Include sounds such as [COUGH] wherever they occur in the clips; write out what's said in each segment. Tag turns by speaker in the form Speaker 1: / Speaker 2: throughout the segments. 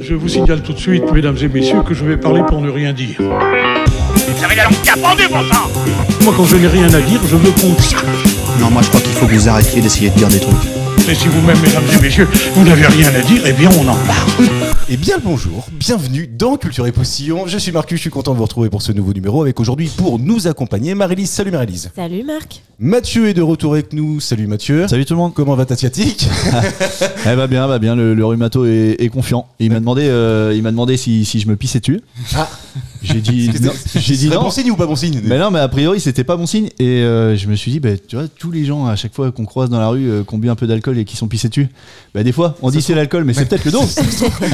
Speaker 1: Je vous signale tout de suite, mesdames et messieurs, que je vais parler pour ne rien dire.
Speaker 2: Vous avez la langue bien pendue, bon sang
Speaker 1: Moi, quand je n'ai rien à dire, je veux qu'on tire.
Speaker 3: Non, moi je crois qu'il faut que vous arrêtiez d'essayer de dire des trucs.
Speaker 1: Mais si vous-même, mesdames et messieurs, vous n'avez rien à dire, eh bien, on en parle.
Speaker 4: Et Eh bien le bonjour, bienvenue dans Culture et Postillon. Je suis Marcus, je suis content de vous retrouver pour ce nouveau numéro avec aujourd'hui pour nous accompagner Marie-Lise. Salut Marie-Lise.
Speaker 5: Salut Marc.
Speaker 4: Mathieu est de retour avec nous. Salut Mathieu.
Speaker 6: Salut tout le monde.
Speaker 4: Comment va ta
Speaker 7: [LAUGHS]
Speaker 4: sciatique
Speaker 6: Elle Eh, va bien, va bien. Le, le rhumato est, est confiant. Il m'a demandé, euh, il m'a demandé si, si je me pissais dessus.
Speaker 4: Ah.
Speaker 6: J'ai dit non. J'ai dit
Speaker 4: C'est
Speaker 6: non.
Speaker 4: bon signe ou pas bon signe
Speaker 6: Mais non, mais a priori c'était pas bon signe. Et euh, je me suis dit, bah, tu vois, tous les gens à chaque fois qu'on croise dans la rue, euh, qu'on bu un peu d'alcool et qui sont pissés dessus, bah des fois on dit c'est l'alcool, mais c'est peut-être le dos.
Speaker 4: [LAUGHS]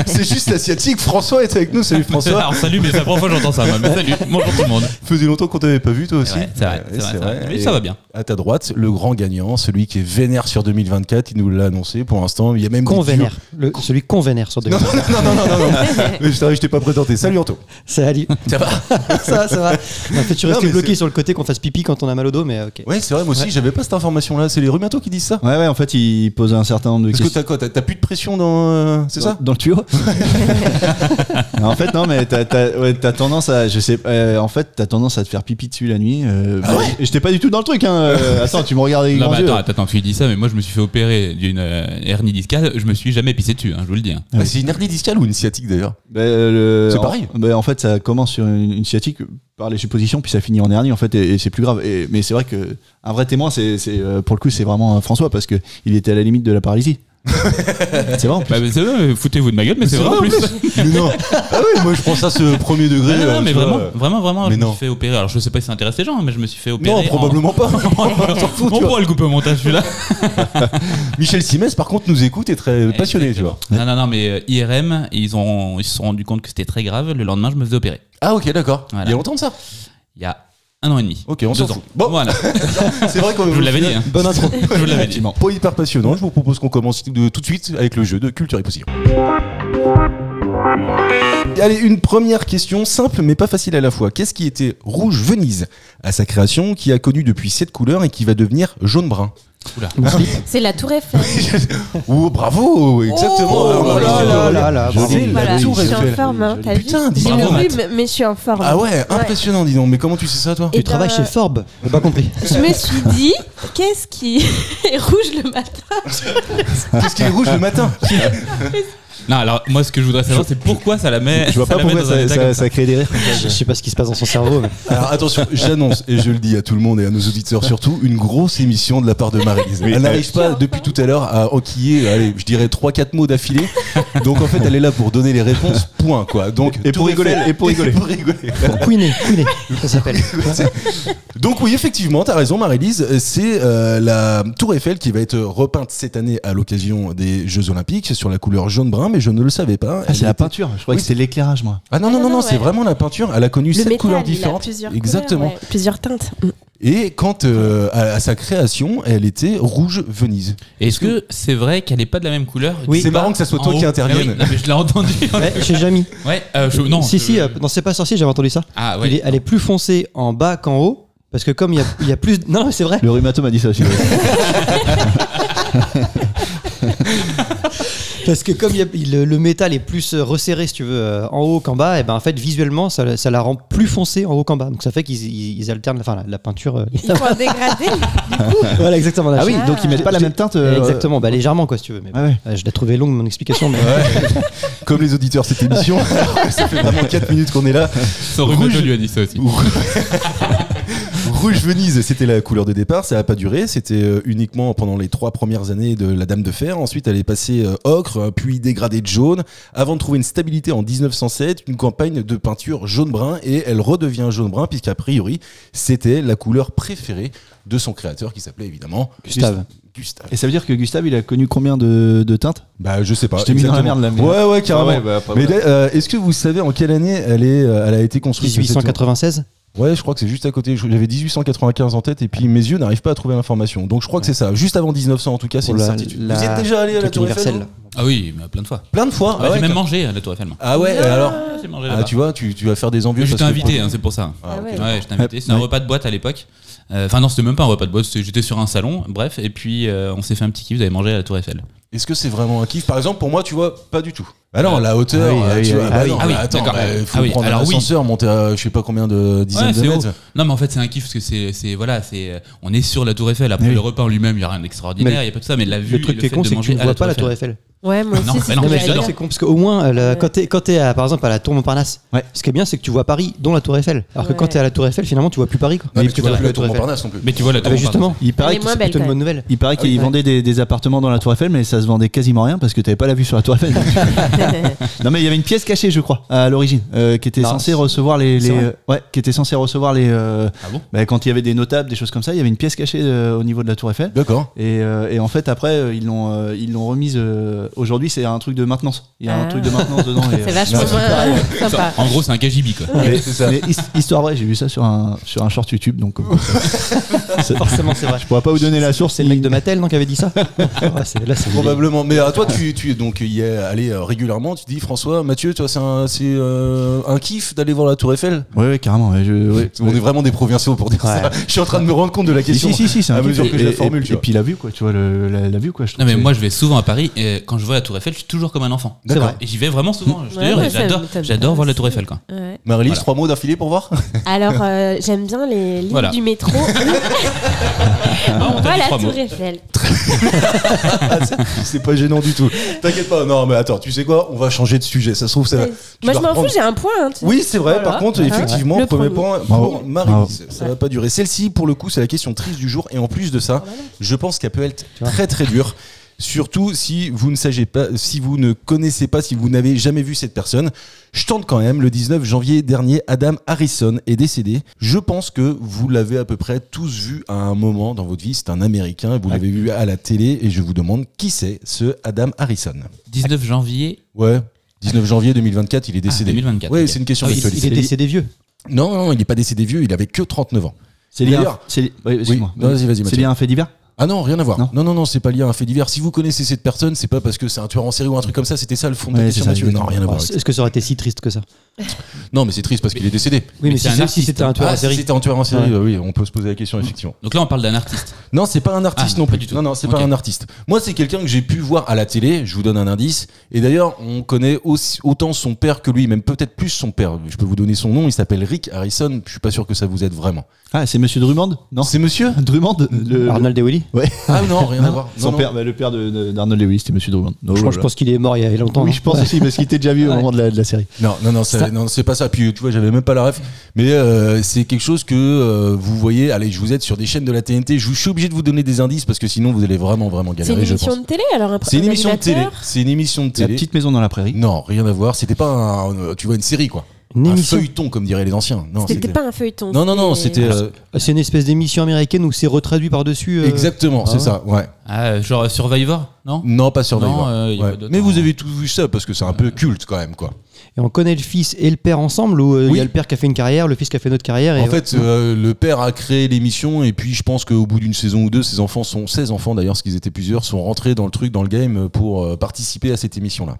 Speaker 4: C'est juste la sciatique. François est avec nous.
Speaker 7: [LAUGHS]
Speaker 4: Salut François.
Speaker 7: Alors salut, mais c'est la première fois que j'entends ça. moi. Mais salut, bonjour tout le monde.
Speaker 4: [LAUGHS] Faisait longtemps qu'on t'avait pas vu toi aussi.
Speaker 7: Ouais, c'est vrai,
Speaker 4: Ouais,
Speaker 7: c'est vrai, c'est vrai. Mais
Speaker 4: Et
Speaker 7: ça va bien.
Speaker 4: À ta droite, le grand gagnant, celui qui est vénère sur 2024, il nous l'a annoncé pour l'instant. Il y a même des
Speaker 8: Qu'on
Speaker 4: duos-
Speaker 8: vénère. Le- celui qu'on vénère sur deux. [LAUGHS]
Speaker 4: Non, non, non, non,
Speaker 6: [LAUGHS]
Speaker 4: non, non. Mais je t'avais- je t'ai pas présenté. Salut Anto.
Speaker 8: Salut.
Speaker 4: Ça va
Speaker 8: [LAUGHS] ça va, ça va. En fait, tu
Speaker 4: Non,
Speaker 8: restes
Speaker 4: mais c'est-
Speaker 8: bloqué sur le côté qu'on fasse pipi quand on a mal au dos, mais ok.
Speaker 4: Ouais, c'est vrai, moi aussi, j'avais pas cette information-là. C'est les rhumatos qui disent ça.
Speaker 6: Ouais, ouais. En fait, il pose un certain nombre de
Speaker 4: Parce que
Speaker 6: questions.
Speaker 4: t'as quoi T'as t'as plus de pression dans. euh, c'est
Speaker 6: dans-
Speaker 4: ça
Speaker 6: Dans le tuyau
Speaker 4: [LAUGHS]
Speaker 6: En fait, non, mais t'as t'as- ouais, t'as tendance à. Je sais, euh, en fait, t'as tendance à te faire pipi dessus la nuit. euh,
Speaker 4: Ah
Speaker 6: bah, et J'étais pas du tout dans le truc, hein. euh, attends, tu me regardes avec les
Speaker 7: Non,
Speaker 6: grands
Speaker 7: mais
Speaker 6: yeux.
Speaker 7: attends, attends, tu dis ça, mais moi je me suis fait opérer d'une euh, hernie discale, je me suis jamais pissé dessus, hein, je vous le dis. hein.
Speaker 4: Ah, C'est une hernie discale ou une sciatique d'ailleurs
Speaker 6: Bah, euh, le-
Speaker 4: C'est
Speaker 6: en-
Speaker 4: pareil.
Speaker 6: bah, en fait, ça commence sur une, une sciatique par les suppositions, puis ça finit en hernie, en fait, et, et c'est plus grave. Et- mais c'est vrai que un vrai témoin, c'est c'est, euh, pour le coup, c'est vraiment euh, François parce que il était à la limite de la
Speaker 4: [LAUGHS]
Speaker 6: paralysie. c'est vrai. en plus.
Speaker 7: Bah, mais c'est vrai, foutez-vous de ma gueule, mais c'est
Speaker 4: C'est
Speaker 7: vrai en
Speaker 4: vrai,
Speaker 7: plus.
Speaker 4: Mais non Ah oui, moi je prends ça ce premier degré.
Speaker 7: Non, non,
Speaker 4: euh,
Speaker 7: non, mais
Speaker 4: tu vois.
Speaker 7: vraiment, vraiment, vraiment,
Speaker 4: Mais
Speaker 7: je me
Speaker 4: non.
Speaker 7: suis fait opérer. Alors je sais pas si ça intéresse les gens, hein, mais je me suis fait opérer.
Speaker 4: Non,
Speaker 7: [LAUGHS]
Speaker 4: probablement [LAUGHS] pas.
Speaker 7: En... On pourra le couper au montage celui-là. [LAUGHS]
Speaker 4: Michel Simès, par contre, nous écoute et très passionné, tu vois.
Speaker 7: Non, non, non, mais euh, IRM, ils, ont, ils se sont rendus compte que c'était très grave. Le lendemain, je me faisais opérer.
Speaker 4: Ah, ok, d'accord.
Speaker 7: Voilà.
Speaker 4: Il y a longtemps de ça
Speaker 7: Il y a un an et demi.
Speaker 4: Ok, on
Speaker 7: Deux
Speaker 4: s'en
Speaker 7: ans.
Speaker 4: fout. Bon.
Speaker 7: Voilà,
Speaker 4: C'est vrai qu'on
Speaker 7: je vous l'avais dit. hein.
Speaker 4: Bonne intro.
Speaker 7: Je [LAUGHS] vous l'avais dit.
Speaker 4: Pas hyper passionnant, je vous propose qu'on commence de- tout de suite avec le jeu de culture et possible. Et Allez, une première question simple mais pas facile à la fois. Qu'est-ce qui était rouge Venise à sa création, qui a connu depuis sept couleurs et qui va devenir jaune-brun
Speaker 5: C'est la Tour Eiffel.
Speaker 4: [LAUGHS] Oh, bravo Exactement
Speaker 5: Oh
Speaker 4: Alors,
Speaker 5: là
Speaker 4: je-
Speaker 5: là
Speaker 8: là là,
Speaker 4: je-
Speaker 8: bravo.
Speaker 4: c'est
Speaker 5: Voilà,
Speaker 4: la tour
Speaker 5: je suis en
Speaker 4: Eiffel.
Speaker 5: forme, hein, t'as vu
Speaker 4: Putain, dis
Speaker 5: J'ai
Speaker 4: donc.
Speaker 5: le
Speaker 7: Matt.
Speaker 5: rhume, mais je suis en forme.
Speaker 4: Ah ouais, impressionnant, dis donc. Mais comment tu sais ça, toi
Speaker 8: Tu
Speaker 5: Et
Speaker 8: travailles
Speaker 5: ben,
Speaker 8: chez Forbes. J'ai pas compris.
Speaker 5: Je me suis dit, qu'est-ce qui [LAUGHS] est rouge le matin
Speaker 4: Qu'est-ce qui est rouge le matin
Speaker 7: Non, alors moi, ce que je voudrais savoir, c'est pourquoi ça la met.
Speaker 6: Je vois
Speaker 7: ça
Speaker 6: pas
Speaker 7: la met
Speaker 6: pourquoi
Speaker 7: dans un
Speaker 6: ça,
Speaker 7: état
Speaker 6: ça-
Speaker 7: comme ça.
Speaker 6: ça crée des rires.
Speaker 8: [LAUGHS] Je sais pas ce qui se passe dans son cerveau. mais-
Speaker 4: Alors attention, [LAUGHS] j'annonce, et je le dis à tout le monde et à nos auditeurs surtout, une grosse émission de la part de Marie-Lise. elle n'arrive pas depuis tout à l'heure à enquiller, allez, je dirais 3-4 mots d'affilée. Donc en fait, elle est là pour donner les réponses, point quoi. Donc,
Speaker 6: Et pour
Speaker 4: Tour
Speaker 6: rigoler,
Speaker 4: Eiffel,
Speaker 6: et pour
Speaker 4: [LAUGHS]
Speaker 6: rigoler.
Speaker 4: rigoler.
Speaker 8: Pour Queener, Queener, ça s'appelle.
Speaker 4: Donc oui, effectivement, t'as raison Marie-Lise, c'est euh, la Tour Eiffel qui va être repeinte cette année à l'occasion des Jeux Olympiques sur la couleur jaune-brun, mais je ne le savais pas.
Speaker 6: Ah,
Speaker 4: Elle
Speaker 6: c'est la
Speaker 4: était-
Speaker 6: peinture. Je crois
Speaker 4: Oui.
Speaker 6: que c'est l'éclairage, moi.
Speaker 4: Ah non, non,
Speaker 5: Ah
Speaker 4: non, non,
Speaker 5: non,
Speaker 4: c'est
Speaker 5: ouais.
Speaker 4: vraiment la peinture. Elle a connu
Speaker 5: Le
Speaker 4: sept
Speaker 5: métal,
Speaker 4: couleurs
Speaker 5: il a
Speaker 4: différentes.
Speaker 5: plusieurs couleurs,
Speaker 4: Exactement.
Speaker 5: ouais, plusieurs teintes.
Speaker 4: Et quand euh, à, à sa création, elle était rouge Venise.
Speaker 7: Est-ce que c'est vrai qu'elle n'est pas de la même couleur
Speaker 8: Oui.
Speaker 4: C'est marrant que ça soit toi qui intervienne.
Speaker 7: intervienne. Ah non, mais je l'ai entendu.
Speaker 8: Ouais, Eh, chez Jamie.
Speaker 7: ouais, euh, je- non.
Speaker 8: Si,
Speaker 7: je-
Speaker 8: si, euh, non, c'est pas sorcier, j'avais entendu ça.
Speaker 7: Ah ouais.
Speaker 8: Il est- elle est plus foncée en bas qu'en haut. Parce que comme il y a, il y a plus. de- Non, mais c'est vrai.
Speaker 6: Le rhumato m'a dit
Speaker 4: [LAUGHS]
Speaker 6: ça aussi.
Speaker 8: Parce que comme il y a- il- le, le métal est plus euh, resserré, si tu veux, euh, en haut qu'en bas, et ben en fait, visuellement, ça, la- ça la rend plus foncée en haut qu'en bas. Donc ça fait qu'ils ils- ils alternent enfin, la, la peinture. euh,
Speaker 5: Il faut un dégradé.
Speaker 8: voilà, exactement.
Speaker 6: Ah
Speaker 8: la-
Speaker 6: oui,
Speaker 5: Ah.
Speaker 6: donc ils mettent pas la même teinte. euh,
Speaker 8: Exactement, bah légèrement quoi si tu veux. Mais
Speaker 6: Ah ouais.
Speaker 8: euh, je l'ai trouvé longue mon explication, mais
Speaker 4: Comme les auditeurs de cette [LAUGHS] émission, ça fait vraiment 4 minutes qu'on est là.
Speaker 7: Son rhumato
Speaker 4: Rouge.
Speaker 7: lui a dit ça aussi.
Speaker 4: Rouge Venise, c'était la couleur de départ, ça n'a pas duré, c'était euh, uniquement pendant les trois premières années de la Dame de Fer. Ensuite, elle est passée euh, ocre, puis dégradée de jaune, avant de trouver une stabilité en 1907, une campagne de peinture jaune-brun, et elle redevient jaune-brun, puisqu'a priori, c'était la couleur préférée de son créateur, qui s'appelait évidemment
Speaker 6: Gustave.
Speaker 4: Gustave.
Speaker 6: Et ça veut dire que Gustave, il a connu combien de, de teintes
Speaker 4: Bah, je sais pas.
Speaker 6: Je t'ai mis dans la
Speaker 4: exactement.
Speaker 6: merde, là, mais-
Speaker 4: Ouais, ouais, carrément.
Speaker 6: Ah ouais, bah, après,
Speaker 4: mais
Speaker 6: voilà.
Speaker 4: là, euh, est-ce que vous savez en quelle année elle, est, euh, elle a été construite cette tour
Speaker 8: 1896.
Speaker 4: Ouais, je crois que c'est juste à côté. Je- J'avais 1895 en tête et puis mes yeux n'arrivent pas à trouver l'information. Donc je crois que c'est ça. Juste avant 1900 en tout cas, c'est
Speaker 8: Oh
Speaker 4: une
Speaker 8: là
Speaker 4: certitude.
Speaker 8: là,
Speaker 4: Vous y êtes déjà allé à la
Speaker 8: truc
Speaker 4: Tour Eiffel
Speaker 8: universel.
Speaker 4: vous
Speaker 7: Ah oui, mais plein de fois.
Speaker 4: Plein de fois.
Speaker 7: Ah bah,
Speaker 4: ouais,
Speaker 7: j'ai même
Speaker 4: t'as-
Speaker 7: mangé à la Tour Eiffel. moi.
Speaker 4: Ah ouais, et alors
Speaker 7: Ah, j'ai mangé
Speaker 4: Ah,
Speaker 7: là-bas.
Speaker 4: tu vois, tu, tu vas faire des envieux.
Speaker 7: Mais J'étais
Speaker 4: parce que-
Speaker 7: invité, hein, c'est pour ça.
Speaker 4: Ah, ok.
Speaker 5: ouais.
Speaker 7: Ouais, j'étais invité. C'était un
Speaker 6: Ouais.
Speaker 7: repas de boîte à l'époque. Euh, Enfin, non, c'était même pas un repas de boîte. c'était- J'étais sur un salon, bref. Et puis, euh, on s'est fait un petit kiff. Vous avez mangé à la Tour Eiffel.
Speaker 4: Est-ce que c'est vraiment un kiff Par exemple, pour moi, tu vois, pas du tout. Ah non, la
Speaker 6: Ah
Speaker 4: hauteur,
Speaker 6: oui,
Speaker 4: euh,
Speaker 6: ah
Speaker 4: tu
Speaker 6: oui,
Speaker 4: vois,
Speaker 6: ah
Speaker 4: bah
Speaker 6: oui.
Speaker 4: non,
Speaker 7: Ah oui,
Speaker 4: bah attends,
Speaker 7: d'accord,
Speaker 4: bah,
Speaker 7: ouais.
Speaker 4: faut
Speaker 7: Ah oui,
Speaker 4: prendre
Speaker 7: alors
Speaker 4: un
Speaker 7: oui.
Speaker 4: ascenseur, monter à je sais pas combien de dizaines
Speaker 7: Ouais,
Speaker 4: de
Speaker 7: c'est haut.
Speaker 4: mètres.
Speaker 7: Non, mais en fait, c'est un kiff parce que c'est, c'est voilà, c'est, euh, on est sur la Tour Eiffel. Après
Speaker 6: Oui.
Speaker 7: le repas en lui-même, il y a rien d'extraordinaire, il y a pas tout ça, mais la vue,
Speaker 8: Le truc
Speaker 7: et
Speaker 8: qui est
Speaker 7: fait
Speaker 8: con,
Speaker 7: de
Speaker 8: c'est que tu
Speaker 7: manger
Speaker 8: ne
Speaker 7: à
Speaker 8: vois pas la Tour Eiffel.
Speaker 9: [LAUGHS] Ouais, moi
Speaker 7: Ah
Speaker 9: aussi, c'est
Speaker 7: Non, mais non,
Speaker 9: ce
Speaker 8: Non,
Speaker 9: que
Speaker 7: j'adore.
Speaker 8: mais
Speaker 9: j'allais
Speaker 8: c'est
Speaker 9: dire.
Speaker 8: con parce qu'au moins, elle, euh,
Speaker 9: Ouais.
Speaker 8: quand t'es- quand t'es à- par exemple à la Tour Montparnasse,
Speaker 6: Ouais.
Speaker 8: ce qui est bien, c'est que tu vois Paris, dont la Tour Eiffel. Alors
Speaker 9: Ouais.
Speaker 8: que quand t'es à la Tour Eiffel, finalement, tu vois plus Paris. Quoi.
Speaker 4: Non, mais
Speaker 8: Et
Speaker 4: tu vois
Speaker 8: t'as
Speaker 4: plus
Speaker 8: plus
Speaker 4: la tour Montparnasse non plus.
Speaker 7: Mais tu vois la
Speaker 8: Ah
Speaker 7: Tour
Speaker 8: bah
Speaker 7: Montparnasse.
Speaker 8: justement,
Speaker 6: Il paraît
Speaker 9: est
Speaker 6: que
Speaker 9: moins
Speaker 6: c'est-
Speaker 9: belle,
Speaker 8: plutôt une
Speaker 9: quand
Speaker 8: bonne nouvelle.
Speaker 6: il paraît qu'ils
Speaker 9: oui.
Speaker 6: vendaient des, des appartements dans la Tour Eiffel, mais ça se vendait quasiment rien parce que t'avais pas la vue sur la Tour
Speaker 8: [LAUGHS]
Speaker 6: Eiffel. non, mais il y avait une pièce cachée, je crois, à l'origine, euh, qui était
Speaker 8: Non,
Speaker 6: censée
Speaker 8: c'est-
Speaker 6: recevoir les,
Speaker 8: c'est
Speaker 6: les-
Speaker 8: vrai.
Speaker 6: euh, ouais, qui était censée recevoir les. euh,
Speaker 7: Ah bon
Speaker 6: bah, quand il y avait des notables, des choses comme ça, il y avait une pièce cachée euh, au niveau de la Tour Eiffel.
Speaker 4: D'accord.
Speaker 6: Et, euh, et en fait, après, euh, ils l'ont, euh, ils l'ont remise. euh, aujourd'hui, c'est un truc de maintenance. Il y a un
Speaker 9: Ah.
Speaker 6: truc de maintenance
Speaker 9: [LAUGHS]
Speaker 6: dedans. et,
Speaker 9: C'est
Speaker 6: euh,
Speaker 9: vachement moins
Speaker 7: [LAUGHS]
Speaker 9: sympa.
Speaker 7: En gros, c'est un KGB quoi.
Speaker 6: mais- mais his- histoire vraie, j'ai vu ça sur un, sur un short YouTube. Donc,
Speaker 8: [LAUGHS]
Speaker 6: euh, c'est-
Speaker 8: Forcément, c'est vrai.
Speaker 6: je pourrais pas vous donner la source.
Speaker 8: C'est le mec de Mattel non, qui avait dit ça [LAUGHS] Ouais, c'est- là, c'est-
Speaker 4: [LAUGHS] Probablement. Mais à toi, tu, tu es donc y es allé euh, régulièrement. Tu dis, François, Mathieu, toi, c'est un, c'est, euh, un kiff d'aller voir la Tour Eiffel.
Speaker 6: Ouais, ouais, carrément. ouais, je, ouais.
Speaker 4: On est vraiment des provinciaux pour dire ça. Je suis en train de me rendre compte de la
Speaker 6: Si,
Speaker 4: question.
Speaker 6: si, si, si, c'est
Speaker 4: à
Speaker 6: un kiff.
Speaker 4: mesure que
Speaker 6: Et-
Speaker 4: je la
Speaker 6: Ah, et-
Speaker 4: formule,
Speaker 6: Et
Speaker 4: tu vois.
Speaker 6: puis la vue, quoi. Tu vois, le- la, la vue, quoi. Je trouve
Speaker 7: Non mais
Speaker 6: que
Speaker 7: moi je vais souvent à Paris et quand je vois la Tour Eiffel, je suis toujours comme un enfant.
Speaker 4: D'accord.
Speaker 6: C'est vrai.
Speaker 7: Et j'y vais vraiment souvent. je te
Speaker 9: Ouais,
Speaker 7: jure,
Speaker 9: moi,
Speaker 7: et
Speaker 9: ça
Speaker 7: j'adore,
Speaker 9: me- ça me-
Speaker 7: j'adore voir la Tour Eiffel quand.
Speaker 9: Ouais.
Speaker 4: Marie-Lise,
Speaker 7: Voilà.
Speaker 4: trois mots d'affilée pour voir [LAUGHS]
Speaker 9: Alors, euh, j'aime bien les lignes
Speaker 7: Voilà.
Speaker 9: du métro.
Speaker 7: Ah, on t'a
Speaker 9: On
Speaker 7: dit
Speaker 9: voit la
Speaker 7: trois mots.
Speaker 9: Ah, Tour Eiffel.
Speaker 4: C'est pas gênant du tout. T'inquiète pas. Non, mais attends, tu sais quoi On va changer de sujet. Ça se trouve, ça.
Speaker 9: Moi, je
Speaker 4: dois
Speaker 9: m'en
Speaker 4: reprendre-
Speaker 9: fous, j'ai un point. hein, tu-
Speaker 4: Oui, c'est vrai. Par contre,
Speaker 9: Voilà.
Speaker 4: effectivement,
Speaker 9: Le
Speaker 4: premier
Speaker 9: premier.
Speaker 4: point
Speaker 6: Bravo.
Speaker 4: pour marie Ça va pas durer. Celle-ci, pour le coup, c'est la question triste du jour. Et en plus de ça, je pense qu'elle peut être très très dure. Surtout si vous ne savez pas, si vous ne connaissez pas, si vous n'avez jamais vu cette personne. Je tente quand même. Le 19 janvier dernier, Adam Harrison est décédé. Je pense que vous l'avez à peu près tous vu à un moment dans votre vie. C'est un Américain. Vous l'avez vu à la télé. Et je vous demande qui c'est ce Adam Harrison.
Speaker 7: 19 janvier
Speaker 4: Ouais. 19 janvier 2024, il est décédé.
Speaker 7: 2024,
Speaker 4: Ouais,
Speaker 7: ok.
Speaker 4: c'est une question
Speaker 7: Ah oui,
Speaker 8: il,
Speaker 4: d'actualité.
Speaker 8: il est décédé vieux.
Speaker 4: Non, non, il n'est pas décédé vieux, il avait que 39 ans.
Speaker 6: C'est lié. à-
Speaker 4: D'ailleurs-
Speaker 6: c'est lié- ouais, excuse-moi.
Speaker 4: non, vas-y, vas-y,
Speaker 6: C'est
Speaker 4: Mathieu.
Speaker 6: lié à un fait divers.
Speaker 4: Ah non, rien à voir. Non,
Speaker 6: Non.
Speaker 4: non, non, c'est pas lié à un fait divers. Si vous connaissez cette personne, c'est pas parce que c'est un tueur en série ou un truc comme ça, c'était ça le fond de la
Speaker 6: Ouais,
Speaker 4: question,
Speaker 6: c'est ça,
Speaker 4: Mathieu. Non,
Speaker 6: exactement.
Speaker 4: rien à voir.
Speaker 8: Alors,
Speaker 4: avec ça.
Speaker 8: Est-ce que ça aurait été si triste que ça
Speaker 4: Non, mais c'est triste parce qu'il est décédé.
Speaker 8: Oui, mais,
Speaker 7: c'est
Speaker 8: si
Speaker 7: un
Speaker 8: c'est- si
Speaker 7: artiste.
Speaker 8: c'était un tueur
Speaker 4: Ah,
Speaker 8: en
Speaker 4: si
Speaker 8: série.
Speaker 4: c'était un tueur en série, bah oui, on peut se poser la question, effectivement.
Speaker 7: Donc là on parle d'un artiste.
Speaker 4: Non, c'est pas un artiste
Speaker 7: Ah,
Speaker 4: non
Speaker 7: pas
Speaker 4: plus.
Speaker 7: du tout.
Speaker 4: Non, non, c'est
Speaker 7: Ok.
Speaker 4: pas un artiste. Moi, c'est quelqu'un que j'ai pu voir à la télé. Je vous donne un indice. Et d'ailleurs, on connaît aussi, autant son père que lui, même peut-être plus son père. Je peux vous donner son nom. Il s'appelle Rick Harrison. Je suis pas sûr que ça vous aide vraiment.
Speaker 6: Ah, c'est Monsieur Drummond Non.
Speaker 4: C'est monsieur
Speaker 6: [LAUGHS] Drummond, le,
Speaker 8: Arnold et Willy
Speaker 6: Ouais.
Speaker 4: Ah non, rien à voir.
Speaker 6: Son
Speaker 4: Non, non.
Speaker 6: père, bah, le père de- de- d'Arnold Lewis, c'était Monsieur Drummond. Oh
Speaker 8: je, pense- je pense qu'il est mort il y a longtemps.
Speaker 6: Oui,
Speaker 8: hein.
Speaker 6: je pense aussi, parce qu'il était déjà vu au moment de la, de la série.
Speaker 4: Non, non, non, ça- non, c'est pas ça. Puis tu vois, j'avais même pas la ref. Mais euh, c'est quelque chose que euh, vous voyez. Allez, je vous aide sur des chaînes de la TNT. Je, vous- je suis obligé de vous donner des indices parce que sinon vous allez vraiment, vraiment
Speaker 9: C'est une
Speaker 4: galérer, je
Speaker 9: émission
Speaker 4: pense.
Speaker 9: de télé, alors un pr-
Speaker 4: C'est une
Speaker 9: un
Speaker 4: émission de télé.
Speaker 9: animateur
Speaker 4: C'est une émission de
Speaker 6: La
Speaker 4: télé.
Speaker 6: petite maison dans la prairie.
Speaker 4: Non, rien à voir. C'était pas, un, euh, tu vois, une série quoi.
Speaker 8: Une
Speaker 4: un
Speaker 8: émission.
Speaker 4: feuilleton comme diraient les anciens. Non,
Speaker 9: C'était pas un feuilleton.
Speaker 4: Non, non, non, c'était euh,
Speaker 8: Ah, C'est une espèce d'émission américaine où c'est retraduit par-dessus. euh,
Speaker 4: exactement,
Speaker 8: ah
Speaker 4: c'est
Speaker 8: ouais.
Speaker 4: ça. Ouais.
Speaker 7: Ah, euh, genre euh, Survivor Non
Speaker 4: Non, pas Survivor.
Speaker 7: Non, euh, y a
Speaker 4: Ouais.
Speaker 7: pas d'autre, Euh.
Speaker 4: Mais vous
Speaker 7: hein.
Speaker 4: avez tous vu ça parce que c'est un peu culte quand même quoi.
Speaker 8: Et on connaît le fils et le père ensemble où euh, il
Speaker 4: Oui.
Speaker 8: y a le père qui a fait une carrière, le fils qui a fait notre carrière. Et
Speaker 4: En fait, euh, le père a créé l'émission et puis je pense qu'au bout d'une saison ou deux, ses enfants sont 16 enfants d'ailleurs, parce qu'ils étaient plusieurs, sont rentrés dans le truc, dans le game pour euh, participer à cette émission-là.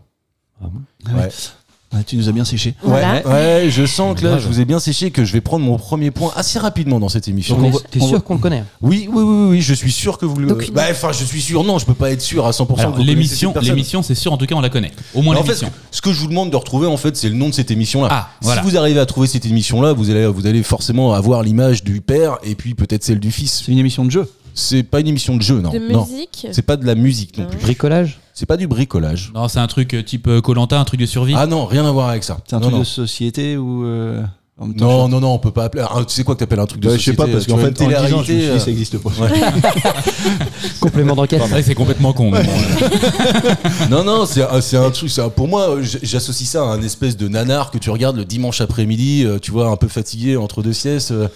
Speaker 6: Ah, tu nous as bien séché.
Speaker 9: Voilà.
Speaker 4: Ouais, je sens que là, je vous ai bien séché que je vais prendre mon premier point assez rapidement dans cette émission.
Speaker 8: Donc on va- t'es
Speaker 6: on va-
Speaker 8: sûr qu'on le connaît hein.
Speaker 4: Oui, oui, oui, oui, je suis sûr que vous le.
Speaker 9: Donc une-
Speaker 4: Bah, Enfin, je suis sûr. Non, je peux pas être sûr à 100%. que
Speaker 7: Alors
Speaker 4: vous connaissez
Speaker 7: l'émission,
Speaker 4: cette personne.
Speaker 7: l'émission c'est sûr en tout cas on la connaît. Au moins
Speaker 4: Alors, en fait, ce
Speaker 7: l'émission.
Speaker 4: que- ce que je vous demande de retrouver, en fait, c'est le nom de cette émission-là.
Speaker 7: Ah, voilà.
Speaker 4: Si vous arrivez à trouver cette émission-là, vous allez, vous allez forcément avoir l'image du père et puis peut-être celle du fils.
Speaker 6: C'est une émission de jeu.
Speaker 4: C'est pas une émission de jeu, non.
Speaker 9: De
Speaker 4: non.
Speaker 9: musique. Ah
Speaker 4: C'est pas de la musique non
Speaker 9: Non.
Speaker 4: plus.
Speaker 8: Bricolage
Speaker 4: C'est pas du bricolage.
Speaker 7: Non c'est un truc euh, type Colanta, un truc de survie.
Speaker 4: Ah non, rien à voir avec ça.
Speaker 6: C'est un
Speaker 4: non,
Speaker 6: truc
Speaker 4: non.
Speaker 6: de société ou. euh, en même temps,
Speaker 4: non, non, non, on peut pas appeler. Ah, tu sais quoi que t'appelles un truc de
Speaker 6: Ouais, Bah, je
Speaker 4: société euh,
Speaker 6: sais pas, parce
Speaker 4: tu
Speaker 6: qu'en
Speaker 4: vois,
Speaker 6: fait,
Speaker 4: une
Speaker 6: en le disant, je me suis
Speaker 4: télé-réalité,
Speaker 6: dit, ça
Speaker 4: euh,
Speaker 6: existe pas.
Speaker 8: Complément d'enquête.
Speaker 7: Ouais, c'est complètement con.
Speaker 4: [LAUGHS]
Speaker 7: mais bon, euh,
Speaker 4: Non, non, c'est un, c'est un truc. c'est un- pour moi, j- j'associe ça à un espèce de nanar que tu regardes le dimanche après-midi, euh, tu vois, un peu fatigué entre deux siestes. euh,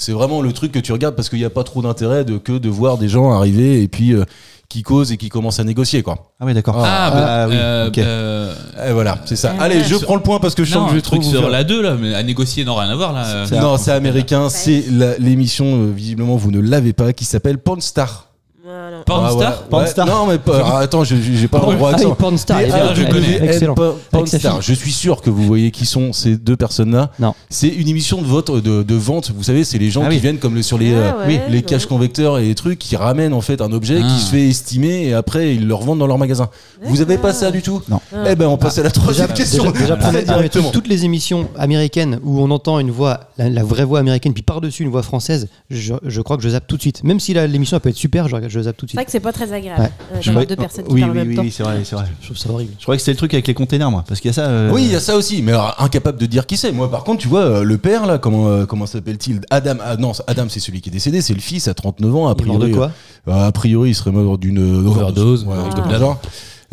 Speaker 4: C'est vraiment le truc que tu regardes parce qu'il n'y a pas trop d'intérêt de, que de voir des gens arriver et puis euh, qui causent et qui commencent à négocier, quoi.
Speaker 6: Ah oui, d'accord.
Speaker 7: Ah, bah, euh,
Speaker 6: ok.
Speaker 7: euh,
Speaker 4: Et voilà, c'est ça.
Speaker 9: Ah,
Speaker 4: Allez,
Speaker 9: ouais.
Speaker 4: je
Speaker 7: Sur-
Speaker 4: prends le point parce que je sens
Speaker 7: non,
Speaker 4: que je vais
Speaker 7: un
Speaker 4: trop
Speaker 7: truc
Speaker 4: vous
Speaker 7: sur
Speaker 4: faire-
Speaker 7: la 2 là, mais à négocier non rien à voir là.
Speaker 6: C'est
Speaker 4: Non,
Speaker 6: un-
Speaker 4: c'est américain, c'est la- l'émission, euh, visiblement, vous ne l'avez pas, qui s'appelle Pornstar.
Speaker 9: Voilà. non.
Speaker 7: Pornstar
Speaker 4: Ouais, ouais.
Speaker 8: Pornstar.
Speaker 4: Non, mais
Speaker 7: [LAUGHS]
Speaker 4: pas- ah, attends, j'ai- j'ai j'ai pas le droit
Speaker 8: Ah
Speaker 4: accent.
Speaker 8: oui, Pornstar.
Speaker 4: Les
Speaker 8: il est là.
Speaker 7: je
Speaker 8: Elle est
Speaker 7: connais.
Speaker 8: Excellent.
Speaker 4: Porn- Pornstar.
Speaker 8: Avec
Speaker 4: Je suis sûr que vous voyez qui sont ces deux personnes-là.
Speaker 8: Non.
Speaker 4: C'est une émission de vote de, de vente. Vous savez, c'est les gens
Speaker 8: Ah
Speaker 4: qui
Speaker 8: oui.
Speaker 4: viennent comme le- sur les
Speaker 9: Ah
Speaker 4: euh,
Speaker 9: ouais,
Speaker 4: les
Speaker 9: donc.
Speaker 4: caches convecteurs et les trucs qui ramènent en fait un objet
Speaker 7: Ah.
Speaker 4: qui se fait estimer et après ils le revendent dans leur magasin. Vous avez pas ça du tout
Speaker 6: Non.
Speaker 4: Eh ben on passe à la troisième
Speaker 8: Ah. Déjà-
Speaker 4: question.
Speaker 8: déjà-
Speaker 4: [LAUGHS] Très
Speaker 8: déjà, premier- premier truc,
Speaker 4: directement.
Speaker 8: toutes les émissions américaines où on entend une voix, la, la vraie voix américaine, puis par-dessus une voix française, je, je crois que je zappe tout de suite. Même si la- l'émission elle peut être super, je, je zappe tout
Speaker 9: C'est
Speaker 8: de suite.
Speaker 9: vrai que c'est pas très agréable
Speaker 8: Ouais.
Speaker 9: euh,
Speaker 6: Je
Speaker 9: d'avoir
Speaker 6: me-
Speaker 9: deux personnes qui
Speaker 6: oui,
Speaker 9: parlent
Speaker 6: oui,
Speaker 9: en même
Speaker 6: oui,
Speaker 9: temps.
Speaker 6: oui, c'est vrai, c'est vrai.
Speaker 8: Je trouve ça horrible.
Speaker 6: Je croyais que c'était le truc avec les containers, moi, parce qu'il y a ça. euh,
Speaker 4: Oui, il y a ça aussi, mais alors, incapable de dire qui c'est. Moi, par contre, tu vois, euh, le père, là, comment, euh, comment s'appelle-t-il Adam, ah, non, Adam, c'est celui qui est décédé, c'est le fils à 39 ans, a
Speaker 8: Il est mort
Speaker 4: priori.
Speaker 8: de quoi
Speaker 4: Euh, A priori, il serait mort d'une euh,
Speaker 7: Overdose,
Speaker 4: Ouais,
Speaker 7: ouais,
Speaker 4: un
Speaker 7: comme
Speaker 4: truc du
Speaker 7: d'hab.
Speaker 4: genre.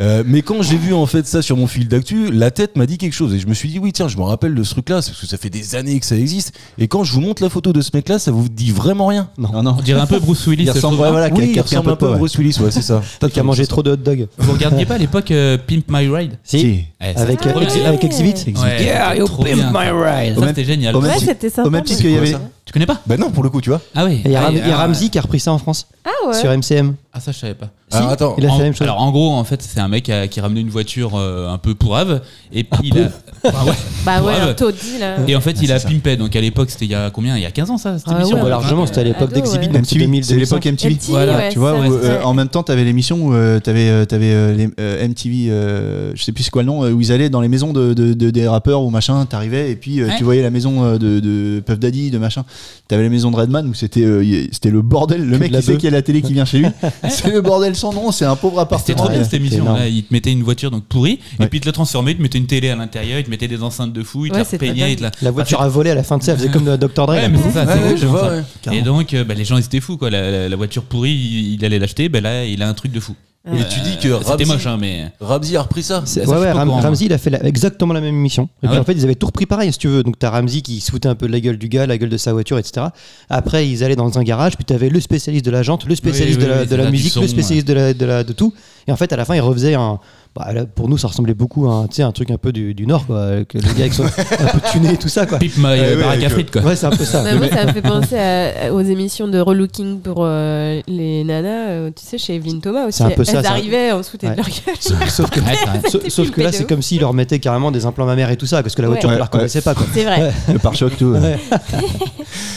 Speaker 4: Euh, mais quand j'ai vu en fait ça sur mon fil d'actu, la tête m'a dit quelque chose et je me suis dit oui tiens je me rappelle de ce truc là parce que ça fait des années que ça existe et quand je vous montre la photo de ce mec là ça vous dit vraiment rien.
Speaker 6: Non, non.
Speaker 7: On dirait un peu Bruce Willis.
Speaker 6: Il ressemble
Speaker 7: je trouve.
Speaker 6: vraiment à
Speaker 4: oui, il
Speaker 6: quelqu'un qui a
Speaker 4: ressemble un peu à Bruce Willis ouais c'est ça.
Speaker 8: Toi qui a mangé trop de hot dog.
Speaker 7: Vous regardiez pas à l'époque euh, Pimp My Ride
Speaker 8: Si.
Speaker 7: Eh, ça,
Speaker 8: Avec,
Speaker 7: c'était
Speaker 8: euh,
Speaker 7: trop
Speaker 8: ex-
Speaker 7: bien.
Speaker 8: avec Exhibit
Speaker 7: Ouais,
Speaker 8: Yeah,
Speaker 7: c'était
Speaker 8: you
Speaker 7: trop
Speaker 8: pimp
Speaker 7: bien,
Speaker 8: my
Speaker 7: ça.
Speaker 8: ride.
Speaker 7: Ça, c'était génial.
Speaker 6: Au même
Speaker 9: Ouais,
Speaker 6: titre-
Speaker 9: c'était sympa.
Speaker 6: au même
Speaker 9: mais-
Speaker 6: titre qu'il y avait.
Speaker 7: Tu connais pas
Speaker 4: Bah non pour le coup tu vois.
Speaker 7: Ah oui.
Speaker 8: Il y a,
Speaker 7: Ah,
Speaker 8: Ram-
Speaker 7: oui,
Speaker 8: il y a
Speaker 7: ah,
Speaker 8: Ramsey qui a repris ça en France
Speaker 9: Ah ouais.
Speaker 8: sur MCM.
Speaker 7: Ah ça je savais pas.
Speaker 4: Alors attends.
Speaker 8: Il a fait
Speaker 7: En-
Speaker 8: la même chose.
Speaker 7: Alors en gros, en fait, c'est un mec euh, qui ramenait une voiture euh, un peu pourrave et puis il a... Enfin, ouais.
Speaker 9: Bah ouais,
Speaker 7: Brave.
Speaker 9: alors, Toddy là.
Speaker 7: et en fait, il a pimpé. Donc à l'époque, c'était il y a combien Il y a 15 ans ça cette
Speaker 8: Ah
Speaker 7: émission
Speaker 8: ouais,
Speaker 7: Ouais.
Speaker 8: largement, c'était à l'époque
Speaker 9: Ado,
Speaker 8: d'Exhibit,
Speaker 9: ouais.
Speaker 8: donc c'est 2000,
Speaker 6: c'est l'époque MTV.
Speaker 9: MTV,
Speaker 7: Voilà,
Speaker 9: ouais,
Speaker 6: tu vois,
Speaker 9: ça,
Speaker 6: où,
Speaker 9: c'est
Speaker 6: euh,
Speaker 9: vrai.
Speaker 6: en même temps, t'avais l'émission où euh, t'avais, euh, t'avais euh, les, euh, MTV, euh, je sais plus c'est quoi le nom, euh, où ils allaient dans les maisons de, de- de- des rappeurs ou machin, t'arrivais et puis euh,
Speaker 7: Ouais.
Speaker 6: tu voyais la maison euh, de, de Puff Daddy, de machin. T'avais la maison de Redman où c'était, euh, y- c'était le bordel, le mec
Speaker 8: la
Speaker 6: qui sait
Speaker 8: beuh.
Speaker 6: qu'il y a la télé qui vient chez lui. c'est le bordel sans nom, c'est un pauvre appartement.
Speaker 7: C'était trop bien
Speaker 6: Ouais.
Speaker 7: cette émission.
Speaker 8: énorme.
Speaker 7: Là, il te mettait une voiture donc pourrie et
Speaker 6: Ouais.
Speaker 7: puis il te la transformait, il te mettait une télé à l'intérieur, il te mettait des enceintes de fou, il te
Speaker 9: Ouais,
Speaker 7: la
Speaker 9: c'était
Speaker 7: repeignait, il te la.
Speaker 8: La voiture a volé à la fin de ça, elle faisait comme euh, Dr. Dre.
Speaker 7: Ouais,
Speaker 8: là.
Speaker 7: mais c'est ça, c'est
Speaker 4: Ouais, ouais, je
Speaker 7: exactement
Speaker 4: vois,
Speaker 7: ça.
Speaker 4: ouais.
Speaker 7: Et donc, euh, bah, les gens ils étaient fous quoi. La, la- la voiture pourrie, il, il allait l'acheter. Ben là, il a un truc de fou.
Speaker 4: Et tu dis que
Speaker 7: Euh, C'était
Speaker 4: Ramsey,
Speaker 7: moche, hein, [LAUGHS] mais.
Speaker 4: Ramsey a repris ça.
Speaker 7: Ça,
Speaker 8: C'est- ouais,
Speaker 7: je suis pas
Speaker 8: ouais,
Speaker 7: au
Speaker 8: Ram-
Speaker 7: courant, moi.
Speaker 8: Ramsey, il a fait la- exactement la même émission. Et
Speaker 7: Ah
Speaker 8: puis
Speaker 7: ouais
Speaker 8: en fait, ils avaient tout repris pareil, hein, si tu veux. Donc, t'as Ramsey qui se foutait un peu de la gueule du gars, la gueule de sa voiture, etc. Après, ils allaient dans un garage, puis t'avais le spécialiste de la jante, le spécialiste
Speaker 7: Oui,
Speaker 8: de
Speaker 7: oui,
Speaker 8: la,
Speaker 7: oui,
Speaker 8: de la
Speaker 7: c'est ça, du
Speaker 8: musique,
Speaker 7: son,
Speaker 8: le spécialiste de, la, de, la- de tout. Et en fait, à la fin, ils refaisaient un. bah, là, pour nous, ça ressemblait beaucoup à un, tu sais, un truc un peu du, du Nord, quoi. Que le gars, soit un peu tuné et tout ça, quoi.
Speaker 7: Pipe ma
Speaker 6: ouais,
Speaker 7: baraque
Speaker 6: avec,
Speaker 7: à frites, quoi.
Speaker 8: Ouais, c'est un peu ça.
Speaker 9: Bah, moi, ça me fait penser à- aux émissions de relooking pour euh, les nanas, euh, tu sais, chez Evelyne Thomas aussi.
Speaker 8: C'est un peu ça,
Speaker 9: Elles
Speaker 8: c'est un-
Speaker 9: arrivaient, on se foutait
Speaker 8: Ouais.
Speaker 9: de leur
Speaker 8: [LAUGHS]
Speaker 9: gueule.
Speaker 8: Sauf que,
Speaker 7: Ouais, ouais.
Speaker 8: sauf- sauf que là, c'est comme s'ils leur mettaient carrément des implants mammaires et tout ça, parce que la
Speaker 9: Ouais.
Speaker 8: voiture,
Speaker 6: Ouais,
Speaker 8: ne la reconnaissait pas, quoi.
Speaker 9: C'est vrai.
Speaker 6: Le pare-choc, tout.
Speaker 8: Ouais.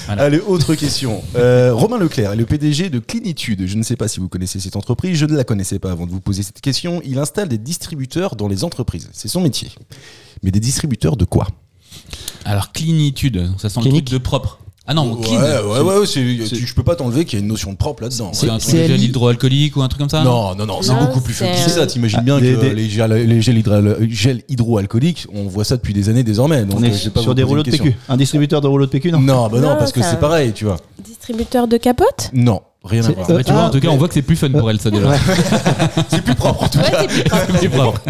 Speaker 7: Voilà.
Speaker 4: Allez,
Speaker 3: [LAUGHS]
Speaker 4: autre question. Euh, Romain Leclerc est le PDG de Clinitude. Je ne sais pas si vous connaissez cette entreprise, je ne la connaissais pas avant de vous poser cette question. Il installe des distributeurs dans les entreprises, c'est son métier. Mais des distributeurs de quoi
Speaker 7: Alors, clinitude, ça sent
Speaker 8: Clinique.
Speaker 7: le truc de propre. Ah non, clean.
Speaker 4: ouais, c'est- tu- je peux pas t'enlever qu'il y a une notion de propre là-dedans.
Speaker 7: C'est
Speaker 4: Ouais.
Speaker 7: un truc de gel
Speaker 8: CLI.
Speaker 7: hydroalcoolique ou un truc comme ça
Speaker 4: Non, non, non, c'est
Speaker 9: Non,
Speaker 4: beaucoup plus
Speaker 9: c'est-
Speaker 4: compliqué que ça. T'imagines bien
Speaker 6: Ah,
Speaker 4: que
Speaker 6: des- des-
Speaker 4: les gels, les gels hydro- gels hydroalcooliques, on voit ça depuis des années désormais. Donc
Speaker 6: On est
Speaker 4: euh, je vais pas
Speaker 6: sur
Speaker 4: vous
Speaker 6: des
Speaker 4: poser
Speaker 6: rouleaux
Speaker 4: une
Speaker 6: de
Speaker 4: question.
Speaker 6: PQ. Un distributeur de rouleaux de PQ, non
Speaker 4: Non, bah non,
Speaker 9: Non,
Speaker 4: parce que
Speaker 9: ça-
Speaker 4: c'est pareil, tu vois.
Speaker 9: Distributeur de capote
Speaker 4: Non, rien à
Speaker 8: C'est-
Speaker 4: voir.
Speaker 8: euh,
Speaker 7: Bah, tu vois, en tout cas,
Speaker 8: Ah,
Speaker 7: on voit que c'est plus fun pour elle, ça déjà.
Speaker 8: Ouais.
Speaker 4: C'est plus propre en tout
Speaker 9: Ouais,
Speaker 4: cas.
Speaker 9: c'est plus
Speaker 7: [LAUGHS] C'est propre.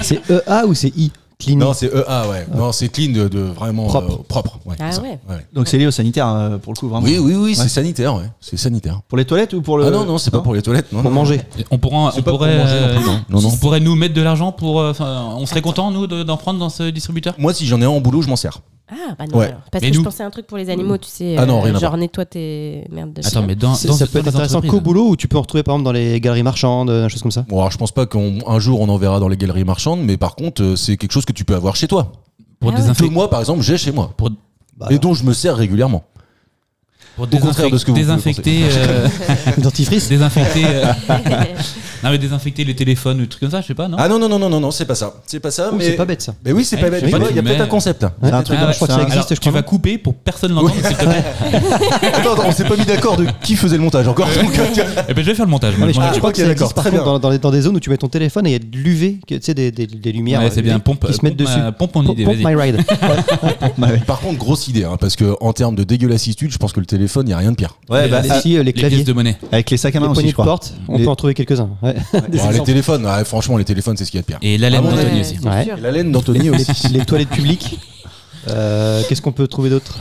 Speaker 8: C'est EA ou c'est I Clinique.
Speaker 4: Non, c'est EA, ouais. Non, c'est clean de, de vraiment
Speaker 8: Mm. Propre.
Speaker 4: euh, propre ouais,
Speaker 9: Ah
Speaker 4: c'est ça.
Speaker 9: ouais.
Speaker 6: Donc c'est lié au sanitaire, euh, pour le coup, vraiment.
Speaker 4: Oui, oui, oui,
Speaker 6: Ouais.
Speaker 4: c'est sanitaire, ouais. C'est sanitaire.
Speaker 6: Pour les toilettes ou pour le.
Speaker 4: Ah non, non, c'est pas pour les toilettes, non.
Speaker 8: Pour manger.
Speaker 7: On, pourra, on
Speaker 4: pas pour
Speaker 7: pourrait,
Speaker 4: manger
Speaker 7: euh,
Speaker 4: non plus, non. Non, non.
Speaker 7: on pourrait nous mettre de l'argent pour. euh, enfin, on serait content, nous, de- d'en prendre dans ce distributeur
Speaker 4: Moi, si j'en ai un en boulot, je m'en sers.
Speaker 9: Ah, bah non,
Speaker 4: Ouais.
Speaker 9: alors. Parce
Speaker 7: Mais
Speaker 9: que
Speaker 7: nous-
Speaker 9: je pensais à un truc pour les animaux, tu sais.
Speaker 4: Ah non,
Speaker 9: euh,
Speaker 4: rien à
Speaker 9: Genre,
Speaker 4: voir.
Speaker 9: nettoie tes merdes de
Speaker 7: Attends,
Speaker 9: chien.
Speaker 7: mais dans,
Speaker 8: Ça-
Speaker 7: dans
Speaker 8: ça
Speaker 7: ce-
Speaker 8: peut être
Speaker 7: dans les
Speaker 8: intéressant
Speaker 7: entreprises.
Speaker 8: qu'au boulot où tu peux en retrouver par exemple dans les galeries marchandes, euh, choses comme ça.
Speaker 4: Bon, alors, je pense pas qu'un jour on en verra dans les galeries marchandes, mais par contre, euh, c'est quelque chose que tu peux avoir chez toi.
Speaker 7: Pour
Speaker 9: Ah ouais.
Speaker 4: Que
Speaker 7: désinfecter.
Speaker 4: moi, par exemple, j'ai chez moi.
Speaker 7: Pour-
Speaker 8: Bah,
Speaker 4: et dont je me sers régulièrement.
Speaker 7: Pour
Speaker 4: contraire de ce que vous pouvez
Speaker 7: désinfecter, euh,
Speaker 8: Le dentifrice
Speaker 7: désinfecter, euh, [LAUGHS] non mais désinfecter les téléphones ou des trucs comme ça, je sais pas, non
Speaker 4: Ah non, non, non, non, non, non, c'est pas ça. C'est pas ça,
Speaker 8: Ouh,
Speaker 4: mais.
Speaker 8: C'est pas bête ça.
Speaker 4: Mais oui, c'est
Speaker 7: Eh,
Speaker 4: pas
Speaker 7: je
Speaker 4: bête.
Speaker 7: sais
Speaker 4: Mais
Speaker 7: pas,
Speaker 4: bon,
Speaker 7: tu
Speaker 4: Il y a peut-être
Speaker 7: mets-
Speaker 4: un concept là.
Speaker 8: C'est un
Speaker 6: Ah,
Speaker 8: truc
Speaker 7: Ah
Speaker 8: dans-
Speaker 7: ouais,
Speaker 8: je crois que
Speaker 6: ça-
Speaker 8: ça existe,
Speaker 7: Alors,
Speaker 8: je
Speaker 7: tu
Speaker 8: crois.
Speaker 7: vas
Speaker 8: non
Speaker 7: couper pour personne l'entendre, s'il te plaît.
Speaker 4: Attends, attends, on s'est pas mis d'accord de qui faisait le montage encore. donc, euh, tiens.
Speaker 7: Eh ben, je vais faire le montage. moi,
Speaker 8: Ah, mais
Speaker 7: je m'en
Speaker 8: je,
Speaker 7: occupe.
Speaker 8: je crois
Speaker 4: ok,
Speaker 8: que ça
Speaker 4: d'accord,
Speaker 8: existe par
Speaker 4: très
Speaker 8: contre
Speaker 4: bien.
Speaker 8: dans, dans les- dans des zones où tu mets ton téléphone et il y a de l'UV, que- tu sais, des, des- des lumières
Speaker 7: Ouais,
Speaker 8: euh,
Speaker 7: c'est bien.
Speaker 8: UV
Speaker 7: Pompe,
Speaker 8: qui se mettent
Speaker 7: pompe
Speaker 8: dessus.
Speaker 7: ma- pompe mon
Speaker 8: Pom-
Speaker 7: idée,
Speaker 8: pompe
Speaker 7: vas-y.
Speaker 8: my ride.
Speaker 4: Par contre, grosse idée, hein, parce que en termes de dégueulassitude, je pense que le téléphone, il y a rien de pire.
Speaker 6: Ouais,
Speaker 7: Les-
Speaker 6: bah,
Speaker 8: Et
Speaker 6: ah,
Speaker 8: si, euh, [LAUGHS] les
Speaker 7: Les
Speaker 8: claviers,
Speaker 7: pièces de monnaie.
Speaker 6: avec les sacs à
Speaker 8: les
Speaker 6: main aussi,
Speaker 8: poignées
Speaker 6: je
Speaker 8: de
Speaker 6: crois.
Speaker 8: porte, on
Speaker 6: Les-
Speaker 8: peut en trouver quelques-uns. ouais. Des
Speaker 4: Bon, les
Speaker 8: exemples.
Speaker 4: téléphones, ouais, franchement, les téléphones, c'est ce qu'il y a de pire.
Speaker 7: Et la laine
Speaker 4: Ah bon,
Speaker 7: d'Anthony
Speaker 4: ouais.
Speaker 7: aussi.
Speaker 9: C'est
Speaker 8: Ouais.
Speaker 9: sûr.
Speaker 4: Et La laine d'Anthony aussi.
Speaker 8: Les toilettes publiques. Euh, Qu'est-ce qu'on peut trouver d'autre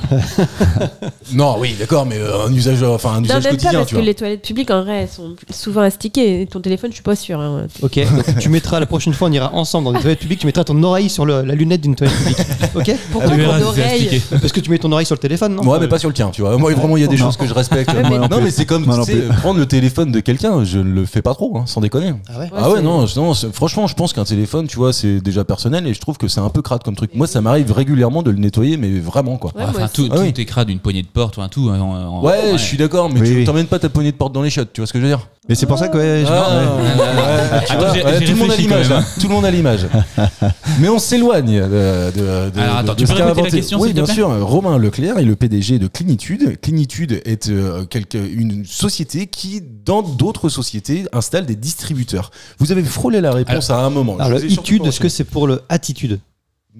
Speaker 4: Non, oui, d'accord, mais euh, un usage, euh, enfin un
Speaker 9: Non,
Speaker 4: usage
Speaker 9: même
Speaker 2: hein,
Speaker 9: pas,
Speaker 4: quotidien,
Speaker 9: parce
Speaker 4: tu
Speaker 9: que
Speaker 4: vois.
Speaker 9: les toilettes publiques, en vrai, elles sont souvent astiquées. Et ton téléphone, je suis pas hein. sûr.
Speaker 8: Ok, donc tu mettras la prochaine fois, on ira ensemble dans une toilette publique, tu mettras ton oreille sur le- la lunette d'une toilette publique. Ok
Speaker 9: Pourquoi
Speaker 7: Tu verras,
Speaker 9: ton
Speaker 7: c'est
Speaker 9: oreille
Speaker 7: astiqué.
Speaker 8: Parce que tu mets ton oreille sur le téléphone, non
Speaker 4: Ouais, mais pas sur le tien, tu vois. Moi, vraiment, il y a des choses que je respecte.
Speaker 9: Ouais, mais-
Speaker 4: non, mais c'est comme
Speaker 6: Moi non
Speaker 4: tu sais,
Speaker 6: plus.
Speaker 4: euh, prendre le téléphone de quelqu'un, je ne le fais pas trop, hein, sans déconner.
Speaker 8: Ah ouais
Speaker 4: Ah ouais,
Speaker 9: c'est-
Speaker 4: non, je- non, c'est- franchement, je pense qu'un téléphone, tu vois, c'est déjà personnel et je trouve que c'est un peu crade comme truc. Moi, ça m'arrive régulièrement de le nettoyer, mais vraiment, quoi.
Speaker 9: Ouais, moi
Speaker 7: Enfin,
Speaker 9: aussi.
Speaker 7: tout,
Speaker 4: Ah oui.
Speaker 7: tout est crade, une poignée de porte, ou un tout. hein, en- en-
Speaker 4: Ouais, je suis d'accord, mais
Speaker 6: Oui,
Speaker 4: tu
Speaker 6: oui.
Speaker 4: t'emmènes pas ta poignée de porte dans les chiottes, tu vois ce que je veux dire
Speaker 6: Mais c'est pour ça que ouais, je-
Speaker 4: Ah, ouais, ouais, tu
Speaker 7: Attends,
Speaker 4: vois,
Speaker 7: j'ai-
Speaker 4: ouais,
Speaker 7: j'ai
Speaker 4: Tout le monde a
Speaker 7: réfléchi
Speaker 4: l'image,
Speaker 7: quand même,
Speaker 4: là. Tout le monde a l'image. Mais on s'éloigne euh, de, de- de-
Speaker 7: Alors, attends,
Speaker 4: de
Speaker 7: tu
Speaker 4: ce
Speaker 7: peux
Speaker 4: qu'a
Speaker 7: répéter la
Speaker 4: inventé-
Speaker 7: question,
Speaker 4: Oui,
Speaker 7: s'il te
Speaker 4: bien
Speaker 7: plaît
Speaker 4: sûr. Romain Leclerc est le PDG de Clinitude. Clinitude est euh, quelque- une société qui, dans d'autres sociétés, installe des distributeurs. Vous avez frôlé la réponse à un moment.
Speaker 8: Alors,
Speaker 4: Je
Speaker 8: Ah,
Speaker 4: vous
Speaker 8: le
Speaker 4: ai surtout
Speaker 8: étude,
Speaker 4: pas
Speaker 8: est-ce que c'est pour le attitude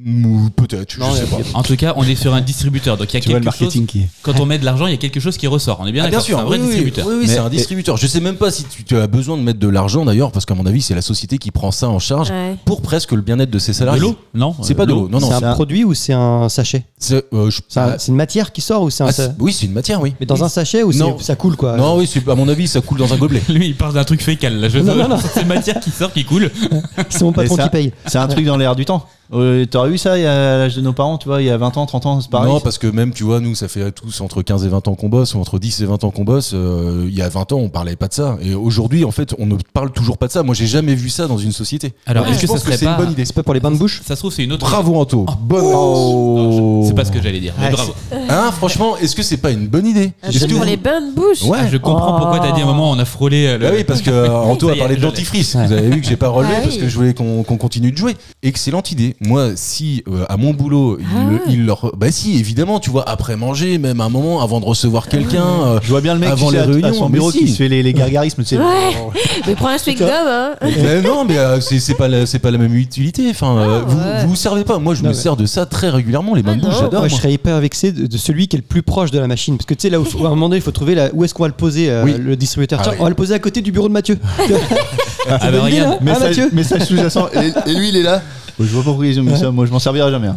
Speaker 4: Ou peut-être, je
Speaker 8: Non,
Speaker 4: sais
Speaker 8: il y a-
Speaker 4: pas.
Speaker 7: En tout cas, on est sur un distributeur. Donc, il y a
Speaker 6: tu vois le
Speaker 7: quelque chose.
Speaker 6: marketing qui est.
Speaker 7: Quand on met de l'argent, il y a quelque chose qui ressort. On est bien
Speaker 4: Ah, bien
Speaker 7: d'accord. C'est
Speaker 4: sûr,
Speaker 7: un vrai
Speaker 4: oui, oui,
Speaker 7: distributeur.
Speaker 4: Oui, oui, c'est
Speaker 6: Mais-
Speaker 4: un distributeur. Je sais même pas si tu, tu as besoin de mettre de l'argent d'ailleurs, parce qu'à mon avis, c'est la société qui prend ça en charge
Speaker 9: Ouais.
Speaker 4: pour presque le bien-être de ses
Speaker 7: De
Speaker 4: salariés.
Speaker 7: l'eau Non.
Speaker 4: C'est
Speaker 7: euh,
Speaker 4: pas de l'eau. Non, non.
Speaker 8: C'est un
Speaker 4: c'est-
Speaker 8: produit ou c'est un sachet
Speaker 4: c'est- euh, je-
Speaker 8: C'est un- c'est une matière qui sort ou c'est un.
Speaker 4: Ah,
Speaker 8: sa-
Speaker 4: c'est- oui, c'est une matière, oui.
Speaker 8: Mais dans un sachet ou
Speaker 4: Non.
Speaker 8: c'est- ça coule quoi
Speaker 4: Non, oui, c'est- à mon avis, ça coule dans un gobelet.
Speaker 7: Lui, il parle d'un truc fécal. Là. Je
Speaker 8: Non, non, non.
Speaker 7: C'est matière qui sort, qui coule.
Speaker 8: [LAUGHS] C'est mon patron
Speaker 6: Mais ça-
Speaker 8: qui paye.
Speaker 6: C'est un truc dans l'air du temps. Euh, T'aurais eu ça il y a l'âge de nos parents, tu vois, il y a 20 ans, 30 ans, c'est pareil.
Speaker 4: Non, parce que même, tu vois, nous, ça fait tous entre 15 et 20 ans qu'on bosse, ou entre 10 et 20 ans qu'on bosse. euh, il y a 20 ans, on parlait pas de ça. Et aujourd'hui, en fait, on ne parle toujours pas de ça. Moi, j'ai jamais vu ça dans une société.
Speaker 7: Alors,
Speaker 4: Et
Speaker 7: est-ce
Speaker 4: je
Speaker 7: que ça
Speaker 4: pense
Speaker 7: serait
Speaker 4: c'est
Speaker 7: pas-
Speaker 4: une bonne idée
Speaker 8: C'est pas pour les bains de bouche
Speaker 7: Ça se trouve, c'est une autre.
Speaker 4: Bravo, Anto. Bonne
Speaker 7: Non,
Speaker 4: réponse.
Speaker 7: je- C'est pas ce que j'allais dire. mais
Speaker 8: Ouais,
Speaker 7: bravo.
Speaker 4: Hein, franchement, est-ce que c'est pas une bonne idée
Speaker 9: Un peu pour les bains de bouche.
Speaker 4: Ouais.
Speaker 7: Ah, je comprends
Speaker 8: Oh.
Speaker 7: pourquoi t'as dit à un moment on a frôlé euh, le.
Speaker 4: Bah oui, parce que euh, Anto
Speaker 7: ça
Speaker 4: a
Speaker 7: y est,
Speaker 4: parlé de
Speaker 7: je l'ai.
Speaker 4: dentifrice. Vous avez vu que j'ai pas relevé
Speaker 9: Ah oui.
Speaker 4: parce que je voulais qu'on qu'on continue de jouer. Excellente idée. Moi, si euh, à mon boulot, il,
Speaker 9: Ah.
Speaker 4: il leur. Bah si, évidemment, tu vois, après manger, même à un moment, avant de recevoir quelqu'un. euh,
Speaker 6: Je vois bien le mec
Speaker 4: Avant
Speaker 6: tu sais,
Speaker 4: les
Speaker 6: à- à
Speaker 4: réunions,
Speaker 6: son
Speaker 4: mais
Speaker 6: bureau
Speaker 4: si.
Speaker 6: qui se fait les, les gargarismes, tu sais.
Speaker 9: Ouais. Mais prends un chewing-gum, hein.
Speaker 4: mais non, mais euh, c'est c'est pas, la- c'est pas la même utilité. Enfin, euh, vous,
Speaker 9: Ah, ouais.
Speaker 4: vous vous servez pas. Moi, je
Speaker 8: Non,
Speaker 4: me
Speaker 8: mais-
Speaker 4: sers de ça très régulièrement. Les bains de
Speaker 9: Ah,
Speaker 4: bouche,
Speaker 9: non.
Speaker 4: j'adore.
Speaker 8: Moi, je
Speaker 4: moi.
Speaker 8: serais hyper vexé de, de celui qui est le plus proche de la machine. Parce que tu sais, là où, faut- à un moment donné, il faut trouver la- où est-ce qu'on va le poser, euh,
Speaker 4: Oui.
Speaker 8: le distributeur.
Speaker 4: Ah
Speaker 8: Tiens,
Speaker 4: oui.
Speaker 8: On va le poser à côté du bureau de Mathieu.
Speaker 7: Ah, bah,
Speaker 8: idée,
Speaker 7: regarde.
Speaker 8: là. Ah, Mathieu
Speaker 6: message sous-jacent. Et, et lui, il est là. Oh, je vois pas pourquoi ils ont mis ça. Moi, je m'en servirai jamais. hein.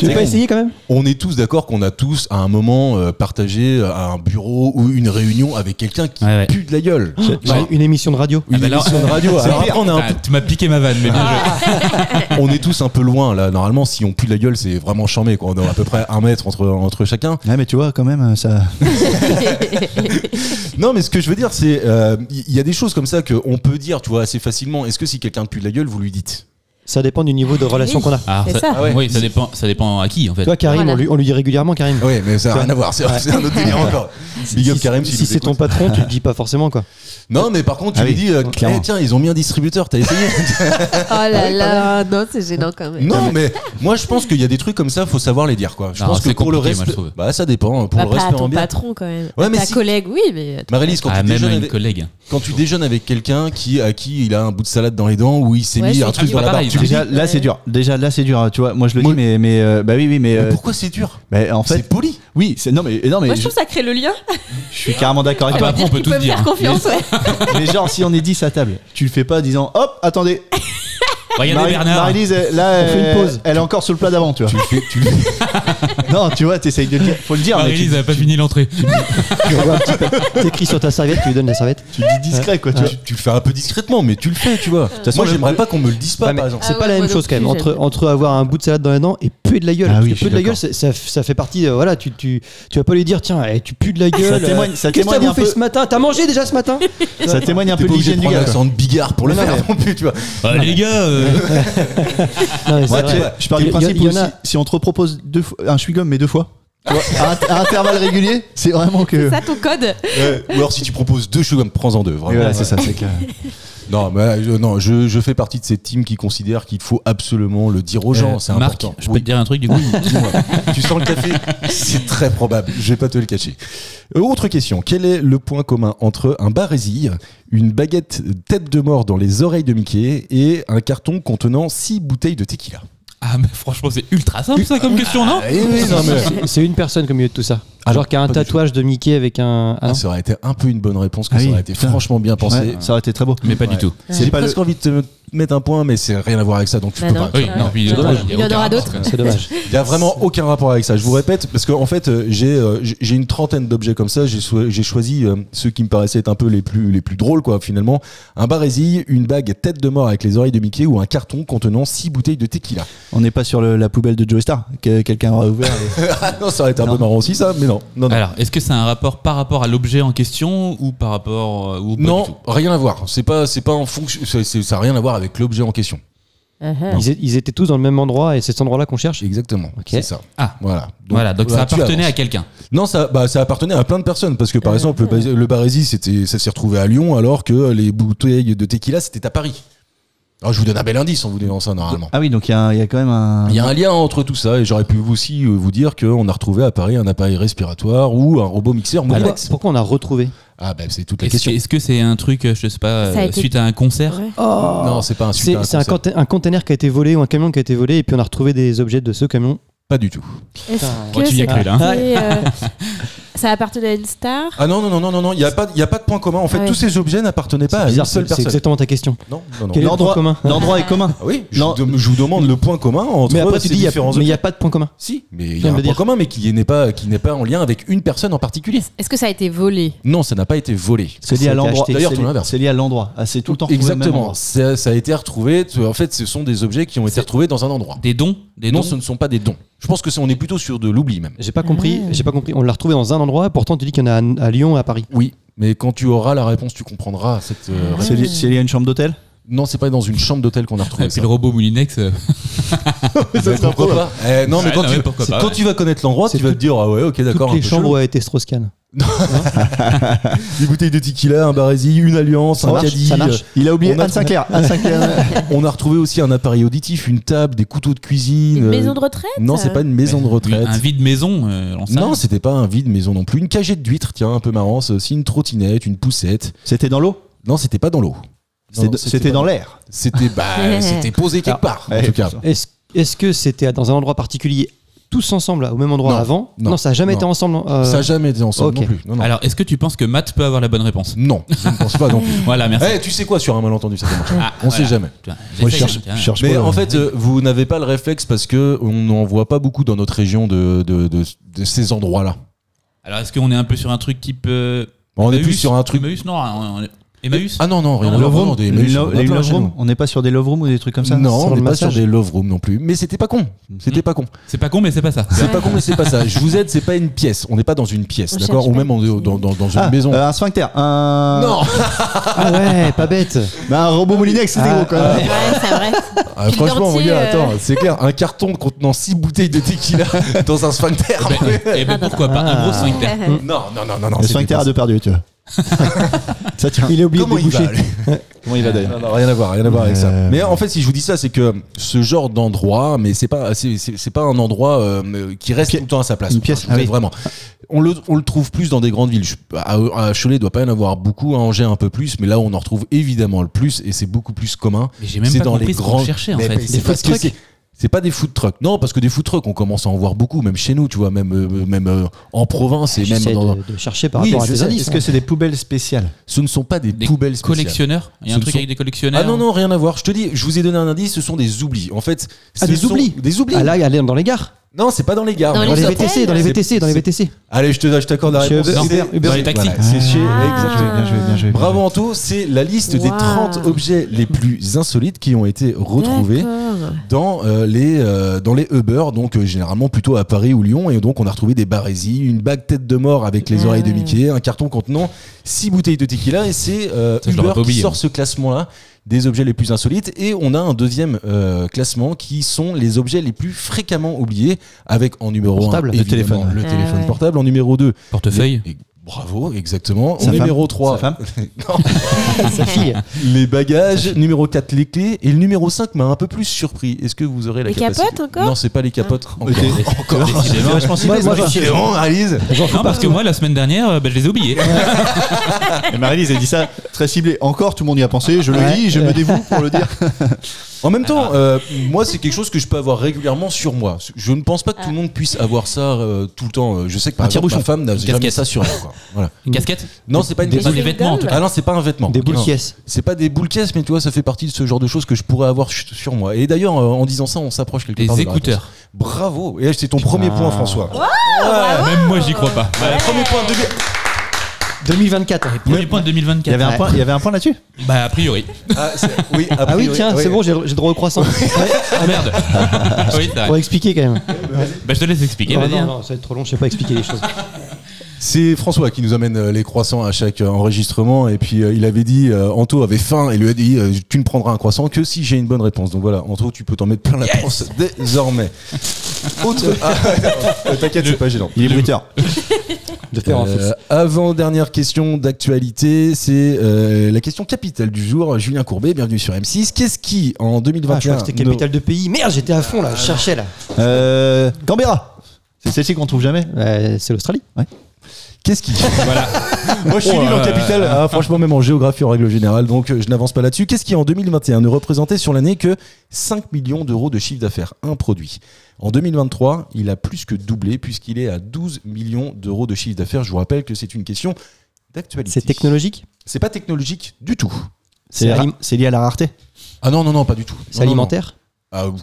Speaker 8: Tu veux pas essayer quand même
Speaker 4: On est tous d'accord qu'on a tous, à un moment, euh, partagé euh, un bureau ou une réunion avec quelqu'un qui
Speaker 7: Ouais, ouais.
Speaker 4: pue de la gueule.
Speaker 8: J'ai Une émission de [LAUGHS] radio.
Speaker 4: Une
Speaker 7: bah alors-
Speaker 4: émission de radio. Alors
Speaker 7: Ah,
Speaker 4: après, on a un peu-
Speaker 7: tu m'as piqué ma vanne, mais
Speaker 9: Ah,
Speaker 7: bien joué.
Speaker 4: on est tous un peu loin là. Normalement, si on pue de la gueule, c'est vraiment charmé. Quoi. On est à peu près un mètre entre, entre chacun.
Speaker 6: [LAUGHS] Ouais, mais tu vois, quand même, ça.
Speaker 4: Non, mais ce que je veux dire, c'est euh, il y, a des choses comme ça qu'on peut dire, tu vois, assez facilement. Est-ce que si quelqu'un pue de la gueule, vous lui dites
Speaker 8: Ça dépend du niveau de relation qu'on a.
Speaker 7: Ah,
Speaker 9: C'est ça.
Speaker 4: Ah ouais.
Speaker 7: Oui, ça dépend, ça dépend à qui en fait.
Speaker 8: Toi, Karim,
Speaker 9: Voilà.
Speaker 8: on, lui, on lui dit régulièrement, Karim.
Speaker 4: Oui, mais ça n'a rien à voir. C'est c'est un autre [LAUGHS] délire encore. Big up
Speaker 8: si,
Speaker 4: Karim,
Speaker 8: si,
Speaker 4: si tu
Speaker 8: c'est ton
Speaker 4: écoutes.
Speaker 8: patron, tu le dis pas forcément quoi.
Speaker 4: Non, mais par contre, tu
Speaker 6: Ah
Speaker 4: lui
Speaker 6: oui,
Speaker 4: dis euh,
Speaker 6: clairement.
Speaker 4: Eh, tiens, ils ont mis un distributeur, t'as essayé
Speaker 9: Oh là là, non, c'est gênant quand même.
Speaker 4: Non, mais moi, je pense qu'il y a des trucs comme ça, faut savoir les dire, quoi. Je
Speaker 7: Non,
Speaker 4: pense que
Speaker 7: c'est
Speaker 4: pour le
Speaker 7: compliqué, moi, je
Speaker 4: respect.
Speaker 7: trouve.
Speaker 4: Bah, ça dépend. Pour
Speaker 9: Bah,
Speaker 4: le
Speaker 9: pas à
Speaker 4: respect
Speaker 9: ton
Speaker 4: ambiant.
Speaker 9: patron quand même.
Speaker 4: Ouais,
Speaker 9: À
Speaker 4: mais
Speaker 9: ta
Speaker 4: si-
Speaker 9: collègue, oui, mais. euh,
Speaker 4: Marélis, quand
Speaker 7: Ah,
Speaker 4: tu
Speaker 7: même à
Speaker 4: déjeunes
Speaker 7: une
Speaker 4: avec-
Speaker 7: collègue.
Speaker 4: Quand tu déjeunes avec quelqu'un qui, à qui il a un bout de salade dans les dents ou il s'est
Speaker 9: Ouais,
Speaker 4: mis
Speaker 9: c'est
Speaker 4: un truc dans
Speaker 7: pas
Speaker 4: la
Speaker 7: pareil,
Speaker 4: barbe, tu
Speaker 7: ça.
Speaker 4: lui dis,
Speaker 6: Déjà, là, c'est dur. Déjà, là, c'est dur. hein, Tu vois, moi, je le
Speaker 4: Moi-
Speaker 6: dis, mais. mais euh, bah oui, oui, mais.
Speaker 4: Mais
Speaker 6: euh,
Speaker 4: pourquoi c'est dur
Speaker 6: bah, en
Speaker 4: C'est
Speaker 6: fait,
Speaker 4: poli.
Speaker 6: oui, c'est. Non, mais, non, mais
Speaker 5: Moi, je
Speaker 6: je,
Speaker 5: trouve que ça crée le lien.
Speaker 9: [LAUGHS]
Speaker 6: je suis carrément d'accord avec
Speaker 7: Ah bah,
Speaker 6: toi.
Speaker 7: après, on peut
Speaker 9: Tu
Speaker 7: tout
Speaker 9: peux me
Speaker 7: dire.
Speaker 9: faire confiance, ouais.
Speaker 6: Mais genre, si on est 10 à table, tu le fais pas en disant Hop, attendez,
Speaker 7: Regardez
Speaker 6: Marie-
Speaker 7: Bernard.
Speaker 6: Marie-Lise, elle- là,
Speaker 8: On fait une
Speaker 6: elle-
Speaker 8: pause.
Speaker 6: Elle est encore sur le plat d'avant,
Speaker 2: [LAUGHS]
Speaker 6: tu vois. non, tu vois, t'essayes de le dire. Faut le dire, mais tu,
Speaker 7: Ah, Marie-Lise a pas fini l'entrée.
Speaker 8: Tu revois un petit peu, t'écris sur ta serviette, tu lui donnes la serviette.
Speaker 9: Ah
Speaker 6: tu dis discret, quoi. Tu vois.
Speaker 4: Tu, tu le fais un peu discrètement, mais tu le fais, tu vois. Moi,
Speaker 6: le-
Speaker 4: j'aimerais pas qu'on me le dise pas,
Speaker 8: Ouais, mais
Speaker 4: par exemple.
Speaker 9: Ah
Speaker 8: c'est pas
Speaker 9: ouais,
Speaker 8: la
Speaker 9: moi
Speaker 8: même
Speaker 9: non
Speaker 8: chose quand même
Speaker 9: plus,
Speaker 8: entre,
Speaker 9: j'aime.
Speaker 8: entre avoir un bout de salade dans les dents et puer de la gueule.
Speaker 6: Ah
Speaker 8: Parce
Speaker 6: oui,
Speaker 8: que
Speaker 6: je
Speaker 8: puer
Speaker 6: suis
Speaker 8: de la gueule,
Speaker 6: d'accord.
Speaker 8: c'est- ça, ça fait partie. euh, voilà, tu, tu, tu vas pas lui dire tiens, eh, tu pues de la gueule. euh,
Speaker 6: témoigne- ça
Speaker 8: Qu'est-ce que t'as
Speaker 6: témoigne un
Speaker 8: bouffé
Speaker 6: peu-
Speaker 8: ce matin T'as mangé déjà ce matin
Speaker 6: Ça témoigne un
Speaker 4: T'es
Speaker 6: peu de
Speaker 4: pas obligé
Speaker 6: l'hygiène
Speaker 4: de
Speaker 6: du
Speaker 4: prendre
Speaker 6: gars. quoi.
Speaker 4: l'accent de bigard pour le faire non plus, tu vois.
Speaker 7: Ah, les gars, euh,
Speaker 8: Non, mais c'est
Speaker 6: Moi,
Speaker 8: vrai.
Speaker 6: tu sais, je pars
Speaker 8: Il
Speaker 6: du
Speaker 8: y-
Speaker 6: principe
Speaker 8: il y en
Speaker 6: aussi,
Speaker 8: a-
Speaker 6: si on te repropose deux fois- un chewing-gum, mais deux fois, tu vois, à, int- à intervalles réguliers, c'est vraiment que.
Speaker 9: Ça, ton code.
Speaker 4: Ouais. Ou alors, si tu proposes deux chewing-gums, prends-en deux.
Speaker 6: Et
Speaker 4: Vraiment.
Speaker 6: voilà, c'est ça, c'est que.
Speaker 4: Non, mais je, non, je, je fais partie de cette team qui considère qu'il faut absolument le dire aux gens. c'est
Speaker 7: Euh, Marc,
Speaker 4: important.
Speaker 7: je peux
Speaker 4: Oui.
Speaker 7: te dire un truc du coup
Speaker 4: Dis-moi. tu sens le café C'est très probable. Je vais pas te le cacher. Euh, Autre question. Quel est le point commun entre un barésille, une baguette tête de mort dans les oreilles de Mickey et un carton contenant six bouteilles de tequila
Speaker 7: Ah, mais franchement, c'est ultra simple ça comme question, non
Speaker 4: Eh oui, non, mais-
Speaker 8: C'est- C'est une personne au milieu de tout ça.
Speaker 4: Ah non,
Speaker 8: Genre qui a un
Speaker 4: pas du tout.
Speaker 8: tatouage de Mickey avec un. ah non.
Speaker 4: Ah, ça aurait été un peu une bonne réponse, que
Speaker 6: Ah
Speaker 4: ça
Speaker 6: oui,
Speaker 4: aurait été
Speaker 6: putain.
Speaker 4: franchement bien pensé.
Speaker 6: Ouais, ça aurait été très beau.
Speaker 7: Mais pas
Speaker 4: Ouais.
Speaker 7: du tout.
Speaker 6: C'est
Speaker 4: J'ai
Speaker 6: pas
Speaker 4: presque envie de te,
Speaker 2: te mettre un point, mais c'est rien à voir avec ça, donc tu
Speaker 9: Bah
Speaker 2: peux
Speaker 9: non.
Speaker 2: pas.
Speaker 7: Oui, non, puis,
Speaker 9: C'est
Speaker 8: dommage.
Speaker 7: y a
Speaker 9: Il y en
Speaker 7: aucun
Speaker 9: aura
Speaker 7: rapport,
Speaker 9: d'autres.
Speaker 7: quoi.
Speaker 8: C'est
Speaker 9: [LAUGHS]
Speaker 8: dommage.
Speaker 2: Il n'y a vraiment aucun rapport avec ça. Je vous répète, parce qu'en fait, euh, j'ai euh, j'ai- j'ai une trentaine d'objets comme ça. J'ai soi- j'ai choisi euh, ceux qui me paraissaient être un peu les plus, les plus drôles, quoi, finalement. Un barésille, une bague tête de mort avec les oreilles de Mickey ou un carton contenant six bouteilles de [LAUGHS] tequila.
Speaker 6: On n'est pas sur le- la poubelle de Joey Star que quelqu'un aura ouvert. et-
Speaker 2: Ah non, Euh, ça aurait été un
Speaker 6: Non.
Speaker 2: peu marrant aussi, ça, mais non. Non, non.
Speaker 7: Alors, est-ce que ça a un rapport par rapport à l'objet en question ou par rapport euh, ou pas du
Speaker 2: Non,
Speaker 7: tout
Speaker 2: rien à voir. C'est pas, c'est pas en fonction. c'est- c'est- Ça n'a rien à voir avec l'objet en question.
Speaker 9: Uh-huh.
Speaker 8: Ils, é- ils étaient tous dans le même endroit et c'est cet endroit-là qu'on cherche.
Speaker 2: Exactement.
Speaker 8: Ok.
Speaker 2: C'est ça.
Speaker 7: Ah.
Speaker 2: Voilà.
Speaker 7: Voilà, donc ça
Speaker 2: Bah, tu
Speaker 7: appartenait
Speaker 2: avances.
Speaker 7: à quelqu'un.
Speaker 2: Non, ça, bah, ça appartenait à plein de personnes parce que par exemple, le, Bas- le Barésie, c'était, ça s'est retrouvé à Lyon alors que les bouteilles de tequila, c'était à Paris. Alors, je vous donne un bel indice en vous donnant ça normalement.
Speaker 6: Ah oui, donc il y, a un- il y a quand même un.
Speaker 2: Il y a un lien entre tout ça et j'aurais pu aussi euh, vous dire qu'on a retrouvé à Paris un appareil respiratoire ou un robot mixeur
Speaker 8: Pourquoi-
Speaker 2: Moulinex.
Speaker 8: pourquoi on a retrouvé
Speaker 2: Ah ben c'est toute la
Speaker 7: Est-ce que-
Speaker 2: question.
Speaker 7: est-ce que c'est un truc, euh, je sais pas,
Speaker 9: Ça a
Speaker 7: euh,
Speaker 9: été-
Speaker 7: suite à un concert
Speaker 9: Ouais.
Speaker 2: Non, c'est pas un
Speaker 8: C'est
Speaker 2: super
Speaker 8: c'est un,
Speaker 2: concept.
Speaker 8: conte- un conteneur qui a été volé ou un camion qui a été volé et puis on a retrouvé des objets de ce camion.
Speaker 2: Pas du tout.
Speaker 9: Est-ce
Speaker 7: Oh,
Speaker 9: que
Speaker 7: tu y as
Speaker 9: c'était,
Speaker 7: cru là. hein.
Speaker 9: euh, ça appartenait à une star
Speaker 2: Ah non non non non non non, il y a pas il y a pas de point commun. En fait,
Speaker 9: Ah ouais.
Speaker 2: tous ces objets n'appartenaient pas
Speaker 8: C'est
Speaker 2: à Ah, une
Speaker 8: bizarre,
Speaker 2: seule
Speaker 8: c'est c'est
Speaker 2: personne.
Speaker 8: exactement ta question.
Speaker 2: Non non non.
Speaker 8: Quel est le point
Speaker 6: L'endroit-
Speaker 8: commun
Speaker 6: L'endroit est commun.
Speaker 2: Ah oui, je,
Speaker 6: Non.
Speaker 2: vous dem- je vous demande le point commun entre
Speaker 8: Mais après tu
Speaker 2: ces
Speaker 8: dis, il y a-
Speaker 2: différents
Speaker 8: mais il n'y
Speaker 2: objets.
Speaker 8: a pas de point commun.
Speaker 2: Si, mais il
Speaker 8: viens
Speaker 2: y a
Speaker 8: de
Speaker 2: un
Speaker 8: le
Speaker 2: point
Speaker 8: dire.
Speaker 2: commun, mais qui n'est pas qui n'est pas en lien avec une personne en particulier.
Speaker 9: Est-ce que ça a été volé
Speaker 2: Non, ça n'a pas été volé.
Speaker 6: C'est lié
Speaker 8: Ça a
Speaker 6: à
Speaker 8: été
Speaker 6: l'endroit.
Speaker 8: acheté.
Speaker 2: D'ailleurs,
Speaker 6: C'est
Speaker 2: tout
Speaker 6: lié-
Speaker 2: l'inverse.
Speaker 6: C'est lié à l'endroit. Ah, c'est tout le temps retrouvé au même
Speaker 2: Exactement.
Speaker 6: endroit.
Speaker 2: Ça, ça a été retrouvé. tu- En fait, ce sont des objets qui ont été
Speaker 7: C'est-
Speaker 2: retrouvés dans un endroit.
Speaker 7: Des dons Des
Speaker 2: non,
Speaker 7: dons
Speaker 2: ce ne sont pas des dons. Je pense que c'est on est plutôt sur de l'oubli même.
Speaker 8: J'ai pas compris,
Speaker 9: Ah.
Speaker 8: j'ai pas compris. On l'a retrouvé dans un endroit, pourtant tu dis qu'il y en a à, à Lyon, à Paris.
Speaker 2: Oui, mais quand tu auras la réponse, tu comprendras cette. euh, réponse.
Speaker 6: C'est lié- C'est lié à une chambre d'hôtel
Speaker 2: Non, c'est pas dans une chambre d'hôtel qu'on a [LAUGHS]
Speaker 7: Et
Speaker 2: retrouvé.
Speaker 7: puis
Speaker 2: ça.
Speaker 7: le robot Moulinex. euh,
Speaker 2: Pourquoi pas Eh, Non, mais
Speaker 7: ouais,
Speaker 2: quand tu
Speaker 7: ouais, pourquoi
Speaker 2: c'est-
Speaker 7: pas,
Speaker 2: quand
Speaker 7: ouais.
Speaker 2: tu vas connaître l'endroit, tu
Speaker 8: C'est
Speaker 2: vas te
Speaker 8: tout-
Speaker 2: dire ah ouais, ok, d'accord.
Speaker 8: Toutes
Speaker 2: un
Speaker 8: les
Speaker 2: peu
Speaker 8: chambres
Speaker 2: chelou.
Speaker 8: ont été Strauss-Kahn.
Speaker 2: Des bouteilles de tequila, un barésie, une alliance,
Speaker 6: Ça
Speaker 2: un
Speaker 6: marche,
Speaker 2: caddie.
Speaker 6: ça marche. Il a oublié
Speaker 2: on a-
Speaker 6: Anne Sinclair. Anne [LAUGHS] Sinclair.
Speaker 2: euh, On a retrouvé aussi un appareil auditif, une table, des couteaux de cuisine.
Speaker 9: Une
Speaker 2: euh,
Speaker 9: maison de retraite
Speaker 2: Non, c'est pas une maison de retraite.
Speaker 7: Un vide maison, euh, on sait.
Speaker 2: Non, c'était pas un vide maison non plus. Une cagette d'huîtres, tiens, un peu marrant. C'est aussi une trottinette, une poussette.
Speaker 6: C'était dans l'eau
Speaker 2: Non, c'était pas dans l'eau. Non,
Speaker 6: C'est- C'était dans
Speaker 2: pas-
Speaker 6: l'air.
Speaker 2: [LAUGHS] C'était
Speaker 9: [LAUGHS]
Speaker 2: bah, c'était posé quelque part, en
Speaker 6: Ouais,
Speaker 2: tout cas.
Speaker 6: c'est ça.
Speaker 8: Est-ce est-ce que c'était dans un endroit particulier, tous ensemble, au même endroit
Speaker 2: Non,
Speaker 8: avant
Speaker 2: non,
Speaker 8: ça n'a jamais
Speaker 2: non.
Speaker 8: été ensemble. euh,
Speaker 2: Ça n'a jamais été ensemble
Speaker 8: ok.
Speaker 2: non plus. Non, non.
Speaker 7: Alors, est-ce que tu penses que Matt peut avoir la
Speaker 2: [LAUGHS]
Speaker 7: bonne réponse
Speaker 2: Non, je ne pense pas non
Speaker 7: [LAUGHS]
Speaker 2: plus.
Speaker 7: Voilà, merci.
Speaker 2: Eh, tu sais quoi sur un malentendu, ça marche.
Speaker 7: Ah,
Speaker 2: On
Speaker 7: voilà.
Speaker 2: sait jamais.
Speaker 7: Tiens,
Speaker 6: Moi, je
Speaker 7: j'essaye, hein.
Speaker 6: cherche,
Speaker 7: tiens.
Speaker 6: je cherche
Speaker 2: Mais
Speaker 6: pas,
Speaker 2: en
Speaker 6: euh,
Speaker 2: fait, euh, vous n'avez pas le réflexe parce que on n'en voit pas beaucoup dans notre région de, de, de- de ces endroits-là.
Speaker 7: Alors, est-ce qu'on est un peu sur un truc type. euh,
Speaker 2: On est
Speaker 7: Emmaüs
Speaker 2: plus sur un truc.
Speaker 7: Emmaüs, non. on- on- Emmaüs
Speaker 2: Ah non, non, rien à voir.
Speaker 6: love
Speaker 2: vraiment,
Speaker 6: room.
Speaker 2: des
Speaker 6: Les
Speaker 2: Emmaüs, on en
Speaker 6: love-
Speaker 2: a
Speaker 6: les
Speaker 2: plein
Speaker 6: love
Speaker 2: chez
Speaker 6: room.
Speaker 2: nous.
Speaker 6: On n'est pas sur des love rooms ou des trucs comme ça
Speaker 2: non,
Speaker 8: sur
Speaker 2: on
Speaker 8: le
Speaker 2: n'est pas sur Mhm.
Speaker 8: massage.
Speaker 2: des love rooms non plus. Mais c'était pas con. C'était pas con.
Speaker 7: C'est pas con, mais c'est pas ça.
Speaker 2: C'est pas con, mais c'est pas ça. Je vous aide, c'est pas une pièce. On n'est pas dans une pièce,
Speaker 9: On
Speaker 2: d'accord
Speaker 9: cherche
Speaker 2: Ou
Speaker 9: pas
Speaker 2: même
Speaker 9: une
Speaker 2: en-
Speaker 9: pièce.
Speaker 2: dans, dans- dans une
Speaker 6: Ah,
Speaker 2: maison.
Speaker 6: euh, un sphincter. Un... [LAUGHS]
Speaker 2: non
Speaker 8: Ah ouais, pas bête.
Speaker 6: Bah, un robot Moulinex, c'était
Speaker 8: Ah,
Speaker 6: gros quand même.
Speaker 9: Ouais, c'est [LAUGHS] vrai.
Speaker 2: Ah,
Speaker 9: Fil
Speaker 2: Franchement,
Speaker 9: dentier,
Speaker 2: regarde,
Speaker 9: euh.
Speaker 2: attends, c'est clair, un carton contenant 6 bouteilles de
Speaker 9: [LAUGHS]
Speaker 2: tequila dans un sphincter.
Speaker 7: Et ben pourquoi pas Un gros
Speaker 2: Ah.
Speaker 7: sphincter.
Speaker 9: Ah.
Speaker 2: Non, non, non, non, non.
Speaker 6: Le
Speaker 2: c'était
Speaker 6: sphincter à
Speaker 2: pas ça.
Speaker 6: deux perdus, tu vois. [LAUGHS] ça tient.
Speaker 8: Il est oublié
Speaker 2: Comment
Speaker 8: de
Speaker 2: il va,
Speaker 8: déboucher.
Speaker 2: lui
Speaker 6: [LAUGHS] Comment il va d'ailleurs
Speaker 2: Non, non, rien à voir, rien à voir avec ça.
Speaker 6: Euh.
Speaker 2: Mais en fait, si je vous dis ça, c'est que ce genre d'endroit, mais c'est pas, c'est, c'est- c'est pas un endroit euh, qui reste
Speaker 6: Pièce-
Speaker 2: tout le temps à sa place.
Speaker 6: une pièce,
Speaker 2: Je vous
Speaker 6: ah
Speaker 2: aide
Speaker 6: oui.
Speaker 2: vraiment. On le, on le trouve plus dans des grandes villes. Je- à, à Cholet, il doit pas y en avoir beaucoup. À Angers, un peu plus. Mais là, on en retrouve évidemment le plus, et c'est beaucoup plus commun.
Speaker 7: Mais j'ai même
Speaker 2: c'est
Speaker 7: pas
Speaker 2: dans
Speaker 7: compris
Speaker 2: les
Speaker 7: ce qu'on
Speaker 2: grands-
Speaker 7: cherchait, en
Speaker 2: Mais-
Speaker 7: fait.
Speaker 2: mais
Speaker 7: Des
Speaker 2: c'est parce
Speaker 7: food
Speaker 2: que
Speaker 7: trucks.
Speaker 2: c'est- c'est pas des food trucks. Non, parce que des food trucks, on commence à en voir beaucoup, même chez nous, tu vois, même, euh, même euh, en province et
Speaker 8: Ah, J'essaie
Speaker 2: même dans.
Speaker 8: de, de chercher par
Speaker 2: Oui,
Speaker 8: rapport à
Speaker 2: je
Speaker 8: tes
Speaker 2: sais,
Speaker 8: indices.
Speaker 6: Est-ce que c'est des poubelles spéciales
Speaker 2: Ce ne sont pas des,
Speaker 7: Des
Speaker 2: poubelles spéciales.
Speaker 7: collectionneurs Il y a un
Speaker 2: Ce
Speaker 7: truc
Speaker 2: sont-
Speaker 7: avec des collectionneurs
Speaker 2: Ah non, non, rien à voir. Je te dis, je vous ai donné un indice, ce sont des oublis. En fait,
Speaker 8: Ah,
Speaker 2: ce
Speaker 8: des
Speaker 2: sont-
Speaker 8: oublis
Speaker 2: Des oublis
Speaker 8: Ah là, elle est dans les gares.
Speaker 2: Non, c'est pas dans les gares.
Speaker 9: Dans
Speaker 2: mais
Speaker 9: les
Speaker 8: Dans
Speaker 2: on
Speaker 8: les
Speaker 2: s'en
Speaker 9: hôtels.
Speaker 8: VTC,
Speaker 2: fout.
Speaker 8: dans les
Speaker 2: C'est-
Speaker 8: VTC, dans les
Speaker 2: c'est-
Speaker 8: VTC.
Speaker 2: Allez, je te je t'accorde la
Speaker 8: Chez
Speaker 2: réponse.
Speaker 8: Uber-
Speaker 2: C'est-
Speaker 8: Uber- Uber-
Speaker 7: Dans les taxis.
Speaker 2: Voilà, c'est chez
Speaker 9: Ah.
Speaker 2: exactement.
Speaker 6: Bien joué, bien joué.
Speaker 2: Bravo Anto, c'est la liste des
Speaker 9: Wow.
Speaker 2: 30 objets les plus insolites qui ont été retrouvés
Speaker 9: D'accord.
Speaker 2: dans euh, les euh, dans les Uber, donc euh, généralement plutôt à Paris ou Lyon, et donc on a retrouvé des barésies, une bague tête de mort avec les
Speaker 9: Ah
Speaker 2: oreilles de
Speaker 9: ouais.
Speaker 2: Mickey, un carton contenant six bouteilles de tequila, et c'est euh,
Speaker 7: Ça, je l'aurais
Speaker 2: Uber
Speaker 7: pas
Speaker 2: qui
Speaker 7: oublié,
Speaker 2: sort
Speaker 7: moi.
Speaker 2: ce classement-là des objets les plus insolites, et on a un deuxième euh, classement qui sont les objets les plus fréquemment oubliés, avec en numéro
Speaker 8: Portable.
Speaker 2: 1
Speaker 8: Le
Speaker 6: téléphone.
Speaker 2: le
Speaker 9: Ah
Speaker 2: téléphone
Speaker 9: ouais.
Speaker 2: portable, en numéro 2
Speaker 7: Portefeuille.
Speaker 2: Bravo, exactement.
Speaker 6: Sa
Speaker 2: en numéro 3,
Speaker 6: Sa femme
Speaker 8: Sa fille.
Speaker 2: les bagages. Numéro 4, les clés. Et le numéro 5 m'a un peu plus surpris. Est-ce que vous aurez la
Speaker 9: Les
Speaker 2: capacité
Speaker 9: capotes, encore
Speaker 2: Non, c'est pas les capotes.
Speaker 7: Ah.
Speaker 2: Encore. Encore.
Speaker 7: Décidément.
Speaker 8: Moi, moi, je-
Speaker 2: Décidément, Alice.
Speaker 7: Non, parce que moi, la semaine dernière, euh, ben, je les ai oubliés.
Speaker 6: Et Marie-Lise a dit ça très ciblé. Encore, tout le monde y a pensé. Je le
Speaker 8: Ouais.
Speaker 6: lis, je me dévoue pour le dire.
Speaker 4: En même temps, euh, moi, c'est quelque chose que je peux avoir régulièrement sur moi. Je ne pense pas que tout
Speaker 9: Ah.
Speaker 4: le monde puisse avoir ça euh, tout le temps. Euh, Je sais que par
Speaker 7: Un
Speaker 4: exemple, ma
Speaker 7: tire-bouchon.
Speaker 4: femme n'a
Speaker 7: Une
Speaker 4: jamais
Speaker 7: casquette.
Speaker 4: ça sur elle. quoi.
Speaker 7: [LAUGHS]
Speaker 4: Voilà.
Speaker 7: Une casquette
Speaker 4: Non, c'est pas une
Speaker 7: Des,
Speaker 4: casquette.
Speaker 7: des vêtements en tout cas.
Speaker 4: Ah non, c'est pas un vêtement.
Speaker 8: Des boules
Speaker 4: Non.
Speaker 8: qui est.
Speaker 4: C'est pas des boules caisses, mais tu vois, ça fait partie de ce genre de choses que je pourrais avoir ch- sur moi. Et d'ailleurs, euh, en disant ça, on s'approche quelque
Speaker 7: Des
Speaker 4: part. de la
Speaker 7: écouteurs. Ah.
Speaker 4: réponse. Bravo. Et c'est ton premier point, François.
Speaker 2: Ah
Speaker 7: Même moi, j'y crois pas. Voilà.
Speaker 4: Premier point de
Speaker 8: 2024.
Speaker 7: Premier point de
Speaker 6: Il y
Speaker 7: 2024.
Speaker 6: avait un point, il y avait un point là-dessus.
Speaker 7: Bah, a priori.
Speaker 4: Ah, c'est- oui, a
Speaker 8: Ah oui,
Speaker 4: priori,
Speaker 8: tiens, c'est bon, j'ai j'ai droit au croissant.
Speaker 2: [LAUGHS]
Speaker 7: Ah merde. oui, c'est
Speaker 8: Pour
Speaker 7: vrai.
Speaker 8: expliquer quand même.
Speaker 7: Bah, je te laisse expliquer.
Speaker 8: non,
Speaker 7: vas-y,
Speaker 8: non,
Speaker 7: hein.
Speaker 8: non, ça va être trop long, je sais pas expliquer les choses.
Speaker 4: C'est François qui nous amène euh, les croissants à chaque euh, enregistrement. Et puis, euh, il avait dit, euh, Anto avait faim et lui a dit, euh, tu ne prendras un croissant que si j'ai une bonne réponse. Donc voilà, Anto, tu peux t'en mettre plein la pense
Speaker 8: [LAUGHS]
Speaker 4: désormais. Autre. Ah, euh, T'inquiète, c'est pas gênant.
Speaker 6: Il est bruiteur.
Speaker 8: De faire en fait.
Speaker 4: avant dernière Euh, question d'actualité, c'est euh, la question capitale du jour. Julien Courbet, bienvenue sur M6. Qu'est-ce qui en
Speaker 8: Ah, je
Speaker 4: 2021
Speaker 8: crois que c'était capitale de pays. Merde, j'étais à fond là, je cherchais là.
Speaker 6: Euh, Canberra. C'est celle-ci qu'on trouve jamais.
Speaker 8: Euh, c'est l'Australie.
Speaker 6: [LAUGHS]
Speaker 4: Qu'est-ce qui
Speaker 7: Voilà.
Speaker 4: [LAUGHS] Moi, je suis
Speaker 7: Oh,
Speaker 4: nul en
Speaker 7: euh,
Speaker 4: capitale, ah, franchement, même en géographie en règle générale, donc euh, je n'avance pas là-dessus. Qu'est-ce qui, en 2021, ne représentait sur l'année que 5 millions d'euros de chiffre d'affaires Un produit. En 2023, il a plus que doublé, puisqu'il est à 12 millions d'euros de chiffre d'affaires. Je vous rappelle que c'est une question d'actualité.
Speaker 8: C'est technologique
Speaker 4: C'est pas technologique du tout.
Speaker 8: C'est
Speaker 6: ra-
Speaker 8: alim-
Speaker 6: c'est lié à la rareté.
Speaker 4: Ah non, non, non, pas du tout.
Speaker 8: C'est
Speaker 4: Non, non,
Speaker 8: alimentaire
Speaker 4: non. Ah, ou-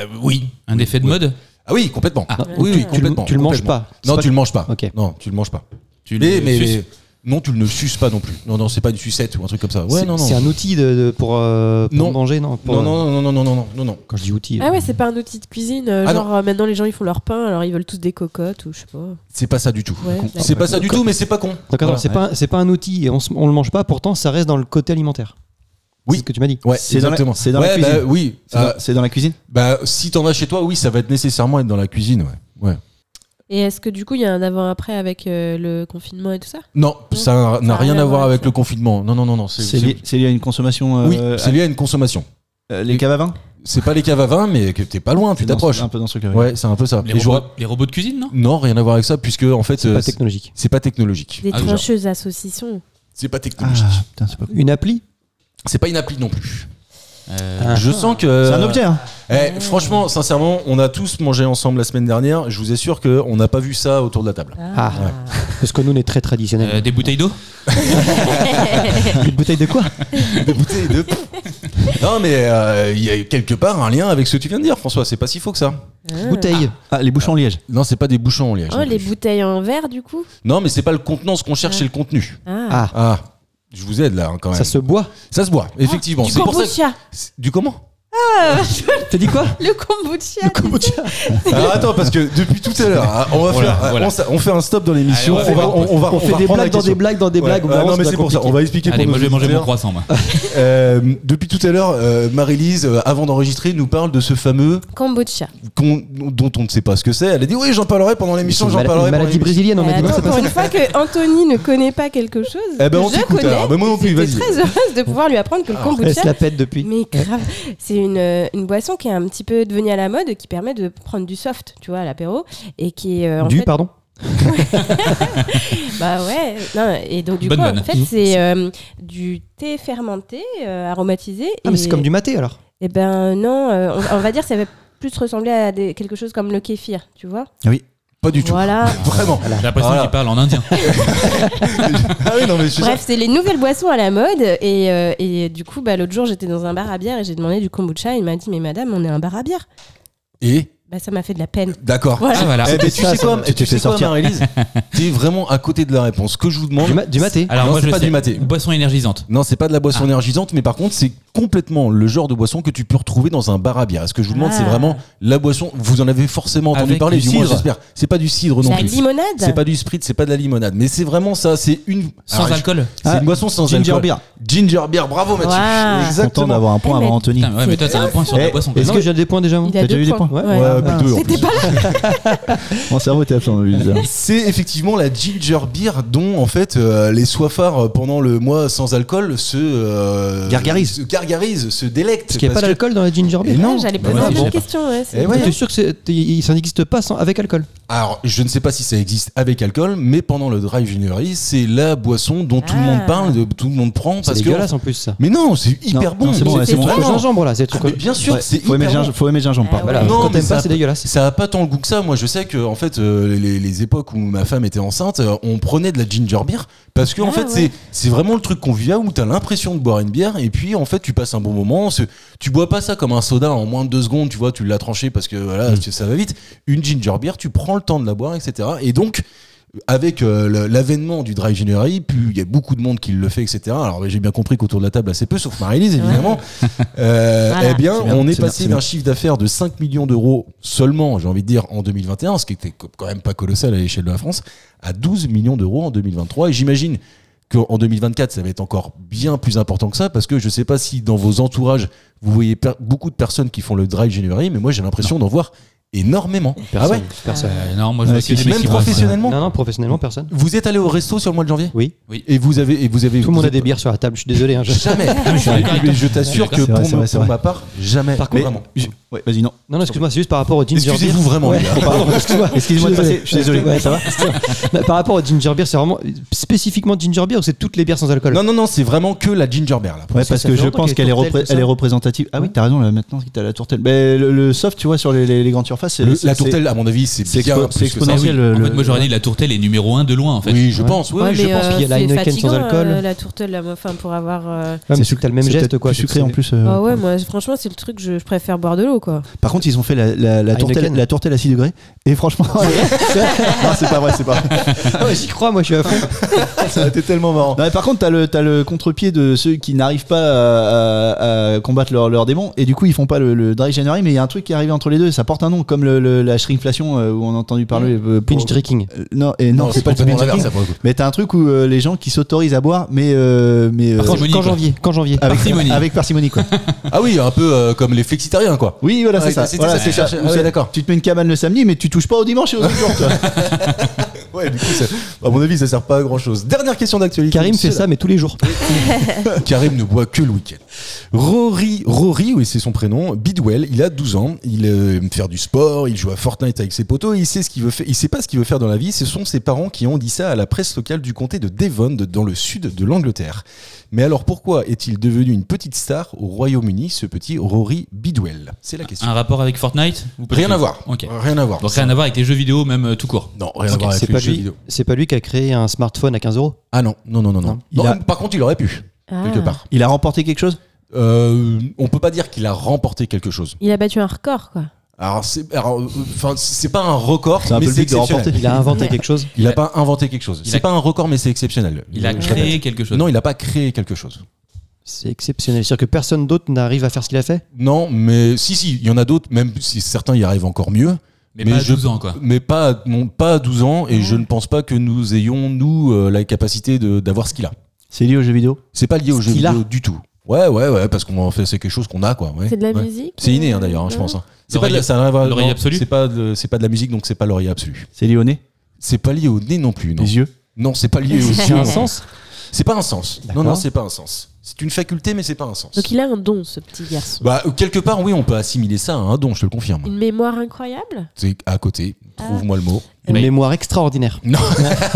Speaker 4: euh, oui.
Speaker 7: Un effet de mode
Speaker 4: Ah oui, complètement.
Speaker 7: Ah.
Speaker 4: oui, oui,
Speaker 8: Tu- tu, le-
Speaker 4: complètement.
Speaker 8: tu le manges
Speaker 4: complètement.
Speaker 8: pas. C'est
Speaker 4: Non,
Speaker 8: pas-
Speaker 4: tu le manges pas.
Speaker 8: Ok.
Speaker 4: Non, tu le manges pas.
Speaker 7: Tu
Speaker 4: Mais,
Speaker 7: le
Speaker 4: mais-
Speaker 7: suces.
Speaker 4: non, tu ne le suces pas non plus. Non, non, c'est pas une sucette ou un truc comme ça. Ouais,
Speaker 8: c'est-
Speaker 4: non, non.
Speaker 8: C'est un outil de, de- pour, euh, pour
Speaker 4: Non.
Speaker 8: manger, non, pour-
Speaker 4: Non, non, non, non, non, non, non, non, non.
Speaker 8: Quand je dis outil.
Speaker 9: Ah ouais, c'est pas un outil de cuisine. euh,
Speaker 4: Ah
Speaker 9: genre, euh, maintenant, les gens, ils font leur pain, alors ils veulent tous des cocottes ou je sais pas.
Speaker 4: C'est pas ça du tout.
Speaker 9: Ouais,
Speaker 4: C'est pas ça du
Speaker 8: D'accord.
Speaker 4: tout, mais c'est pas con.
Speaker 8: Donc attends,
Speaker 4: Voilà.
Speaker 8: c'est pas, c'est pas un outil et on, se- on le mange pas, pourtant ça reste dans le côté alimentaire.
Speaker 4: Oui.
Speaker 8: C'est ce que tu m'as dit.
Speaker 4: Ouais,
Speaker 6: C'est dans la-
Speaker 4: exactement.
Speaker 6: c'est dans la
Speaker 4: Ouais,
Speaker 6: cuisine.
Speaker 4: bah, oui.
Speaker 6: C'est dans-
Speaker 4: Ah,
Speaker 6: C'est dans la cuisine.
Speaker 4: bah, si t'en as chez toi, oui, ça va être nécessairement être dans la cuisine, ouais. Ouais.
Speaker 9: Et est-ce que du coup, il y a un avant-après avec euh, le confinement et tout ça
Speaker 4: Non,
Speaker 9: Non,
Speaker 4: ça n'a rien à voir avec
Speaker 9: ça.
Speaker 4: le confinement. Non, non, non, non.
Speaker 6: C'est lié, c'est lié à une consommation. euh,
Speaker 4: Oui,
Speaker 6: euh,
Speaker 4: c'est lié à une consommation.
Speaker 6: euh, les caves à vin
Speaker 4: C'est pas les caves à vin, mais que t'es pas loin, tu
Speaker 6: Dans ce-
Speaker 4: t'approches.
Speaker 6: Un peu dans ce cas.
Speaker 4: Ouais, c'est un peu ça.
Speaker 7: Les
Speaker 4: Et je
Speaker 7: robots,
Speaker 4: vois-
Speaker 7: les robots de cuisine, non
Speaker 4: Non, rien à voir avec ça, puisque en fait,
Speaker 8: C'est
Speaker 4: euh,
Speaker 8: pas
Speaker 4: c'est
Speaker 8: technologique.
Speaker 4: c'est pas technologique.
Speaker 9: Des
Speaker 7: Ah, oui, genre.
Speaker 9: trancheuses à saucisson.
Speaker 4: C'est pas
Speaker 6: Ah
Speaker 4: technologique.
Speaker 6: putain, c'est pas cool.
Speaker 8: Une appli
Speaker 4: C'est pas une appli non plus.
Speaker 7: Euh,
Speaker 8: Ah.
Speaker 4: Je sens que.
Speaker 6: C'est un objet, hein
Speaker 4: Eh, franchement, sincèrement, on a tous mangé ensemble la semaine dernière. Je vous assure qu'on n'a pas vu ça autour de la table.
Speaker 8: Ah, parce que nous on est très
Speaker 7: euh,
Speaker 8: traditionnels.
Speaker 7: Des bouteilles d'eau
Speaker 8: Une bouteille de quoi [LAUGHS]
Speaker 4: Non, mais euh, il y a quelque part un lien avec ce que tu viens de dire, François. C'est pas si faux que ça.
Speaker 9: Ah.
Speaker 8: Bouteille.
Speaker 6: Ah, les bouchons liège.
Speaker 4: Non, c'est pas des bouchons en liège.
Speaker 9: Oh,
Speaker 4: non
Speaker 9: les
Speaker 4: plus.
Speaker 9: bouteilles en verre, du coup
Speaker 4: Non, mais c'est pas le contenant. Ce qu'on cherche, c'est le contenu.
Speaker 9: Ah,
Speaker 8: Ah,
Speaker 4: Ah, je vous aide là hein, quand même.
Speaker 8: ça se boit.
Speaker 4: Ça se boit, effectivement.
Speaker 9: Du
Speaker 4: c'est pour ça.
Speaker 9: kombucha
Speaker 4: que- Du comment
Speaker 8: T'as dit quoi
Speaker 9: Le kombucha
Speaker 4: Alors, Attends, parce que depuis tout à l'heure, hein, on va
Speaker 7: Voilà,
Speaker 4: faire,
Speaker 7: voilà.
Speaker 4: on s- on fait un stop dans l'émission.
Speaker 7: Allez,
Speaker 4: on,
Speaker 7: on
Speaker 4: va,
Speaker 7: va-
Speaker 4: on, on va,
Speaker 8: On fait
Speaker 4: va
Speaker 8: des
Speaker 4: reprendre la
Speaker 8: blagues dans
Speaker 4: question.
Speaker 8: des blagues dans des
Speaker 4: Ouais,
Speaker 8: blagues. au
Speaker 4: euh,
Speaker 8: moment
Speaker 4: non
Speaker 8: où
Speaker 4: mais
Speaker 8: ça
Speaker 4: c'est pour ça, on
Speaker 8: compliqué.
Speaker 4: va expliquer
Speaker 7: Allez,
Speaker 4: pour nos
Speaker 7: moi, je vais manger mon
Speaker 4: auditeurs.
Speaker 7: croissant, moi.
Speaker 4: Euh, depuis tout à l'heure, euh, Marie-Lise, euh, avant d'enregistrer, nous parle de ce fameux
Speaker 9: Kombucha.
Speaker 4: qu'on- dont on ne sait pas ce que c'est. Elle a dit oui, j'en parlerai pendant l'émission,
Speaker 8: Une
Speaker 4: j'en
Speaker 8: mal-
Speaker 4: parlerai.
Speaker 8: une
Speaker 4: pendant
Speaker 8: maladie
Speaker 4: l'émission.
Speaker 8: brésilienne, on m'a dit non,
Speaker 9: Euh, Attends,
Speaker 8: c'est pas
Speaker 9: pour
Speaker 8: ça.
Speaker 9: une fois que Anthony ne connaît pas quelque chose,
Speaker 4: Eh ben, on
Speaker 9: que je
Speaker 4: t'écoute,
Speaker 9: connais,
Speaker 4: alors. Ben, moi non plus,
Speaker 9: j'étais
Speaker 4: vas-y. Ah,
Speaker 9: très heureuse de pouvoir lui apprendre que le
Speaker 8: Elle se
Speaker 9: kombucha,
Speaker 8: la pète depuis.
Speaker 9: mais grave, c'est une, euh, une boisson qui est un petit peu devenue à la mode, qui permet de prendre du soft, tu vois, à l'apéro, et qui est euh, en
Speaker 8: Du,
Speaker 9: fait,
Speaker 8: pardon.
Speaker 9: bah ouais, non, et donc du
Speaker 7: Bonne
Speaker 9: coup, en
Speaker 7: vanne. Mmh.
Speaker 9: fait, c'est euh, du thé fermenté, euh, aromatisé.
Speaker 8: Ah, mais c'est comme du maté alors.
Speaker 9: Eh ben non, euh, on, on va dire que ça va plus ressembler à des- quelque chose comme le kéfir, tu vois.
Speaker 4: Pas du tout.
Speaker 9: Voilà.
Speaker 4: Vraiment.
Speaker 7: J'ai l'impression
Speaker 4: Voilà.
Speaker 7: qu'il parle
Speaker 4: [LAUGHS]
Speaker 7: en indien.
Speaker 4: Ah oui, non, mais je suis
Speaker 9: Bref, c'est les nouvelles boissons à la mode. Et, euh, et du coup, bah, l'autre jour, j'étais dans un bar à bière et j'ai demandé du kombucha. Il m'a dit, mais madame, on est un bar à bière.
Speaker 4: sûr. Et
Speaker 9: Bah, ça m'a fait de la peine.
Speaker 4: Eh, d'accord.
Speaker 9: Voilà.
Speaker 7: Ah, voilà.
Speaker 4: Eh ben, tu
Speaker 8: ça,
Speaker 4: sais
Speaker 8: ça,
Speaker 4: quoi,
Speaker 8: tu
Speaker 4: tu
Speaker 8: t'es
Speaker 4: sais
Speaker 8: fait
Speaker 4: quoi,
Speaker 8: sortir.
Speaker 4: Marie-Lise T'es vraiment à côté de la réponse. Ce que je vous demande,
Speaker 8: Du, ma- du maté.
Speaker 7: Alors,
Speaker 4: Non,
Speaker 7: moi,
Speaker 4: c'est
Speaker 7: je
Speaker 4: pas
Speaker 7: sais.
Speaker 4: du maté.
Speaker 7: Boisson énergisante.
Speaker 4: Non, c'est pas de la boisson
Speaker 7: Ah.
Speaker 4: énergisante, mais par contre, c'est complètement le genre de boisson que tu peux retrouver dans un bar à bière. Ce que je vous demande, c'est
Speaker 9: Ah.
Speaker 4: vraiment la boisson. Vous en avez forcément entendu
Speaker 7: Avec
Speaker 4: parler,
Speaker 7: du
Speaker 4: du moins,
Speaker 7: cidre.
Speaker 4: j'espère. C'est pas du cidre non
Speaker 9: La
Speaker 4: plus.
Speaker 9: limonade
Speaker 4: C'est pas du spritz, c'est pas de la limonade, mais c'est vraiment ça. C'est une
Speaker 7: Sans
Speaker 4: Alors, je-
Speaker 7: alcool
Speaker 4: C'est
Speaker 6: Ah,
Speaker 4: une boisson sans
Speaker 6: Ginger
Speaker 4: alcool.
Speaker 6: beer.
Speaker 4: Ginger beer. Bravo Mathieu.
Speaker 9: Waouh.
Speaker 6: Content
Speaker 4: Exactement.
Speaker 6: d'avoir un point
Speaker 9: Eh,
Speaker 6: avant
Speaker 9: mais-
Speaker 6: Anthony.
Speaker 7: Putain, ouais, mais toi, t'as un point sur
Speaker 6: Eh,
Speaker 7: la boisson. quoi.
Speaker 8: Est-ce que j'ai des points déjà moi
Speaker 9: Il a
Speaker 6: T'as déjà
Speaker 9: deux
Speaker 6: eu des
Speaker 9: points.
Speaker 6: points
Speaker 9: Ouais. Ah,
Speaker 4: Ouais, plus deux, en
Speaker 9: C'était
Speaker 4: plus.
Speaker 9: pas là.
Speaker 6: Mon cerveau était absent. bizarre.
Speaker 4: C'est effectivement la ginger beer dont en fait euh, les soifards euh, pendant le mois sans alcool se euh,
Speaker 6: Gargarisent.
Speaker 4: se gargarisent, se délectent.
Speaker 8: Parce qu'il n'y a pas
Speaker 4: parce que-
Speaker 8: d'alcool dans la ginger
Speaker 4: Et
Speaker 8: beer.
Speaker 4: non.
Speaker 9: Ah, J'allais
Speaker 4: Bah
Speaker 9: poser
Speaker 4: ouais,
Speaker 9: une
Speaker 4: bon.
Speaker 9: bonne question. ouais, c'est-
Speaker 4: Eh ouais.
Speaker 8: T'es sûr que c'est- t- il- ça n'existe pas sans, avec alcool
Speaker 4: Alors, je ne sais pas si ça existe avec alcool, mais pendant le dry January, c'est la boisson dont tout le monde
Speaker 9: Ah.
Speaker 4: parle, de, tout le monde prend.
Speaker 8: C'est
Speaker 4: Parce que...
Speaker 8: dégueulasse en plus ça.
Speaker 4: Mais non, c'est hyper
Speaker 6: Non,
Speaker 4: bon.
Speaker 6: non, c'est bon, ouais,
Speaker 8: C'est
Speaker 6: c'est
Speaker 8: le
Speaker 6: bon.
Speaker 8: truc au
Speaker 4: Vraiment.
Speaker 8: gingembre là, c'est le
Speaker 4: Ah,
Speaker 8: truc.
Speaker 4: mais
Speaker 8: au-
Speaker 4: bien sûr,
Speaker 6: Ouais,
Speaker 4: c'est
Speaker 6: faut aimer,
Speaker 4: hyper
Speaker 6: le
Speaker 4: bon.
Speaker 6: gingembre- faut aimer le gingembre, par
Speaker 9: Ah
Speaker 6: contre.
Speaker 8: Voilà,
Speaker 9: ouais.
Speaker 4: Non,
Speaker 8: quand
Speaker 4: mais
Speaker 8: t'aimes
Speaker 4: ça-
Speaker 8: pas, c'est dégueulasse.
Speaker 4: Ça a pas tant le goût que ça. Moi, je sais que en fait, euh, les, les époques où ma femme était enceinte, euh, on prenait de la ginger beer parce que en
Speaker 9: Ah,
Speaker 4: fait,
Speaker 9: ouais.
Speaker 4: c'est c'est vraiment le truc convivial où t'as l'impression de boire une bière et puis en fait, tu passes un bon moment. C'est- Tu bois pas ça comme un soda en moins de deux secondes. Tu vois, tu l'as tranché parce que voilà,
Speaker 6: Mm.
Speaker 4: tu- ça va vite. Une ginger beer, tu prends le temps de la boire, etc. Et donc. Avec euh, le- l'avènement du dry January, plus il y a beaucoup de monde qui le fait, etc. Alors bah, j'ai bien compris qu'autour de la table, assez peu, sauf Marie-Lise évidemment. Euh,
Speaker 9: Voilà.
Speaker 4: Eh bien,
Speaker 6: C'est bien,
Speaker 4: on est
Speaker 6: c'est bien,
Speaker 4: passé
Speaker 6: c'est bien.
Speaker 4: d'un chiffre d'affaires de 5 millions d'euros seulement, j'ai envie de dire, en 2021, ce qui était co- quand même pas colossal à l'échelle de la France, à 12 millions d'euros en 2023. Et j'imagine qu'en 2024, ça va être encore bien plus important que ça, parce que je sais pas si dans vos entourages, vous voyez per- beaucoup de personnes qui font le dry January, mais moi j'ai l'impression d'en voir énormément.
Speaker 8: Personne.
Speaker 4: Ah
Speaker 8: personne.
Speaker 7: Euh, non, moi je
Speaker 6: Ouais,
Speaker 7: vois que des
Speaker 4: ouais
Speaker 7: mecs
Speaker 4: Même
Speaker 7: qui boivent,
Speaker 4: professionnellement
Speaker 8: Non, non, professionnellement, personne.
Speaker 4: Vous êtes allé au resto sur le mois de janvier
Speaker 8: Oui.
Speaker 4: Et vous avez... Et vous avez
Speaker 8: Tout le monde
Speaker 4: vous
Speaker 8: a des
Speaker 4: êtes-
Speaker 8: bières sur la table, je suis désolé. hein, je-
Speaker 4: Jamais.
Speaker 7: Ah,
Speaker 4: Mais je t'assure que
Speaker 6: C'est vrai,
Speaker 4: pour,
Speaker 6: c'est
Speaker 4: me-
Speaker 6: vrai, c'est
Speaker 4: pour
Speaker 6: vrai.
Speaker 4: ma part, jamais.
Speaker 8: Par
Speaker 4: Mais-
Speaker 8: contre-
Speaker 6: J- Ouais, vas-y, non.
Speaker 8: Non, non, excuse-moi, c'est juste par rapport au ginger beer.
Speaker 4: Excusez-vous vraiment, les gars.
Speaker 8: Pardon, excuse-moi.
Speaker 6: Excusez-moi de passer, je suis désolé.
Speaker 8: Ouais, ça va. Non, par rapport au ginger beer, c'est vraiment spécifiquement ginger beer ou c'est toutes les bières sans alcool
Speaker 4: Non, non, non, c'est vraiment que la ginger beer, là.
Speaker 6: Ouais,
Speaker 8: Ça,
Speaker 6: parce
Speaker 8: ça
Speaker 6: que
Speaker 8: fait
Speaker 6: je
Speaker 8: longtemps
Speaker 6: pense
Speaker 8: qu'il y a
Speaker 6: qu'elle est, repré-
Speaker 8: tourtelle, tout
Speaker 6: elle
Speaker 8: ça.
Speaker 6: est représentative. Ah oui,
Speaker 8: Ouais.
Speaker 6: t'as raison, là, maintenant que t'as la tourtelle. Mais le, le soft, tu vois, sur les, les- les grandes surfaces, c'est.
Speaker 4: Le-
Speaker 6: c'est-
Speaker 4: la tourtelle, à mon avis, c'est
Speaker 6: c'est
Speaker 4: bien
Speaker 6: expo-
Speaker 4: plus
Speaker 6: c'est
Speaker 4: que ça.
Speaker 7: Ah oui.
Speaker 6: exponentiel. le-
Speaker 7: En fait,
Speaker 6: le-
Speaker 7: moi j'aurais dit la tourtelle est numéro 1 de loin en fait.
Speaker 4: Oui, je
Speaker 8: Ouais.
Speaker 4: pense. Oui,
Speaker 9: Ouais,
Speaker 4: oui, je
Speaker 9: mais,
Speaker 4: pense.
Speaker 9: euh,
Speaker 8: qu'il y a la
Speaker 9: c'est
Speaker 8: Heineken sans
Speaker 9: fatigant,
Speaker 8: alcool.
Speaker 9: euh, la tourtelle, là, enfin, pour avoir. euh,
Speaker 8: Ouais, mais
Speaker 6: c'est
Speaker 8: c'est que t'as le même
Speaker 6: c'est
Speaker 8: geste,
Speaker 6: peut-être
Speaker 8: quoi.
Speaker 6: plus
Speaker 8: donc
Speaker 6: sucré
Speaker 8: c'est-
Speaker 6: en plus. euh.
Speaker 9: Ah ouais, moi, franchement, c'est le truc, je, je préfère boire de l'eau, quoi.
Speaker 6: Par contre, ils ont fait la, la, la tourtelle,
Speaker 8: Heineken.
Speaker 6: la tourtelle à 6 degrés. Et [LAUGHS] franchement. non, c'est pas vrai, c'est pas vrai.
Speaker 8: Ah ouais, j'y crois, moi, je suis à fond.
Speaker 6: Ça a été tellement marrant. par contre, t'as le, t'as le contre-pied de ceux qui n'arrivent pas à, à- à combattre leurs leurs démons et du coup ils font pas le, le dry January, mais il y a un truc qui est arrivé entre les deux. Ça porte un nom comme le, le- la shrinkflation euh, où on a entendu parler. euh, pour-
Speaker 8: [LAUGHS] Pinch drinking.
Speaker 6: Euh, non, et non, c'est pas le
Speaker 4: complètement
Speaker 6: binge
Speaker 4: l'inverse,
Speaker 6: drinking.
Speaker 4: ça, pour le coup.
Speaker 6: Mais t'as un truc où euh, les gens qui s'autorisent à boire, mais euh, mais euh,
Speaker 8: Quand
Speaker 7: parcimonie,
Speaker 8: quand
Speaker 7: quoi.
Speaker 8: janvier, quand janvier.
Speaker 6: avec
Speaker 7: parcimonie.
Speaker 6: avec parcimonie [LAUGHS] quoi.
Speaker 4: Ah oui, un peu euh, comme les flexitariens, quoi.
Speaker 6: Oui, voilà,
Speaker 4: Ouais,
Speaker 6: c'est ça.
Speaker 4: c'était
Speaker 6: Voilà,
Speaker 4: ça,
Speaker 6: c'est
Speaker 4: je
Speaker 6: ça.
Speaker 4: cherchais.
Speaker 6: Ou
Speaker 4: Ah ouais,
Speaker 6: ça-
Speaker 4: d'accord.
Speaker 6: Tu te mets une cabane le samedi, mais tu touches pas au dimanche et aux autres jours. Toi.
Speaker 4: Ouais, du coup, ça- à mon avis, ça sert pas à grand chose. Dernière question d'actualité.
Speaker 8: Karim fait
Speaker 4: monsieur,
Speaker 8: ça, mais tous les jours.
Speaker 4: là. [LAUGHS] Karim ne boit que le week-end. Rory, Rory, oui, c'est son prénom. Bidwell, il a 12 ans. Il euh, aime faire du sport, il joue à Fortnite avec ses potos. Il sait ce qu'il veut faire. Il sait pas ce qu'il veut faire dans la vie. Ce sont ses parents qui ont dit ça à la presse locale du comté de Devon, de- dans le sud de l'Angleterre. Mais alors, pourquoi est-il devenu une petite star au Royaume-Uni, ce petit Rory Bidwell C'est la question.
Speaker 7: Un rapport avec Fortnite ou pas du
Speaker 4: Rien
Speaker 7: tout
Speaker 4: à voir.
Speaker 7: ah, Ok.
Speaker 4: Rien à voir.
Speaker 7: Donc rien à voir avec les jeux vidéo même euh, tout court.
Speaker 4: Non, rien à
Speaker 8: Ok,
Speaker 4: voir avec
Speaker 8: C'est
Speaker 4: les
Speaker 8: pas
Speaker 4: jeux
Speaker 8: lui.
Speaker 4: vidéo.
Speaker 8: C'est pas lui qui a créé un smartphone à 15 euros.
Speaker 4: Ah non, non, non, non, non.
Speaker 8: Non.
Speaker 4: Non,
Speaker 6: Il a-
Speaker 4: Par contre, il aurait pu, quelque
Speaker 9: Ah.
Speaker 4: part.
Speaker 6: [LAUGHS] Il a remporté quelque chose
Speaker 4: Euh, on peut pas dire qu'il a remporté quelque chose.
Speaker 9: Il a battu un record, quoi.
Speaker 4: Alors, c'est alors, euh, enfin, c'est pas un record,
Speaker 6: C'est un
Speaker 4: mais
Speaker 6: peu le
Speaker 4: c'est
Speaker 6: but de remporter.
Speaker 4: exceptionnel.
Speaker 8: Il a inventé quelque chose.
Speaker 4: Il a pas inventé quelque chose.
Speaker 7: Il
Speaker 4: C'est
Speaker 7: a-
Speaker 4: pas un record, mais c'est exceptionnel.
Speaker 7: Il a
Speaker 4: Je
Speaker 7: créé
Speaker 4: répète.
Speaker 7: quelque chose.
Speaker 4: Non, il a pas créé quelque chose.
Speaker 8: C'est exceptionnel. C'est-à-dire que personne d'autre n'arrive à faire ce qu'il a fait
Speaker 4: Non, mais si, si, il y en a d'autres, même si certains y arrivent encore mieux.
Speaker 7: mais,
Speaker 4: mais
Speaker 7: pas à
Speaker 4: je-
Speaker 7: 12 ans quoi.
Speaker 4: Mais pas, non, pas à 12 ans, et je ne pense pas que nous ayons, nous, euh, la capacité de- d'avoir ce qu'il a.
Speaker 6: C'est lié aux jeux vidéo.
Speaker 4: C'est pas lié au jeu
Speaker 8: qu'il a.
Speaker 4: vidéo du tout. Ouais, ouais, ouais, parce qu'on en fait, c'est quelque chose qu'on a, quoi. ouais.
Speaker 9: C'est de la
Speaker 4: Ouais.
Speaker 9: musique
Speaker 4: C'est inné hein,
Speaker 9: euh,
Speaker 4: d'ailleurs, hein, je
Speaker 9: non
Speaker 4: pense. hein. C'est pas
Speaker 7: L'oreille-
Speaker 4: de la, ça n'a rien à voir-
Speaker 7: l'oreille
Speaker 4: non,
Speaker 7: absolue
Speaker 4: C'est pas de, c'est pas de la musique, donc c'est pas l'oreille absolue.
Speaker 6: C'est lié au nez,
Speaker 4: C'est pas lié au nez non plus. Non,
Speaker 6: les yeux.
Speaker 4: non c'est pas lié
Speaker 8: [LAUGHS]
Speaker 4: au
Speaker 8: C'est un
Speaker 4: sens.
Speaker 8: sens
Speaker 4: C'est pas un sens. Non,
Speaker 8: D'accord.
Speaker 4: non, c'est pas un sens. C'est une faculté, mais c'est pas un sens.
Speaker 9: Donc il a un don, ce petit garçon.
Speaker 4: Bah, quelque part, oui, on peut assimiler ça à un don, je te le confirme.
Speaker 9: Une
Speaker 4: [LAUGHS]
Speaker 9: mémoire incroyable
Speaker 4: C'est à côté.
Speaker 8: Ah.
Speaker 4: Trouve-moi le mot.
Speaker 8: Une
Speaker 7: Mais-
Speaker 8: mémoire extraordinaire.
Speaker 4: Non,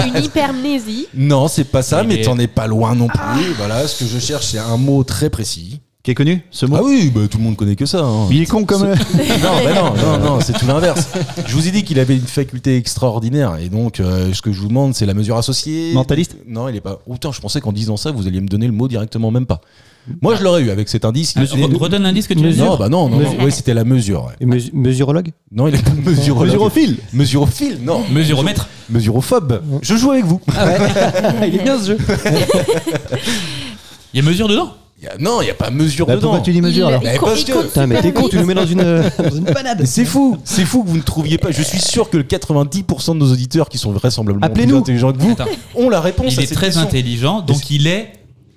Speaker 9: Une hypermnésie
Speaker 4: non, c'est pas ça,
Speaker 7: Mais-
Speaker 4: mais t'en es pas loin non plus. Voilà, ce que je cherche, c'est un mot très précis.
Speaker 6: Qui est connu Ce mot
Speaker 4: Ah oui, bah, tout le monde connaît que ça. hein.
Speaker 6: Mais Il est con comme.
Speaker 4: Non, bah non, non, non, c'est tout l'inverse. Je vous ai dit qu'il avait une faculté extraordinaire. Et donc, euh, ce que je vous demande, c'est la mesure associée.
Speaker 6: Mentaliste
Speaker 4: Non, il est pas. Oh, putain, je pensais qu'en disant ça, vous alliez me donner le mot directement, même pas. Moi, je l'aurais eu avec cet indice.
Speaker 7: Ah, re- redonne l'indice que tu as dit.
Speaker 4: Non, bah non, non, non.
Speaker 8: Mesure.
Speaker 4: Oui, c'était la mesure. ouais.
Speaker 8: Et mesu- mesurologue
Speaker 4: Non, il est pas mesurologue.
Speaker 6: Mesurophile
Speaker 4: Mesurophile, non.
Speaker 7: Mesuromètre.
Speaker 4: Mesurophobe. Je joue avec vous.
Speaker 8: Il est bien ce jeu
Speaker 7: Il y a mesure dedans
Speaker 4: Il y a- Non, il n'y a pas mesure
Speaker 6: Bah,
Speaker 4: dedans.
Speaker 6: Pourquoi tu dis mesure alors
Speaker 4: Mais Eh, parce que-
Speaker 8: Putain, mais t'es con, tu nous mets dans une, [LAUGHS] euh, dans une panade
Speaker 4: Mais C'est fou, c'est fou que vous ne trouviez pas. Je suis sûr que le 90% de nos auditeurs qui sont vraisemblablement plus
Speaker 8: Appelez-nous.
Speaker 4: intelligents que vous
Speaker 7: Attends.
Speaker 4: ont la réponse
Speaker 7: Il
Speaker 4: à
Speaker 7: est
Speaker 4: cette
Speaker 7: très
Speaker 4: question.
Speaker 7: intelligent donc il est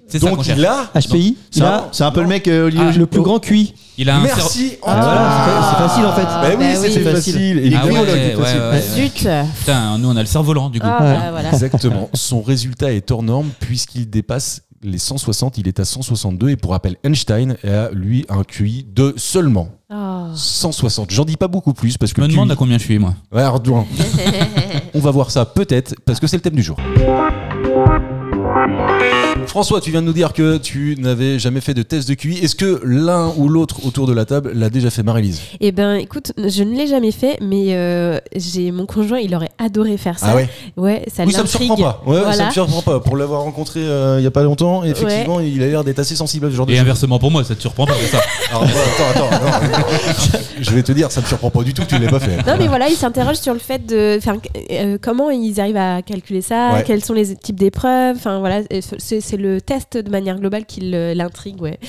Speaker 7: c'est ça qu'on
Speaker 4: Donc il
Speaker 7: cherche.
Speaker 4: a
Speaker 8: HPI
Speaker 6: C'est
Speaker 8: Il
Speaker 6: un,
Speaker 8: a
Speaker 6: c'est un peu le mec euh, Olivier
Speaker 7: Ah,
Speaker 8: le plus grand QI.
Speaker 7: Il a un cerveau-
Speaker 4: Merci.
Speaker 8: Ah, voilà, c'est fa- c'est facile en fait.
Speaker 4: Bah oui,
Speaker 9: bah
Speaker 4: c'était
Speaker 8: oui.
Speaker 4: facile.
Speaker 7: Ah ouais,
Speaker 4: Évidemment, là,
Speaker 7: ouais,
Speaker 4: c'était facile.
Speaker 7: ouais, ouais.
Speaker 4: [LAUGHS]
Speaker 9: Zut Ah,
Speaker 7: Putain, nous on a le cerveau lent du coup.
Speaker 9: bah, voilà.
Speaker 4: Exactement. Son résultat est hors norme puisqu'il dépasse les 160, il est à 162. Et pour rappel, Einstein a, lui, un QI de seulement
Speaker 9: Oh.
Speaker 4: 160. J'en dis pas beaucoup plus parce que.
Speaker 7: Je me
Speaker 4: le
Speaker 7: demande
Speaker 4: QI
Speaker 7: à combien je suis, moi.
Speaker 4: Ouais, alors,
Speaker 9: [LAUGHS]
Speaker 4: loin. On va voir ça peut-être parce que c'est le thème du jour. François, tu viens de nous dire que tu n'avais jamais fait de test de QI. Est-ce que l'un ou l'autre autour de la table l'a déjà fait, Marie-Lise
Speaker 9: Eh ben, écoute, je ne l'ai jamais fait, mais euh, j'ai mon conjoint, il aurait adoré faire ça.
Speaker 4: Ah ouais
Speaker 9: Ouais, ça
Speaker 4: Oui, ça me
Speaker 9: l'intrigue.
Speaker 4: surprend pas. Ouais, ça
Speaker 9: Voilà.
Speaker 4: me surprend pas. Pour l'avoir rencontré euh, il y a pas longtemps, effectivement, il a l'air d'être assez sensible à ce genre de
Speaker 7: Et
Speaker 4: choses.
Speaker 7: inversement pour moi, ça te surprend pas c'est ça.
Speaker 4: Alors, attends, attends, attends, non, je vais te dire, ça me surprend pas du tout que tu l'aies pas fait.
Speaker 9: Non mais voilà, ils s'interrogent sur le fait de, enfin, euh, comment ils arrivent à calculer ça,
Speaker 4: Ouais.
Speaker 9: quels sont les types d'épreuves, enfin voilà, euh, c'est c'est le test de manière globale qui le- l'intrigue, ouais.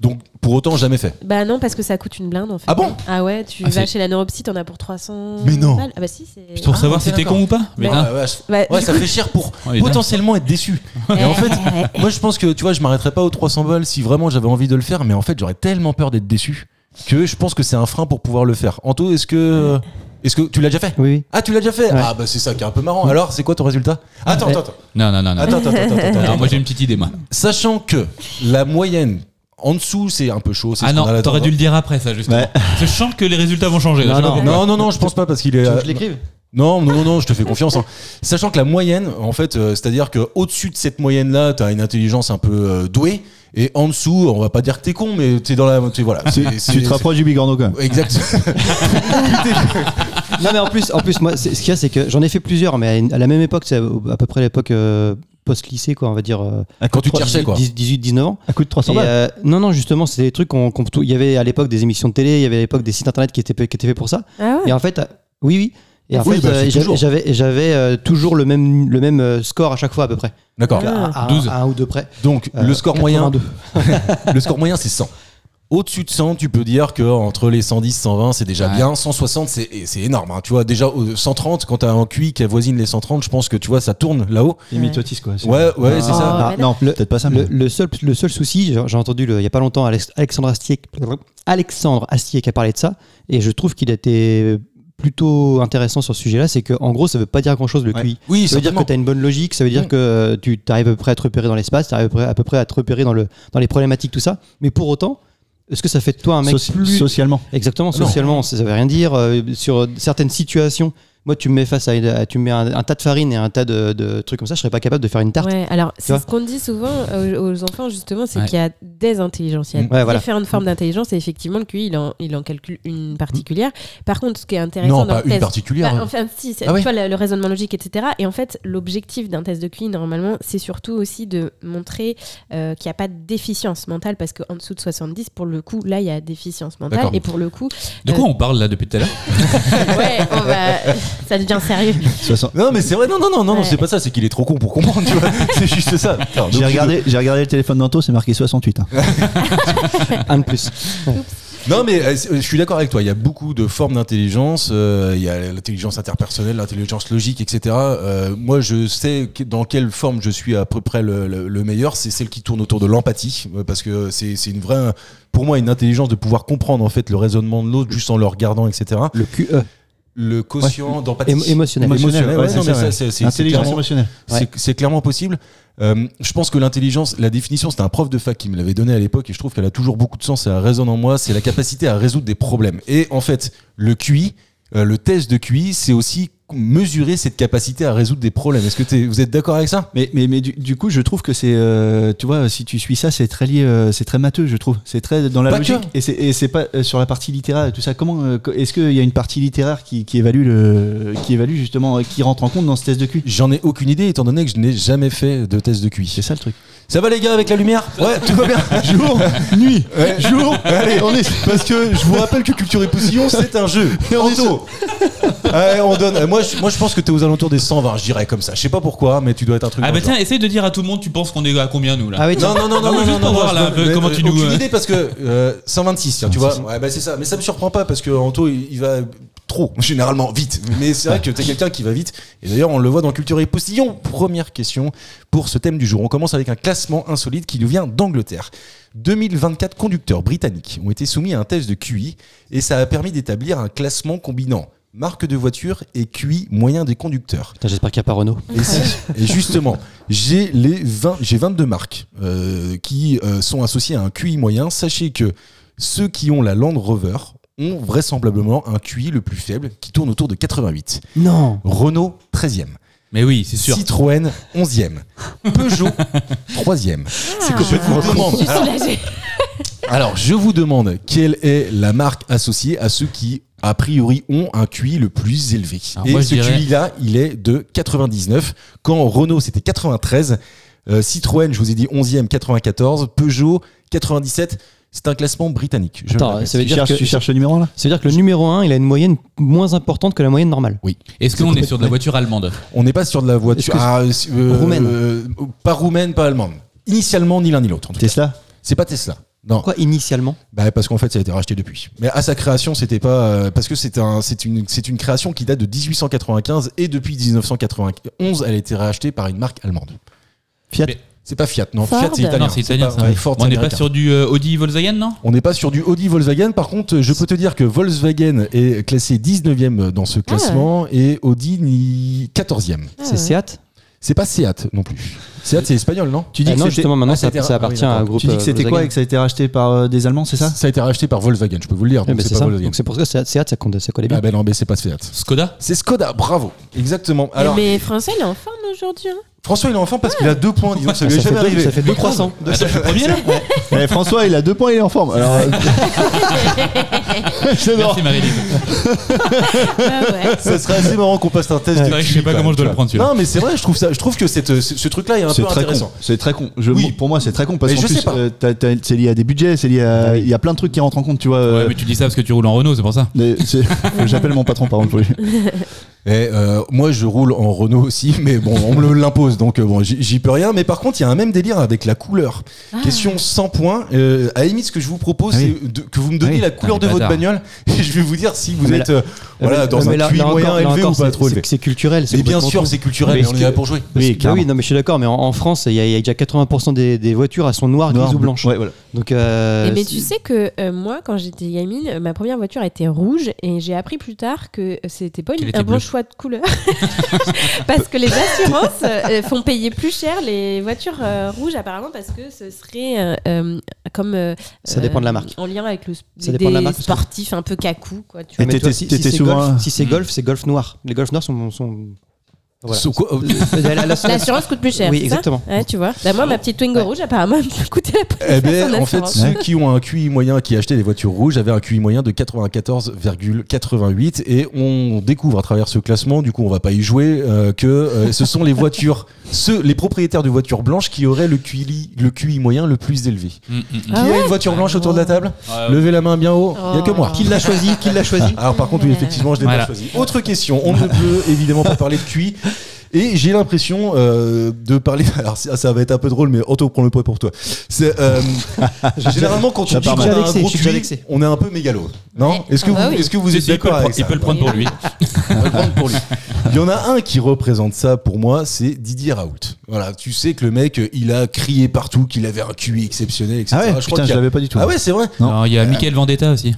Speaker 4: Donc, pour autant, jamais fait.
Speaker 9: Bah non parce que ça coûte une blinde en fait.
Speaker 4: Ah bon
Speaker 9: Ah ouais, tu
Speaker 7: Ah,
Speaker 9: vas
Speaker 7: c'est-
Speaker 9: chez la neuropsy, t'en as pour 300.
Speaker 4: Mais non.
Speaker 9: balles. Ah bah si, c'est.
Speaker 7: Pour
Speaker 4: Ah,
Speaker 7: savoir
Speaker 4: ok,
Speaker 7: si t'es
Speaker 4: d'accord.
Speaker 7: con ou pas. Mais, hein,
Speaker 4: Ouais, ouais, je-
Speaker 9: Bah,
Speaker 4: ouais,
Speaker 9: du
Speaker 4: ça
Speaker 9: coup-
Speaker 4: fait cher pour
Speaker 7: Oh, il est
Speaker 4: potentiellement être déçu. Et en fait, moi je pense que tu vois, je m'arrêterais pas aux 300 balles si vraiment j'avais envie de le faire, mais en fait j'aurais tellement peur d'être déçu que je pense que c'est un frein pour pouvoir le faire. Anto, est-ce que, est-ce que tu l'as déjà fait
Speaker 8: Oui, oui.
Speaker 4: Ah, tu l'as déjà fait
Speaker 8: Ouais.
Speaker 4: Ah bah c'est ça qui est un peu marrant. Alors, c'est quoi ton résultat
Speaker 7: Ah,
Speaker 4: Attends,
Speaker 8: Ouais.
Speaker 4: attends, attends.
Speaker 7: Non, non, non, non.
Speaker 4: Attends, attends, attends, attends,
Speaker 7: Alors, [LAUGHS]
Speaker 4: attends.
Speaker 7: moi j'ai une petite idée, moi.
Speaker 4: Sachant que la moyenne en dessous, c'est un peu chaud. c'est
Speaker 7: Ah
Speaker 4: ce qu'on a
Speaker 7: non,
Speaker 4: là
Speaker 7: t'aurais
Speaker 4: dedans.
Speaker 7: dû le dire après, ça, justement.
Speaker 6: Ouais.
Speaker 7: Je sens que les résultats vont changer. là,
Speaker 8: Non,
Speaker 7: je
Speaker 8: non,
Speaker 4: Non,
Speaker 7: comprends.
Speaker 4: non, non, je pense pas parce qu'il est.
Speaker 8: Tu veux
Speaker 4: euh,
Speaker 8: que je l'écrive
Speaker 4: Non, non, non, non, je te fais confiance. hein. Sachant que la moyenne, en fait, euh, c'est-à-dire que au-dessus de cette moyenne-là, t'as une intelligence un peu euh, douée, et en dessous, on va pas dire que t'es con, mais t'es dans la, t'es- voilà. c'est-
Speaker 6: Ah,
Speaker 4: c'est-
Speaker 6: Tu te rapproches du bigorneau quand même.
Speaker 4: c'est- Exact.
Speaker 8: Non mais en plus, en plus moi, c'est- ce qu'il y a, c'est que j'en ai fait plusieurs, mais à, une- à la même époque, c'est à, à peu près l'époque euh, post-lycée, quoi, on va dire. euh,
Speaker 4: Quand tu te
Speaker 8: 3,
Speaker 4: cherchais, quoi.
Speaker 8: 18, 18, 19 ans.
Speaker 6: À coup de 300
Speaker 8: Et,
Speaker 6: balles.
Speaker 8: euh, non, non, justement, c'est des trucs qu'on. qu'on- tout- Il y avait à l'époque des émissions de télé, il y avait à l'époque des sites internet qui étaient, qui étaient faits pour ça.
Speaker 9: Ah ouais.
Speaker 8: Et en fait, euh, oui, oui. Et en
Speaker 4: Oui,
Speaker 8: fait,
Speaker 4: bah,
Speaker 8: euh,
Speaker 4: c'est toujours.
Speaker 8: j'avais- j'avais j'avais, euh, toujours le même, le même euh, score à chaque fois, à peu près.
Speaker 4: D'accord.
Speaker 9: Ah.
Speaker 8: À, à-
Speaker 7: 12.
Speaker 8: à un ou deux près.
Speaker 4: Donc
Speaker 8: Euh,
Speaker 4: le score moyen,
Speaker 8: 82.
Speaker 4: le score moyen, c'est 100. Au-dessus de 100, tu peux dire que entre les 110, 120, c'est déjà
Speaker 7: Ouais.
Speaker 4: bien. 160, c'est et c'est énorme. hein. Tu vois, déjà euh, 130, quand t'as un QI qui avoisine les 130, je pense que tu vois, ça tourne là-haut.
Speaker 6: Limite autiste, quoi. c'est-
Speaker 4: Ouais, ouais, c'est
Speaker 6: Ah,
Speaker 4: ça.
Speaker 9: Ah,
Speaker 6: ah, Non,
Speaker 8: euh, Le-
Speaker 6: peut-être pas ça,
Speaker 8: Le,
Speaker 6: mais.
Speaker 8: le seul, le seul souci, j'ai j'ai entendu le- il n'y a pas longtemps Alex- Alexandre Astier, Alexandre Astier qui a parlé de ça, et je trouve qu'il a été plutôt intéressant sur ce sujet-là, c'est que en gros, ça veut pas dire grand-chose le
Speaker 6: Ouais.
Speaker 8: QI.
Speaker 4: Oui,
Speaker 8: Ça veut dire que
Speaker 4: certainement.
Speaker 8: tu as une bonne logique, ça veut dire
Speaker 4: Mm.
Speaker 8: que euh, tu arrives à peu près à te repérer dans l'espace, tu arrives à peu près- à peu près à te repérer dans, le, dans les problématiques, tout ça, mais pour autant, est-ce que ça fait de toi un mec
Speaker 6: Soci-
Speaker 8: plus...
Speaker 6: Socialement.
Speaker 8: Exactement,
Speaker 4: Ah Non.
Speaker 8: socialement, ça ne veut rien dire. euh, sur certaines situations, moi, tu me mets face à, une- à- tu me mets un, un tas de farine et un tas de, de trucs comme ça, je serais pas capable de faire une tarte.
Speaker 9: Ouais, alors c'est
Speaker 8: vois
Speaker 9: ce qu'on dit souvent aux, aux enfants justement, c'est
Speaker 7: Ouais.
Speaker 9: qu'il y a des intelligences,
Speaker 4: Mm.
Speaker 9: il y a
Speaker 8: Ouais, voilà.
Speaker 9: différentes formes d'intelligence et effectivement le QI il en, il en calcule une particulière. Par contre ce qui est intéressant
Speaker 4: Non,
Speaker 9: dans
Speaker 4: pas
Speaker 9: le
Speaker 4: une
Speaker 9: test,
Speaker 4: particulière.
Speaker 9: Bah, enfin, si, c'est-
Speaker 4: Ah ouais.
Speaker 9: tu vois, le, le raisonnement logique, etc. Et en fait, l'objectif d'un test de QI, normalement, c'est surtout aussi de montrer euh, qu'il n'y a pas de déficience mentale, parce qu'en dessous de 70, pour le coup, là, il y a déficience mentale.
Speaker 4: D'accord.
Speaker 9: Et pour le coup,
Speaker 7: De quoi on parle là depuis tout à l'heure
Speaker 4: [LAUGHS]
Speaker 9: ouais, on va... ça devient sérieux.
Speaker 6: 60.
Speaker 4: Non mais c'est vrai non non non non
Speaker 9: Ouais.
Speaker 4: c'est pas ça c'est qu'il est trop con pour comprendre
Speaker 6: [LAUGHS]
Speaker 4: tu vois c'est juste ça Putain, donc,
Speaker 6: J'ai regardé, j'ai regardé le téléphone d'Anto, c'est marqué 68. hein.
Speaker 8: Un de plus.
Speaker 4: je- non mais euh, c'est- je suis d'accord avec toi il y a beaucoup de formes d'intelligence euh, il y a l'intelligence interpersonnelle l'intelligence logique etc Euh, moi je sais que- dans quelle forme je suis à peu près le, le- le meilleur c'est celle qui tourne autour de l'empathie euh, parce que c'est c'est une vraie pour moi une intelligence de pouvoir comprendre en fait le raisonnement de l'autre juste en le regardant etc
Speaker 8: Le QE.
Speaker 4: le quotient d'empathie
Speaker 8: Émo- émotionnel.
Speaker 4: Émotionnel, ouais,
Speaker 6: ouais, Ah,
Speaker 4: non,
Speaker 6: c'est
Speaker 4: mais
Speaker 6: ça,
Speaker 4: ça,
Speaker 6: ouais.
Speaker 4: c'est- c'est- c'est
Speaker 6: Intelligence
Speaker 4: clairement-
Speaker 6: émotionnelle.
Speaker 8: Ouais.
Speaker 4: C'est- C'est clairement possible. Euh, je pense que l'intelligence, la définition, c'était un prof de fac qui me l'avait donnée à l'époque et je trouve qu'elle a toujours beaucoup de sens et elle résonne en moi. C'est la capacité à résoudre des problèmes. Et en fait, le QI, euh, le test de QI, c'est aussi mesurer cette capacité à résoudre des problèmes. Est-ce que t'es- vous êtes d'accord avec ça
Speaker 6: Mais, mais, mais du, du coup, je trouve que c'est, euh, tu vois, si tu suis ça, c'est très lié, euh, c'est très matheux, je trouve. C'est très dans la
Speaker 4: Pas
Speaker 6: logique.
Speaker 4: que.
Speaker 6: Et c'est, et c'est pas euh, sur la partie littéraire et tout ça. Comment, euh, co- est-ce qu'il y a une partie littéraire qui, qui évalue le, qui évalue justement, euh, qui rentre en compte dans ce test de cul
Speaker 4: J'en ai aucune idée étant donné que je n'ai jamais fait de test de QI.
Speaker 6: C'est ça le truc.
Speaker 4: Ça va les gars avec la lumière Ouais, tout va bien. [LAUGHS] Jour, nuit, jour. Allez, on est. Parce que je vous rappelle que Culture et Poussillon, c'est un [LAUGHS] jeu. Anto. Allez, on donne. Moi, je, moi, je pense que t'es aux alentours des 120, je dirais comme ça. Je sais pas pourquoi, mais tu dois être un truc.
Speaker 7: Ah
Speaker 4: dans
Speaker 7: bah
Speaker 4: le genre.
Speaker 7: tiens, essaye de dire à tout le monde, tu penses qu'on est à combien nous là
Speaker 8: Ah oui, tiens.
Speaker 4: Non, non, non, non,
Speaker 7: Non, mais
Speaker 4: non,
Speaker 7: juste
Speaker 4: non,
Speaker 7: pour
Speaker 4: non,
Speaker 7: voir,
Speaker 4: je
Speaker 7: là,
Speaker 4: me-
Speaker 7: un peu,
Speaker 4: mais-
Speaker 7: comment tu nous-
Speaker 4: Aucune
Speaker 7: euh,
Speaker 4: idée parce que euh, 126, tiens, tu vois. Ouais, bah c'est ça. Mais ça me surprend pas parce que Anto, il il va trop, [LAUGHS] généralement, vite. Mais c'est vrai que t'es quelqu'un qui va vite. Et d'ailleurs, on le voit dans Culture et Postillon. Première question pour ce thème du jour. On commence avec un classement insolite qui nous vient d'Angleterre. 2024 conducteurs britanniques ont été soumis à un test de QI et ça a permis d'établir un classement combinant marque de voiture et QI moyen des conducteurs.
Speaker 8: Putain, j'espère qu'il n'y a pas Renault.
Speaker 4: Et, si- et justement, j'ai les 20, j'ai 22 marques euh, qui euh, sont associées à un QI moyen. Sachez que ceux qui ont la Land Rover ont vraisemblablement un QI le plus faible qui tourne autour de 88.
Speaker 8: Non
Speaker 4: Renault 13e,
Speaker 7: Mais oui, c'est sûr.
Speaker 4: Citroën 11e,
Speaker 7: [LAUGHS]
Speaker 4: Peugeot 3e.
Speaker 9: C'est
Speaker 4: complètement con.
Speaker 9: Je suis soulagée.
Speaker 4: Alors, je vous demande quelle est la marque associée à ceux qui a priori ont un QI le plus élevé.
Speaker 7: Alors,
Speaker 4: Et
Speaker 7: moi, je
Speaker 4: ce
Speaker 7: dirais-
Speaker 4: QI là, il est de 99 quand Renault c'était 93, euh, Citroën, je vous ai dit 11e 94, Peugeot 97, c'est un classement britannique. Je le
Speaker 8: Attends,
Speaker 4: répète.
Speaker 8: ça veut,
Speaker 6: Tu
Speaker 8: dire
Speaker 6: cherches,
Speaker 8: que,
Speaker 6: tu cherches le numéro là
Speaker 8: ça veut dire que le numéro 1, il a une moyenne moins importante que la moyenne normale.
Speaker 7: Est-ce que l'on est sur de la voiture allemande
Speaker 4: On n'est pas sur de la voiture
Speaker 8: Est-ce que-
Speaker 4: Ah, si- euh,
Speaker 8: Roumaine.
Speaker 4: euh, pas roumaine, pas allemande. Initialement ni l'un ni l'autre. en tout cas.
Speaker 6: Tesla
Speaker 4: C'est pas Tesla. Non.
Speaker 8: Pourquoi initialement
Speaker 4: Bah, parce qu'en fait, ça a été racheté depuis. Mais à sa création, c'était pas euh, parce que c'est un, c'est une, c'est une création qui date de 1895 et depuis 1991, elle a été rachetée par une marque allemande.
Speaker 6: Fiat
Speaker 7: Mais-
Speaker 4: C'est pas Fiat, non.
Speaker 9: Ford
Speaker 4: Fiat, c'est italien.
Speaker 7: Non, c'est italien.
Speaker 4: pas-
Speaker 7: ça.
Speaker 4: ouais, Ford,
Speaker 7: on
Speaker 4: c'est
Speaker 7: n'est pas
Speaker 4: américain.
Speaker 7: sur du euh, Audi Volkswagen, non
Speaker 4: On n'est pas sur du Audi Volkswagen. Par contre, je peux te dire que Volkswagen est classé 19e dans ce classement et Audi ni 14e.
Speaker 9: Ah
Speaker 8: C'est
Speaker 9: ouais.
Speaker 8: Seat
Speaker 4: C'est pas Seat non plus. Seat, c'est espagnol, non
Speaker 6: Tu dis
Speaker 8: Ah
Speaker 6: que
Speaker 8: Non,
Speaker 6: c'était-
Speaker 8: justement, maintenant,
Speaker 4: Ah,
Speaker 8: ça,
Speaker 4: c'était-
Speaker 8: ça
Speaker 4: ah oui,
Speaker 8: appartient à
Speaker 4: d'accord.
Speaker 8: un groupe.
Speaker 6: tu dis que
Speaker 8: euh,
Speaker 6: c'était quoi
Speaker 8: Volkswagen.
Speaker 6: et que ça a été racheté par euh, des Allemands, c'est ça
Speaker 4: Ça a été racheté par Volkswagen, je peux vous le dire.
Speaker 8: Eh
Speaker 4: donc
Speaker 8: ben,
Speaker 4: c'est
Speaker 8: c'est
Speaker 4: pas
Speaker 8: ça.
Speaker 4: Volkswagen.
Speaker 8: Donc c'est pour ça que Seat, Seat, ça compte- ça collait bien.
Speaker 4: Ah ben non, mais c'est pas Seat.
Speaker 7: Skoda
Speaker 4: C'est Skoda, bravo. Exactement. Alors,
Speaker 9: Mais François, il est en forme aujourd'hui. hein.
Speaker 4: François, il est enfant parce qu'il a deux points, disons que ça lui est
Speaker 8: Ça fait
Speaker 4: jamais
Speaker 8: deux-
Speaker 4: arrivé.
Speaker 8: ça fait deux croissants. Deux-
Speaker 7: Attends, je suis le premier là
Speaker 6: Eh, François, il a deux points, il est en forme. Alors, euh,
Speaker 7: Merci Marie-Lise.
Speaker 9: Ah ouais.
Speaker 4: Ça serait assez marrant qu'on passe un test
Speaker 7: C'est
Speaker 4: de
Speaker 7: vrai que je
Speaker 4: QI,
Speaker 7: sais pas
Speaker 4: quand
Speaker 7: comment
Speaker 4: même, tu
Speaker 7: je dois le
Speaker 4: vois.
Speaker 7: prendre celui-là.
Speaker 4: Non, mais c'est vrai, je trouve, ça, je trouve que cette, ce, ce truc-là est un
Speaker 6: c'est
Speaker 4: peu
Speaker 6: très
Speaker 4: intéressant.
Speaker 6: con. C'est très con. Je-
Speaker 4: Oui.
Speaker 6: Pour moi, c'est très con parce
Speaker 4: Mais
Speaker 6: qu'en
Speaker 4: je sais
Speaker 6: plus,
Speaker 4: pas. Ah
Speaker 6: euh, t'as- t'as- c'est lié à des budgets, c'est lié à. Il y a plein de trucs qui rentrent en compte, tu vois.
Speaker 7: Ouais,
Speaker 6: euh,
Speaker 7: mais tu dis ça parce que tu roules en Renault, c'est pour ça.
Speaker 6: mais c'est- [LAUGHS] J'appelle mon patron par exemple. pour lui.
Speaker 4: Et, euh, moi, je roule en Renault aussi, [LAUGHS] mais bon, on me le- l'impose, donc euh, bon, j'y j'y peux rien. Mais par contre, il y a un même délire avec la couleur. Question 100 points. Euh, à la limite, ce que je vous propose,
Speaker 6: Ah oui.
Speaker 4: c'est de- que vous me donniez
Speaker 6: Ah oui.
Speaker 4: la couleur de
Speaker 7: Putain, les
Speaker 4: votre
Speaker 7: bâtards.
Speaker 4: bagnole, [LAUGHS] et je vais vous dire si vous
Speaker 8: Mais
Speaker 4: êtes euh, voilà,
Speaker 8: Mais-
Speaker 4: dans
Speaker 8: mais
Speaker 4: un
Speaker 8: là-
Speaker 4: QI
Speaker 8: là
Speaker 4: moyen
Speaker 8: encore- là
Speaker 4: élevé
Speaker 8: encore,
Speaker 4: ou pas
Speaker 8: c'est-
Speaker 4: trop
Speaker 8: c'est-
Speaker 4: élevé.
Speaker 8: C'est culturel. c'est
Speaker 4: Et bien
Speaker 8: complètement
Speaker 4: sûr,
Speaker 8: con.
Speaker 4: c'est culturel,
Speaker 8: Mais
Speaker 4: mais on est
Speaker 8: est-ce
Speaker 4: là
Speaker 8: que-
Speaker 4: pour jouer.
Speaker 8: Parce
Speaker 6: Oui,
Speaker 8: que-
Speaker 6: clairement.
Speaker 8: oui, non, mais je suis d'accord, mais en, en France, il y, a- il y a déjà 80% des, des voitures, elles sont noires,
Speaker 6: Noir,
Speaker 8: grises ou
Speaker 6: bleu.
Speaker 8: blanches.
Speaker 6: Ouais, voilà.
Speaker 8: Donc, euh,
Speaker 9: Eh ben,
Speaker 8: c'est-
Speaker 9: tu sais que euh, moi, quand j'étais gamine, euh, ma première voiture était rouge et j'ai appris plus tard que euh, c'était pas une-
Speaker 7: Qu'elle était
Speaker 9: un bon
Speaker 7: bleue.
Speaker 9: choix de couleur. [LAUGHS] parce que les assurances euh, font payer plus cher les voitures euh, rouges, apparemment, parce que ce serait euh, euh, comme. euh,
Speaker 8: Ça dépend de la marque.
Speaker 9: En lien avec le sp-
Speaker 8: Ça dépend de la
Speaker 9: des
Speaker 8: marque, parce que-
Speaker 9: sportifs un peu cacou, quoi. Tu
Speaker 6: Et
Speaker 9: vois.
Speaker 8: mais
Speaker 6: t'étais-
Speaker 8: toi, si, si
Speaker 6: t'étais
Speaker 8: c'est
Speaker 6: souvent
Speaker 8: golf,
Speaker 6: un-
Speaker 8: si c'est golf, c'est golf noir. Les golfs noirs sont. sont... Voilà.
Speaker 4: So- quoi-
Speaker 8: Euh, la- la- la-
Speaker 9: L'assurance coûte plus cher.
Speaker 8: Oui,
Speaker 9: c'est ça
Speaker 8: exactement.
Speaker 9: Ouais, tu vois. Bah, moi, ma petite Twingo
Speaker 8: Ouais.
Speaker 9: rouge, apparemment, elle me coûtait la peine.
Speaker 4: Eh ben,
Speaker 9: son
Speaker 4: en fait,
Speaker 9: assurance.
Speaker 4: ceux qui ont un QI moyen, qui achetaient des voitures rouges, avaient un QI moyen de 94,88 et on découvre à travers ce classement, du coup, on va pas y jouer, euh, que euh, ce sont les voitures, ceux, les propriétaires de voitures blanches qui auraient le QI, le QI moyen le plus élevé.
Speaker 7: Mm, mm, mm.
Speaker 9: Ah
Speaker 4: qui a
Speaker 9: ouais
Speaker 4: une voiture blanche autour de la table
Speaker 7: Ouais,
Speaker 4: Levez la main bien haut. Il y a que moi.
Speaker 9: Oh.
Speaker 8: Qui l'a choisi Qui l'a choisi
Speaker 4: Alors par contre, oui, effectivement, je l'ai
Speaker 7: Voilà.
Speaker 4: pas choisi. Autre question, on ne peut évidemment pas parler de QI. Et j'ai l'impression euh, de parler. [LAUGHS] Alors ça, ça va être un peu drôle, mais Anto, prends le point pour toi. C'est, euh,
Speaker 7: [LAUGHS]
Speaker 4: généralement, quand on
Speaker 6: Je
Speaker 4: dit
Speaker 6: pars
Speaker 4: qu'on a
Speaker 8: mal.
Speaker 4: un gros
Speaker 8: Je suis déjà
Speaker 4: QI,
Speaker 8: vexé.
Speaker 4: on est un peu mégalo, non
Speaker 9: Ouais.
Speaker 4: Est-ce que,
Speaker 9: Ah bah
Speaker 4: vous-
Speaker 9: oui.
Speaker 4: est-ce que vous
Speaker 7: Si,
Speaker 4: êtes
Speaker 7: si, il peut
Speaker 4: d'accord
Speaker 7: le
Speaker 4: avec
Speaker 7: prendre- Il
Speaker 4: ça
Speaker 7: peut le prendre pour lui.
Speaker 4: On va le prendre pour lui. Il y en a un qui représente ça pour moi, c'est Didier Raoult. Voilà, tu sais que le mec, il a crié partout qu'il avait un QI exceptionnel, etc.
Speaker 6: Ah ouais,
Speaker 4: crois
Speaker 6: putain,
Speaker 4: qu'il y
Speaker 6: je
Speaker 4: a-
Speaker 6: l'avais pas du tout. hein.
Speaker 4: Ah ouais, c'est vrai.
Speaker 6: Non.
Speaker 7: Alors, il y a Michael Vendetta aussi.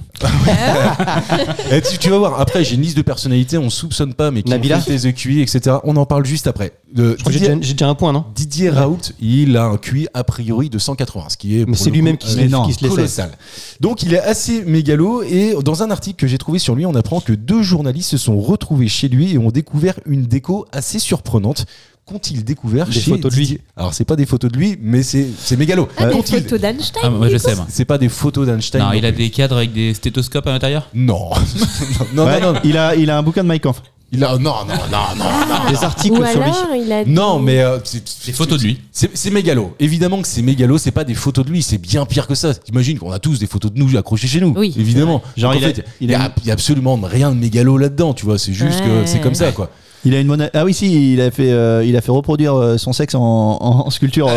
Speaker 4: Eh, tu, tu vas voir, après j'ai une liste de personnalités, on soupçonne pas, mais qui ont
Speaker 8: Nabila
Speaker 4: fait des E EQI, etc. On en parle juste après. Euh,
Speaker 8: Je crois que j'ai
Speaker 4: Didier,
Speaker 8: déjà- j'ai déjà un point, non
Speaker 4: Didier Raoult, il a un QI a priori de 180, ce qui est.
Speaker 8: Mais
Speaker 4: pour
Speaker 8: c'est
Speaker 4: le
Speaker 8: lui-même
Speaker 4: coup,
Speaker 8: qui se
Speaker 4: euh,
Speaker 8: l'est-
Speaker 4: énorme,
Speaker 8: qui se l'est fait.
Speaker 4: colossal. Donc il est assez mégalo, et dans un article que j'ai trouvé sur lui, on apprend que deux journalistes se sont retrouvés chez lui et ont découvert une déco assez surprenante. Qu'ont-ils découvert
Speaker 8: Des
Speaker 4: chez
Speaker 8: photos de lui.
Speaker 4: Didier Alors c'est pas des photos de lui, mais c'est c'est mégalo.
Speaker 8: Euh,
Speaker 9: Ah, des
Speaker 4: Qu'ont-ils-
Speaker 9: photos d'Einstein.
Speaker 7: Ah, moi, je
Speaker 9: du coup.
Speaker 7: sais, moi.
Speaker 4: C'est pas des photos d'Einstein.
Speaker 7: Non,
Speaker 4: non
Speaker 7: il a
Speaker 4: plus.
Speaker 7: des cadres avec des stéthoscopes à l'intérieur
Speaker 4: Non, [LAUGHS] non,
Speaker 6: Ouais,
Speaker 4: non, non,
Speaker 6: Il, a, il a un bouquin de Mike Ah. Kampf.
Speaker 4: il a non, non, non, non.
Speaker 8: Des articles
Speaker 9: Ou
Speaker 8: sur lui.
Speaker 9: alors, il a dit-
Speaker 4: Non, mais euh, c'est- c'est-
Speaker 7: Des photos de lui.
Speaker 4: C'est c'est mégalo. Évidemment que c'est mégalo, c'est pas des photos de lui, c'est bien pire que ça. T'imagines qu'on a tous des photos de nous accrochées chez nous.
Speaker 9: Oui.
Speaker 4: Évidemment.
Speaker 6: Genre,
Speaker 4: Donc,
Speaker 6: il
Speaker 4: en
Speaker 6: a-
Speaker 4: fait, il
Speaker 6: il
Speaker 4: n'y
Speaker 6: a
Speaker 4: a, il y a absolument rien de mégalo là-dedans, tu vois. C'est juste que
Speaker 9: Ouais.
Speaker 4: c'est comme ça, quoi.
Speaker 6: Il a une mona- Ah oui, si, il a fait, euh, il a fait reproduire euh, son sexe en, en- en sculpture.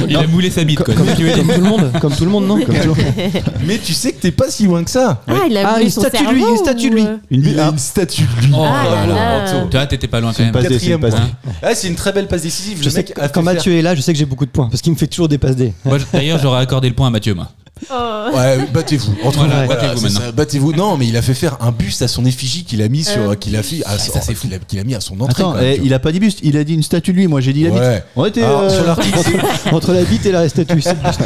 Speaker 6: euh,
Speaker 7: Il a moulé sa bite, quoi.
Speaker 8: Comme, comme tout le
Speaker 6: [LAUGHS]
Speaker 8: monde, comme tout le monde, non
Speaker 6: comme toujours.
Speaker 4: Mais tu sais que t'es pas si loin que ça.
Speaker 9: Ah, il a
Speaker 8: Ah,
Speaker 9: voulu
Speaker 8: une
Speaker 9: son
Speaker 8: statue de lui,
Speaker 9: cerveau
Speaker 8: une statue de lui.
Speaker 9: ou, euh,
Speaker 6: Une
Speaker 4: Il a
Speaker 6: ah,
Speaker 4: une statue de lui.
Speaker 7: Oh
Speaker 9: Ah là là.
Speaker 7: Tu vois, t'étais pas loin quand
Speaker 6: C'est une
Speaker 7: même.
Speaker 6: passe dé, c'est une
Speaker 4: Quatrième
Speaker 6: passe dé.
Speaker 7: Hein.
Speaker 4: Ah, c'est une très belle passe décisive.
Speaker 8: Je
Speaker 4: Le
Speaker 8: sais
Speaker 4: mec
Speaker 8: que
Speaker 4: a
Speaker 8: quand
Speaker 4: fait faire-
Speaker 8: Mathieu est là, je sais que j'ai beaucoup de points parce qu'il me fait toujours dépasser.
Speaker 7: Moi, je- D'ailleurs, j'aurais accordé le point à Mathieu, moi.
Speaker 9: Oh.
Speaker 2: Ouais, battez-vous. Entre
Speaker 7: Voilà,
Speaker 2: vous, voilà,
Speaker 7: battez-vous
Speaker 2: c'est ça,
Speaker 7: maintenant.
Speaker 2: battez-vous. Non, Non, mais il a fait faire un buste à son effigie qu'il a mis sur,
Speaker 9: Euh,
Speaker 2: qu'il a fait, à son-
Speaker 7: ça, c'est
Speaker 2: qu'il a, qu'il a mis à son entrée.
Speaker 6: Attends,
Speaker 2: quoi,
Speaker 6: eh,
Speaker 2: tu vois.
Speaker 6: il a pas dit buste, il a dit une statue de lui. Moi, j'ai dit la bite.
Speaker 2: Ouais.
Speaker 6: On était
Speaker 2: Alors,
Speaker 6: euh,
Speaker 2: sur l'article,
Speaker 6: [LAUGHS] entre, entre la bite et la statue. c'est buste.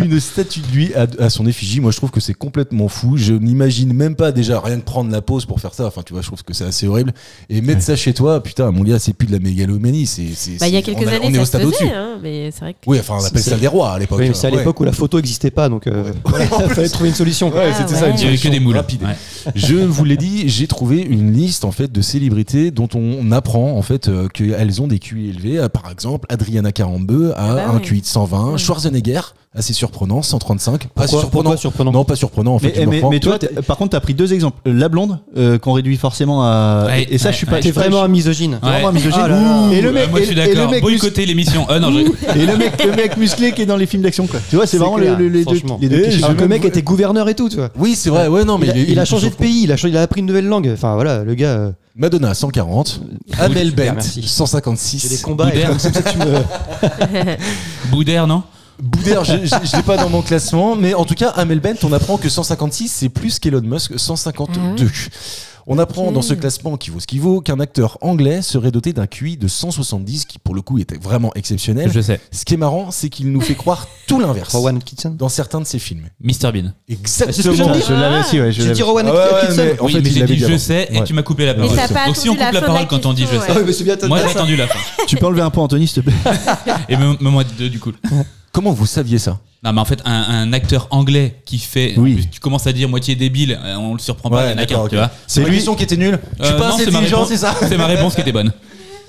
Speaker 2: une statue de lui à, à son effigie. Moi, je trouve que c'est complètement fou. Je m'imagine même pas déjà rien que prendre la pause pour faire ça. Enfin, tu vois, je trouve que c'est assez horrible. Et mettre ça chez toi, putain, mon gars, c'est plus de la mégalomanie. C'est, c'est,
Speaker 9: Bah, il y a
Speaker 2: c'est-
Speaker 9: quelques
Speaker 2: on
Speaker 9: années,
Speaker 2: on est au
Speaker 9: ça
Speaker 2: stade
Speaker 9: se
Speaker 2: au-dessus.
Speaker 9: faisait, hein, mais c'est vrai que.
Speaker 2: Oui, enfin, on appelle
Speaker 8: C'est-
Speaker 2: ça des rois à l'époque.
Speaker 8: Oui, mais
Speaker 2: tu
Speaker 8: c'est à
Speaker 2: vois. Ouais.
Speaker 8: l'époque où la photo n'existait pas, donc euh,
Speaker 2: en
Speaker 8: il [LAUGHS] fallait trouver une solution. quoi.
Speaker 2: Ouais, c'était ça.
Speaker 9: Ah, ouais.
Speaker 2: une
Speaker 7: Il y avait que des
Speaker 2: solution
Speaker 7: moules.
Speaker 2: rapide.
Speaker 7: Ouais.
Speaker 2: Je vous l'ai dit, j'ai trouvé une liste en fait de célébrités dont on apprend en fait euh, qu'elles ont des QI élevés. Euh, Par exemple, Adriana Carambeu a
Speaker 9: Ah bah
Speaker 2: un
Speaker 9: ouais.
Speaker 2: QI de 120,
Speaker 9: Ouais.
Speaker 2: Schwarzenegger assez surprenant, 135. Pas
Speaker 8: Pourquoi-
Speaker 2: surprenant.
Speaker 8: pourquoi surprenant
Speaker 2: Non, pas surprenant en fait.
Speaker 6: Mais,
Speaker 2: tu me
Speaker 6: mais-
Speaker 2: reprends.
Speaker 6: mais toi, t'as- par contre, t'as pris deux exemples. La blonde, euh, qu'on réduit forcément à.
Speaker 7: Ouais,
Speaker 6: et, et ça,
Speaker 7: ouais,
Speaker 6: je suis pas.
Speaker 7: ouais.
Speaker 6: je
Speaker 8: T'es
Speaker 6: suis pas-
Speaker 8: vraiment un misogyne.
Speaker 7: Ouais.
Speaker 6: vraiment un misogyne. Oh
Speaker 8: Ah là là.
Speaker 6: Et le mec,
Speaker 7: Ah, moi, je
Speaker 6: et-
Speaker 7: suis
Speaker 6: et le
Speaker 7: d'accord.
Speaker 6: mec mus-
Speaker 7: Boycotter l'émission. Ah non, je-
Speaker 6: et le mec, le mec musclé qui est dans les films d'action, quoi. Tu vois, c'est
Speaker 8: C'est
Speaker 6: vraiment
Speaker 8: clair,
Speaker 6: les, les deux.
Speaker 8: franchement.
Speaker 6: les deux
Speaker 2: Eh,
Speaker 6: clichés.
Speaker 2: j'ai
Speaker 8: Alors que le
Speaker 2: même
Speaker 8: mec
Speaker 2: voulu-
Speaker 8: était gouverneur et tout, tu vois.
Speaker 2: Oui, c'est vrai. Ouais, non, mais
Speaker 8: il, a,
Speaker 2: il est-
Speaker 8: il
Speaker 2: il
Speaker 8: a
Speaker 2: est
Speaker 8: changé de
Speaker 2: surprenant.
Speaker 8: pays, il a, changé- il a appris une nouvelle langue. Enfin voilà, le gars. euh,
Speaker 2: Madonna 140,
Speaker 8: Oui,
Speaker 2: Amel Bent
Speaker 8: merci. J'ai des
Speaker 2: 156.
Speaker 8: combats. et
Speaker 7: Boudère.
Speaker 8: comme ça, tu me-
Speaker 7: [LAUGHS] Boudère, non
Speaker 2: Boudère, je je- je l'ai pas dans mon classement, mais en tout cas, Amel Bent, on apprend que 156, c'est plus qu'Elon Musk, 152. On apprend
Speaker 9: Ok.
Speaker 2: dans ce classement qui vaut ce qu'il vaut qu'un acteur anglais serait doté d'un QI de 170, qui pour le coup était vraiment exceptionnel.
Speaker 7: Je sais.
Speaker 2: Ce qui est marrant, c'est qu'il nous fait croire tout l'inverse
Speaker 8: Rowan Atkinson
Speaker 2: dans certains de ses films.
Speaker 7: Mr Bean.
Speaker 2: Exactement.
Speaker 8: Putain,
Speaker 6: Je l'avais aussi, ouais. je
Speaker 8: J'ai
Speaker 6: l'avais.
Speaker 8: dit Rowan
Speaker 2: Ah ouais, ouais,
Speaker 8: Atkinson.
Speaker 2: mais- En
Speaker 7: oui,
Speaker 2: fait,
Speaker 7: mais
Speaker 2: il
Speaker 7: j'ai
Speaker 2: l'avait dit
Speaker 7: dit je
Speaker 2: avant.
Speaker 7: sais et
Speaker 2: Ouais.
Speaker 7: tu m'as coupé la parole.
Speaker 9: t'as pas
Speaker 7: Donc si on
Speaker 9: attendu
Speaker 7: coupe
Speaker 9: la
Speaker 7: la
Speaker 9: fin de
Speaker 7: parole
Speaker 9: la
Speaker 7: quand on dit je
Speaker 9: question,
Speaker 7: sais.
Speaker 8: Ah oui, mais c'est bien. t'as-
Speaker 7: Moi
Speaker 8: t'as
Speaker 7: j'ai
Speaker 8: ça.
Speaker 7: attendu la fin.
Speaker 6: Tu peux enlever un point, Anthony, s'il te plaît
Speaker 7: Et même même moi deux du coup.
Speaker 2: Comment vous saviez ça
Speaker 7: Non, mais en fait, un, un acteur anglais qui fait. en
Speaker 6: Oui.
Speaker 7: plus, tu commences à dire moitié débile, euh, on le surprend pas, il y en a qu'un,
Speaker 2: d'accord,
Speaker 7: tu
Speaker 2: ok.
Speaker 7: vois.
Speaker 2: C'est la question qui était nulle. Je suis
Speaker 7: Euh,
Speaker 2: pas
Speaker 7: non,
Speaker 2: assez
Speaker 7: c'est ma
Speaker 2: intelligent,
Speaker 7: réponse-
Speaker 2: c'est ça
Speaker 7: C'est ma réponse qui était bonne.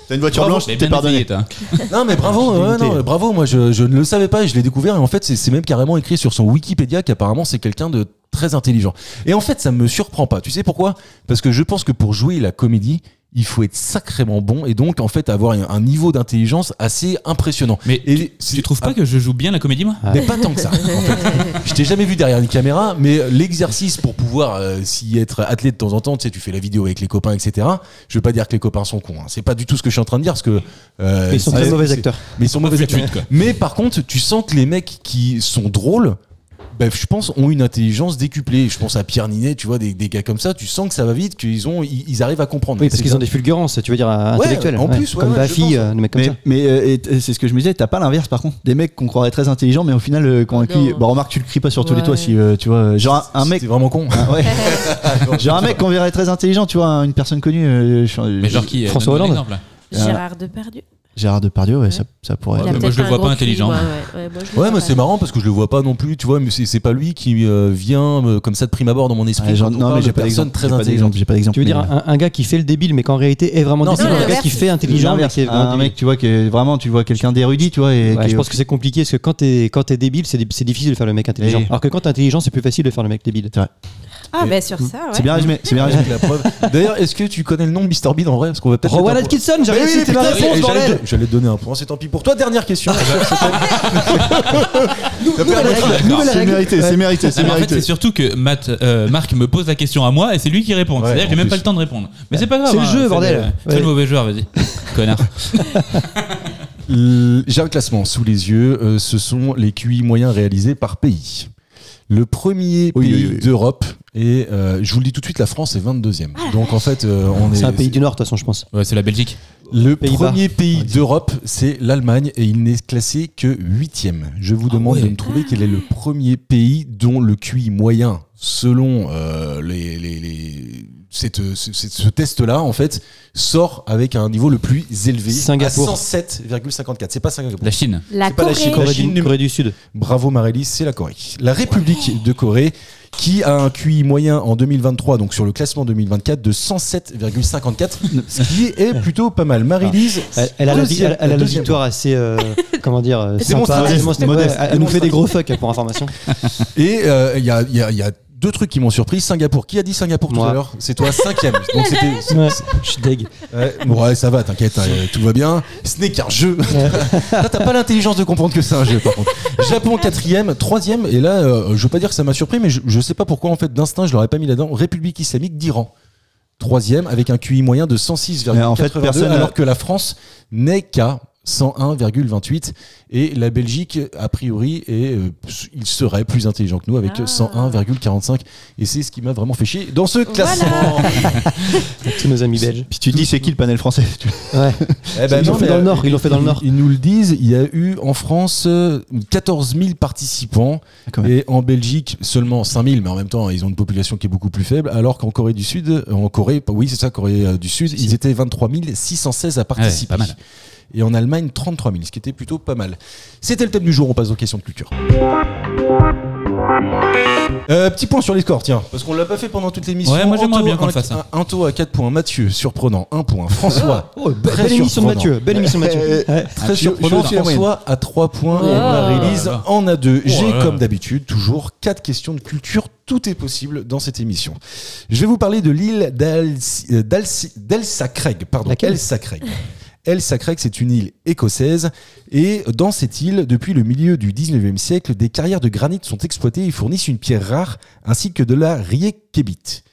Speaker 6: T'as une voiture blanche,
Speaker 7: Mais
Speaker 6: t'es
Speaker 7: bien essayé,
Speaker 6: pardonné.
Speaker 7: toi.
Speaker 2: Non mais bravo,
Speaker 8: Je suis
Speaker 2: ouais,
Speaker 8: Ah, dégoûté.
Speaker 2: non, bravo. Moi, je, je ne le savais pas et je l'ai découvert. Et en fait, c'est- c'est même carrément écrit sur son Wikipédia qu'apparemment c'est quelqu'un de très intelligent. Et en fait, ça me surprend pas. Tu sais pourquoi Parce que je pense que pour jouer la comédie, il faut être sacrément bon et donc en fait avoir un- un niveau d'intelligence assez impressionnant.
Speaker 7: Mais
Speaker 2: Et
Speaker 7: tu,
Speaker 2: c'est-
Speaker 7: tu trouves pas
Speaker 2: ah,
Speaker 7: que je joue bien la comédie, moi
Speaker 2: mais pas tant que ça. en fait. Je t'ai jamais vu derrière une caméra, mais l'exercice pour pouvoir euh, s'y être attelé de temps en temps, tu sais, tu fais la vidéo avec les copains, etc. Je veux pas dire que les copains sont cons. hein. C'est pas du tout ce que je suis en train de dire, parce que euh,
Speaker 8: Mais Ils sont
Speaker 2: c'est-
Speaker 8: très mauvais
Speaker 2: c'est-
Speaker 8: acteurs.
Speaker 2: mais ils sont mauvais
Speaker 7: Tout de
Speaker 2: acteurs.
Speaker 7: suite, quoi.
Speaker 2: Mais par contre, tu sens que les mecs qui sont drôles, bah, je pense, ont une intelligence décuplée. Je pense à Pierre Ninet, tu vois, des, des gars comme ça, tu sens que ça va vite, qu'ils ont, ils, ils arrivent à comprendre.
Speaker 8: Oui, parce
Speaker 2: C'est
Speaker 8: qu'ils
Speaker 2: ça.
Speaker 8: ont des fulgurances, tu veux dire, euh,
Speaker 2: Ouais,
Speaker 8: intellectuelles.
Speaker 2: en plus, ouais,
Speaker 8: comme
Speaker 2: ouais, je
Speaker 8: Baffy,
Speaker 2: pense.
Speaker 8: euh, des mecs comme
Speaker 6: Mais,
Speaker 8: ça.
Speaker 6: mais, euh, et t- c'est ce que je me disais, t'as pas l'inverse par contre. Des mecs qu'on croirait très intelligents, mais au final, euh, quand on
Speaker 9: Non.
Speaker 6: crie- Bon, remarque, tu le cries pas sur tous les
Speaker 9: Ouais.
Speaker 6: toits si euh, tu vois. Genre un un mec.
Speaker 2: C'est vraiment con. hein. [LAUGHS]
Speaker 6: Ah, ouais. genre un mec qu'on verrait très intelligent, tu vois, une personne connue. euh, je-
Speaker 7: Mais genre qui euh,
Speaker 8: François
Speaker 7: donne-nous un
Speaker 8: Hollande.
Speaker 7: exemple.
Speaker 9: Gérard Depardieu.
Speaker 6: Gérard Depardieu, ouais, Ça, ça pourrait.
Speaker 9: Il
Speaker 7: Ouais,
Speaker 9: a
Speaker 7: mais moi,
Speaker 9: peut-être
Speaker 7: je le
Speaker 9: un
Speaker 7: vois
Speaker 9: gros
Speaker 7: pas
Speaker 9: cul,
Speaker 7: intelligent.
Speaker 9: ouais, ouais, ouais, moi, je le
Speaker 2: Ouais,
Speaker 9: vois
Speaker 2: mais
Speaker 9: pas.
Speaker 2: c'est marrant parce que je le vois pas non plus, tu vois, mais c'est c'est pas lui qui euh, vient euh, comme ça de prime abord dans mon esprit.
Speaker 6: Ouais, genre-
Speaker 2: quand on
Speaker 6: non,
Speaker 2: parle
Speaker 6: mais
Speaker 2: de
Speaker 6: j'ai pas
Speaker 2: personnes
Speaker 6: d'exemple.
Speaker 2: très
Speaker 6: J'ai pas
Speaker 2: intelligentes.
Speaker 6: d'exemple. J'ai pas d'exemple.
Speaker 8: Tu veux
Speaker 6: mais,
Speaker 8: dire
Speaker 6: euh,
Speaker 8: un, un gars qui fait le débile, mais qu'en réalité est vraiment
Speaker 2: Non,
Speaker 8: débile,
Speaker 9: c'est
Speaker 8: un gars
Speaker 9: l'inverse.
Speaker 8: qui fait intelligent, mais
Speaker 6: l'inverse. Ah,
Speaker 8: qui est vraiment
Speaker 6: un
Speaker 8: débile.
Speaker 6: mec, tu vois, qui est vraiment, tu vois quelqu'un d'érudit, tu vois. Et
Speaker 8: Ouais,
Speaker 6: qui-
Speaker 8: je pense que c'est compliqué parce que quand t'es quand t'es débile, c'est c'est difficile de faire le mec intelligent.
Speaker 6: Et-
Speaker 8: Alors que quand t'es intelligent, c'est plus facile de faire le mec débile.
Speaker 9: Ah, bah sur ça,
Speaker 6: C'est
Speaker 9: ouais.
Speaker 6: bien résumé. C'est bien résumé.
Speaker 2: La preuve. D'ailleurs, est-ce que tu connais le nom de Mr Bean en vrai Parce qu'on va peut-être.
Speaker 8: Rowan
Speaker 2: mettre un point.
Speaker 8: Atkinson, j'avais
Speaker 2: Mais oui,
Speaker 8: cité ma
Speaker 2: putain,
Speaker 8: réponse,
Speaker 2: et j'allais
Speaker 8: bordel.
Speaker 2: te- J'allais te donner un point, c'est tant pis pour toi. Dernière question.
Speaker 8: Nouvelle
Speaker 6: Ah,
Speaker 8: règle, nouvelle
Speaker 6: bah, C'est
Speaker 8: règle.
Speaker 6: mérité, c'est mérité,
Speaker 7: Ah,
Speaker 6: c'est
Speaker 7: mais en fait, c'est
Speaker 6: mérité.
Speaker 7: surtout que Matt, euh, Marc me pose la question à moi et c'est lui qui répond.
Speaker 2: Ouais,
Speaker 7: C'est-à-dire que
Speaker 2: en
Speaker 7: j'ai même
Speaker 2: plus.
Speaker 7: pas le temps de répondre. Mais c'est pas grave.
Speaker 8: C'est le
Speaker 7: hein,
Speaker 8: jeu, bordel.
Speaker 7: C'est le
Speaker 8: Ouais.
Speaker 7: mauvais joueur, vas-y. Connard.
Speaker 2: L- J'ai un classement sous les yeux. euh, ce sont les QI moyens réalisés par pays. Le premier
Speaker 6: Oui,
Speaker 2: pays
Speaker 6: oui, oui.
Speaker 2: d'Europe et je vous le dis tout de suite, la France est 22e. Donc en fait, euh, on est.
Speaker 8: C'est un pays du Nord, de toute façon, je pense.
Speaker 7: Ouais, c'est la Belgique.
Speaker 2: Le
Speaker 8: Pays-Bas.
Speaker 2: premier pays d'Europe, c'est l'Allemagne et il n'est classé que 8e. Je
Speaker 8: Ah
Speaker 2: vous demande
Speaker 7: ouais.
Speaker 2: de me trouver quel est le premier pays dont le QI moyen, selon euh, les, les- les- cette- ce, ce- ce test-là, en fait, sort avec un niveau le plus élevé
Speaker 8: Singapour.
Speaker 2: à 107,54. C'est pas Singapour.
Speaker 7: La Chine.
Speaker 9: La
Speaker 2: c'est pas la
Speaker 9: Corée.
Speaker 2: Chine.
Speaker 8: Corée
Speaker 2: Chine
Speaker 8: du,
Speaker 2: numéro-
Speaker 8: Corée du Sud.
Speaker 2: Bravo Marélis, c'est la Corée. La République de Corée qui a un QI moyen en 2023, donc sur le classement 2024, de 107,54, ce qui est plutôt pas mal. Marélis,
Speaker 8: Elle, elle a la,
Speaker 2: deuxième-
Speaker 8: elle- elle a la
Speaker 2: deuxième.
Speaker 8: victoire assez, euh, comment dire, euh, sympa,
Speaker 2: Démonstrative.
Speaker 8: démonstrative, ouais,
Speaker 2: Modeste.
Speaker 8: elle nous
Speaker 2: Démonstrative.
Speaker 8: fait des gros fuck pour information.
Speaker 2: Et euh, il y, a, il y a- il y a deux trucs qui m'ont surpris. Singapour, qui a dit Singapour tout
Speaker 8: Moi.
Speaker 2: à l'heure C'est toi, cinquième. Donc c'était.
Speaker 8: Ouais, je suis deg.
Speaker 2: Ouais, bon, ouais, ça va, t'inquiète, hein, euh, tout va bien. Ce n'est qu'un jeu. [LAUGHS] Là, T'as pas l'intelligence de comprendre que c'est un jeu, par contre. Japon, quatrième, troisième, et là, euh, je veux pas dire que ça m'a surpris, mais je, je sais pas pourquoi, en fait, d'instinct, je l'aurais pas mis là-dedans. République islamique d'Iran. Troisième, avec un QI moyen de 106,82,
Speaker 6: Mais en fait, personne-
Speaker 2: alors que la France n'est qu'à 101,28 et la Belgique a priori est euh, il serait plus intelligent que nous avec
Speaker 9: Ah.
Speaker 2: 101,45 et c'est ce qui m'a vraiment fait chier dans ce
Speaker 9: Voilà.
Speaker 2: classement.
Speaker 8: Pour tous nos amis belges.
Speaker 6: Puis tu dis c'est qui le panel français Tu-
Speaker 8: Ouais.
Speaker 2: Eh
Speaker 8: Ils l'ont
Speaker 2: non,
Speaker 8: fait
Speaker 2: mais,
Speaker 8: dans le
Speaker 2: euh,
Speaker 8: Nord, ils l'ont fait dans le Nord.
Speaker 2: Ils nous le disent, il y a eu en France euh, 14 000 participants
Speaker 6: quand même.
Speaker 2: et en Belgique seulement 5 000, mais en même temps ils ont une population qui est beaucoup plus faible, alors qu'en Corée du Sud, euh, en Corée, oui c'est ça, Corée euh, du Sud, ils étaient 23 616 à participer.
Speaker 7: pas mal.
Speaker 2: Et en Allemagne 33 000, ce qui était plutôt pas mal. C'était le thème du jour, on passe aux questions de culture. Euh, petit point sur les scores, tiens, parce qu'on l'a pas fait pendant toute l'émission.
Speaker 7: Ouais, moi, j'aimerais
Speaker 2: Anto
Speaker 7: bien qu'on
Speaker 2: à-
Speaker 7: le fasse, hein.
Speaker 2: Anto à 4 points, Mathieu, surprenant, 1 point, François.
Speaker 8: Oh, be-
Speaker 2: Très
Speaker 8: belle émission de
Speaker 2: surprenant.
Speaker 8: Mathieu. Belle émission de Mathieu. Ouais.
Speaker 2: Très
Speaker 6: Ah, tu-
Speaker 2: surprenant,
Speaker 6: je suis au-dessus de la
Speaker 2: François à 3 points et
Speaker 9: Oh.
Speaker 2: Marie-Lise en a 2. J'ai,
Speaker 7: là là.
Speaker 2: comme d'habitude, toujours 4 questions de culture. Tout est possible dans cette émission. Je vais vous parler de l'île d'Als- euh, d'Als- d'Elsa Craig. Pardon,
Speaker 8: Laquelle
Speaker 2: Elsa Craig. Elsa Craig, c'est une île écossaise. Et dans cette île, depuis le milieu du 19e siècle, des carrières de granit sont exploitées et fournissent une pierre rare ainsi que de la riekébite.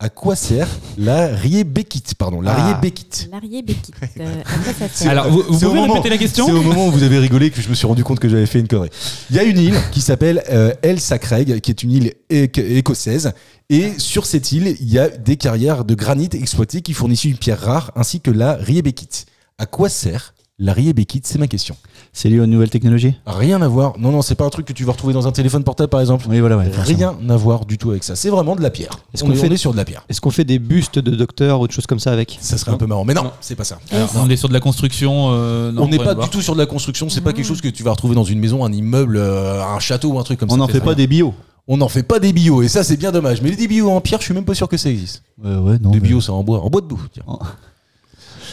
Speaker 2: À quoi sert la riebékite Pardon, la
Speaker 8: Ah.
Speaker 2: riebékite.
Speaker 9: L'arrière
Speaker 2: [LAUGHS]
Speaker 9: béquite. Euh, après, ça se-
Speaker 7: Alors, vous, vous
Speaker 2: C'est au
Speaker 7: pouvez
Speaker 2: moment-
Speaker 7: répéter la question
Speaker 2: C'est au moment où vous avez rigolé que je me suis rendu compte que j'avais fait une connerie. Il y a une île qui s'appelle euh, Elsa Craig, qui est une île éc- écossaise. Et sur cette île, il y a des carrières de granit exploitées qui fournissent une pierre rare ainsi que la riebékite. À quoi sert la riebékite C'est ma question.
Speaker 6: C'est lié aux nouvelles technologies
Speaker 2: Rien à voir. Non, non, c'est pas un truc que tu vas retrouver dans un téléphone portable, par exemple.
Speaker 6: Oui, voilà, ouais. forcément.
Speaker 2: Rien à voir du tout avec ça. C'est vraiment de la pierre.
Speaker 8: Est-ce
Speaker 2: on,
Speaker 8: qu'on
Speaker 2: est-
Speaker 8: fait-
Speaker 2: on est sur de la pierre.
Speaker 8: Est-ce qu'on fait des bustes de docteurs ou de choses comme ça avec
Speaker 2: Ça serait un peu marrant. Mais non, c'est pas ça.
Speaker 7: Alors, On est sur de la construction. euh, non,
Speaker 2: on n'est
Speaker 7: va
Speaker 2: pas
Speaker 7: voir.
Speaker 2: du tout sur de la construction. C'est pas quelque chose que tu vas retrouver dans une maison, un immeuble, euh, un château ou un truc comme ça.
Speaker 6: On n'en
Speaker 2: Ça
Speaker 6: fait pas
Speaker 2: rien.
Speaker 6: des bio.
Speaker 2: On n'en fait pas des bio, et ça c'est bien dommage. Mais les bio en pierre, je suis même pas sûr que ça existe.
Speaker 6: Euh, ouais, non.
Speaker 2: des
Speaker 6: mais-
Speaker 2: bio, c'est en bois, en bois de boue. tiens.
Speaker 6: Oh.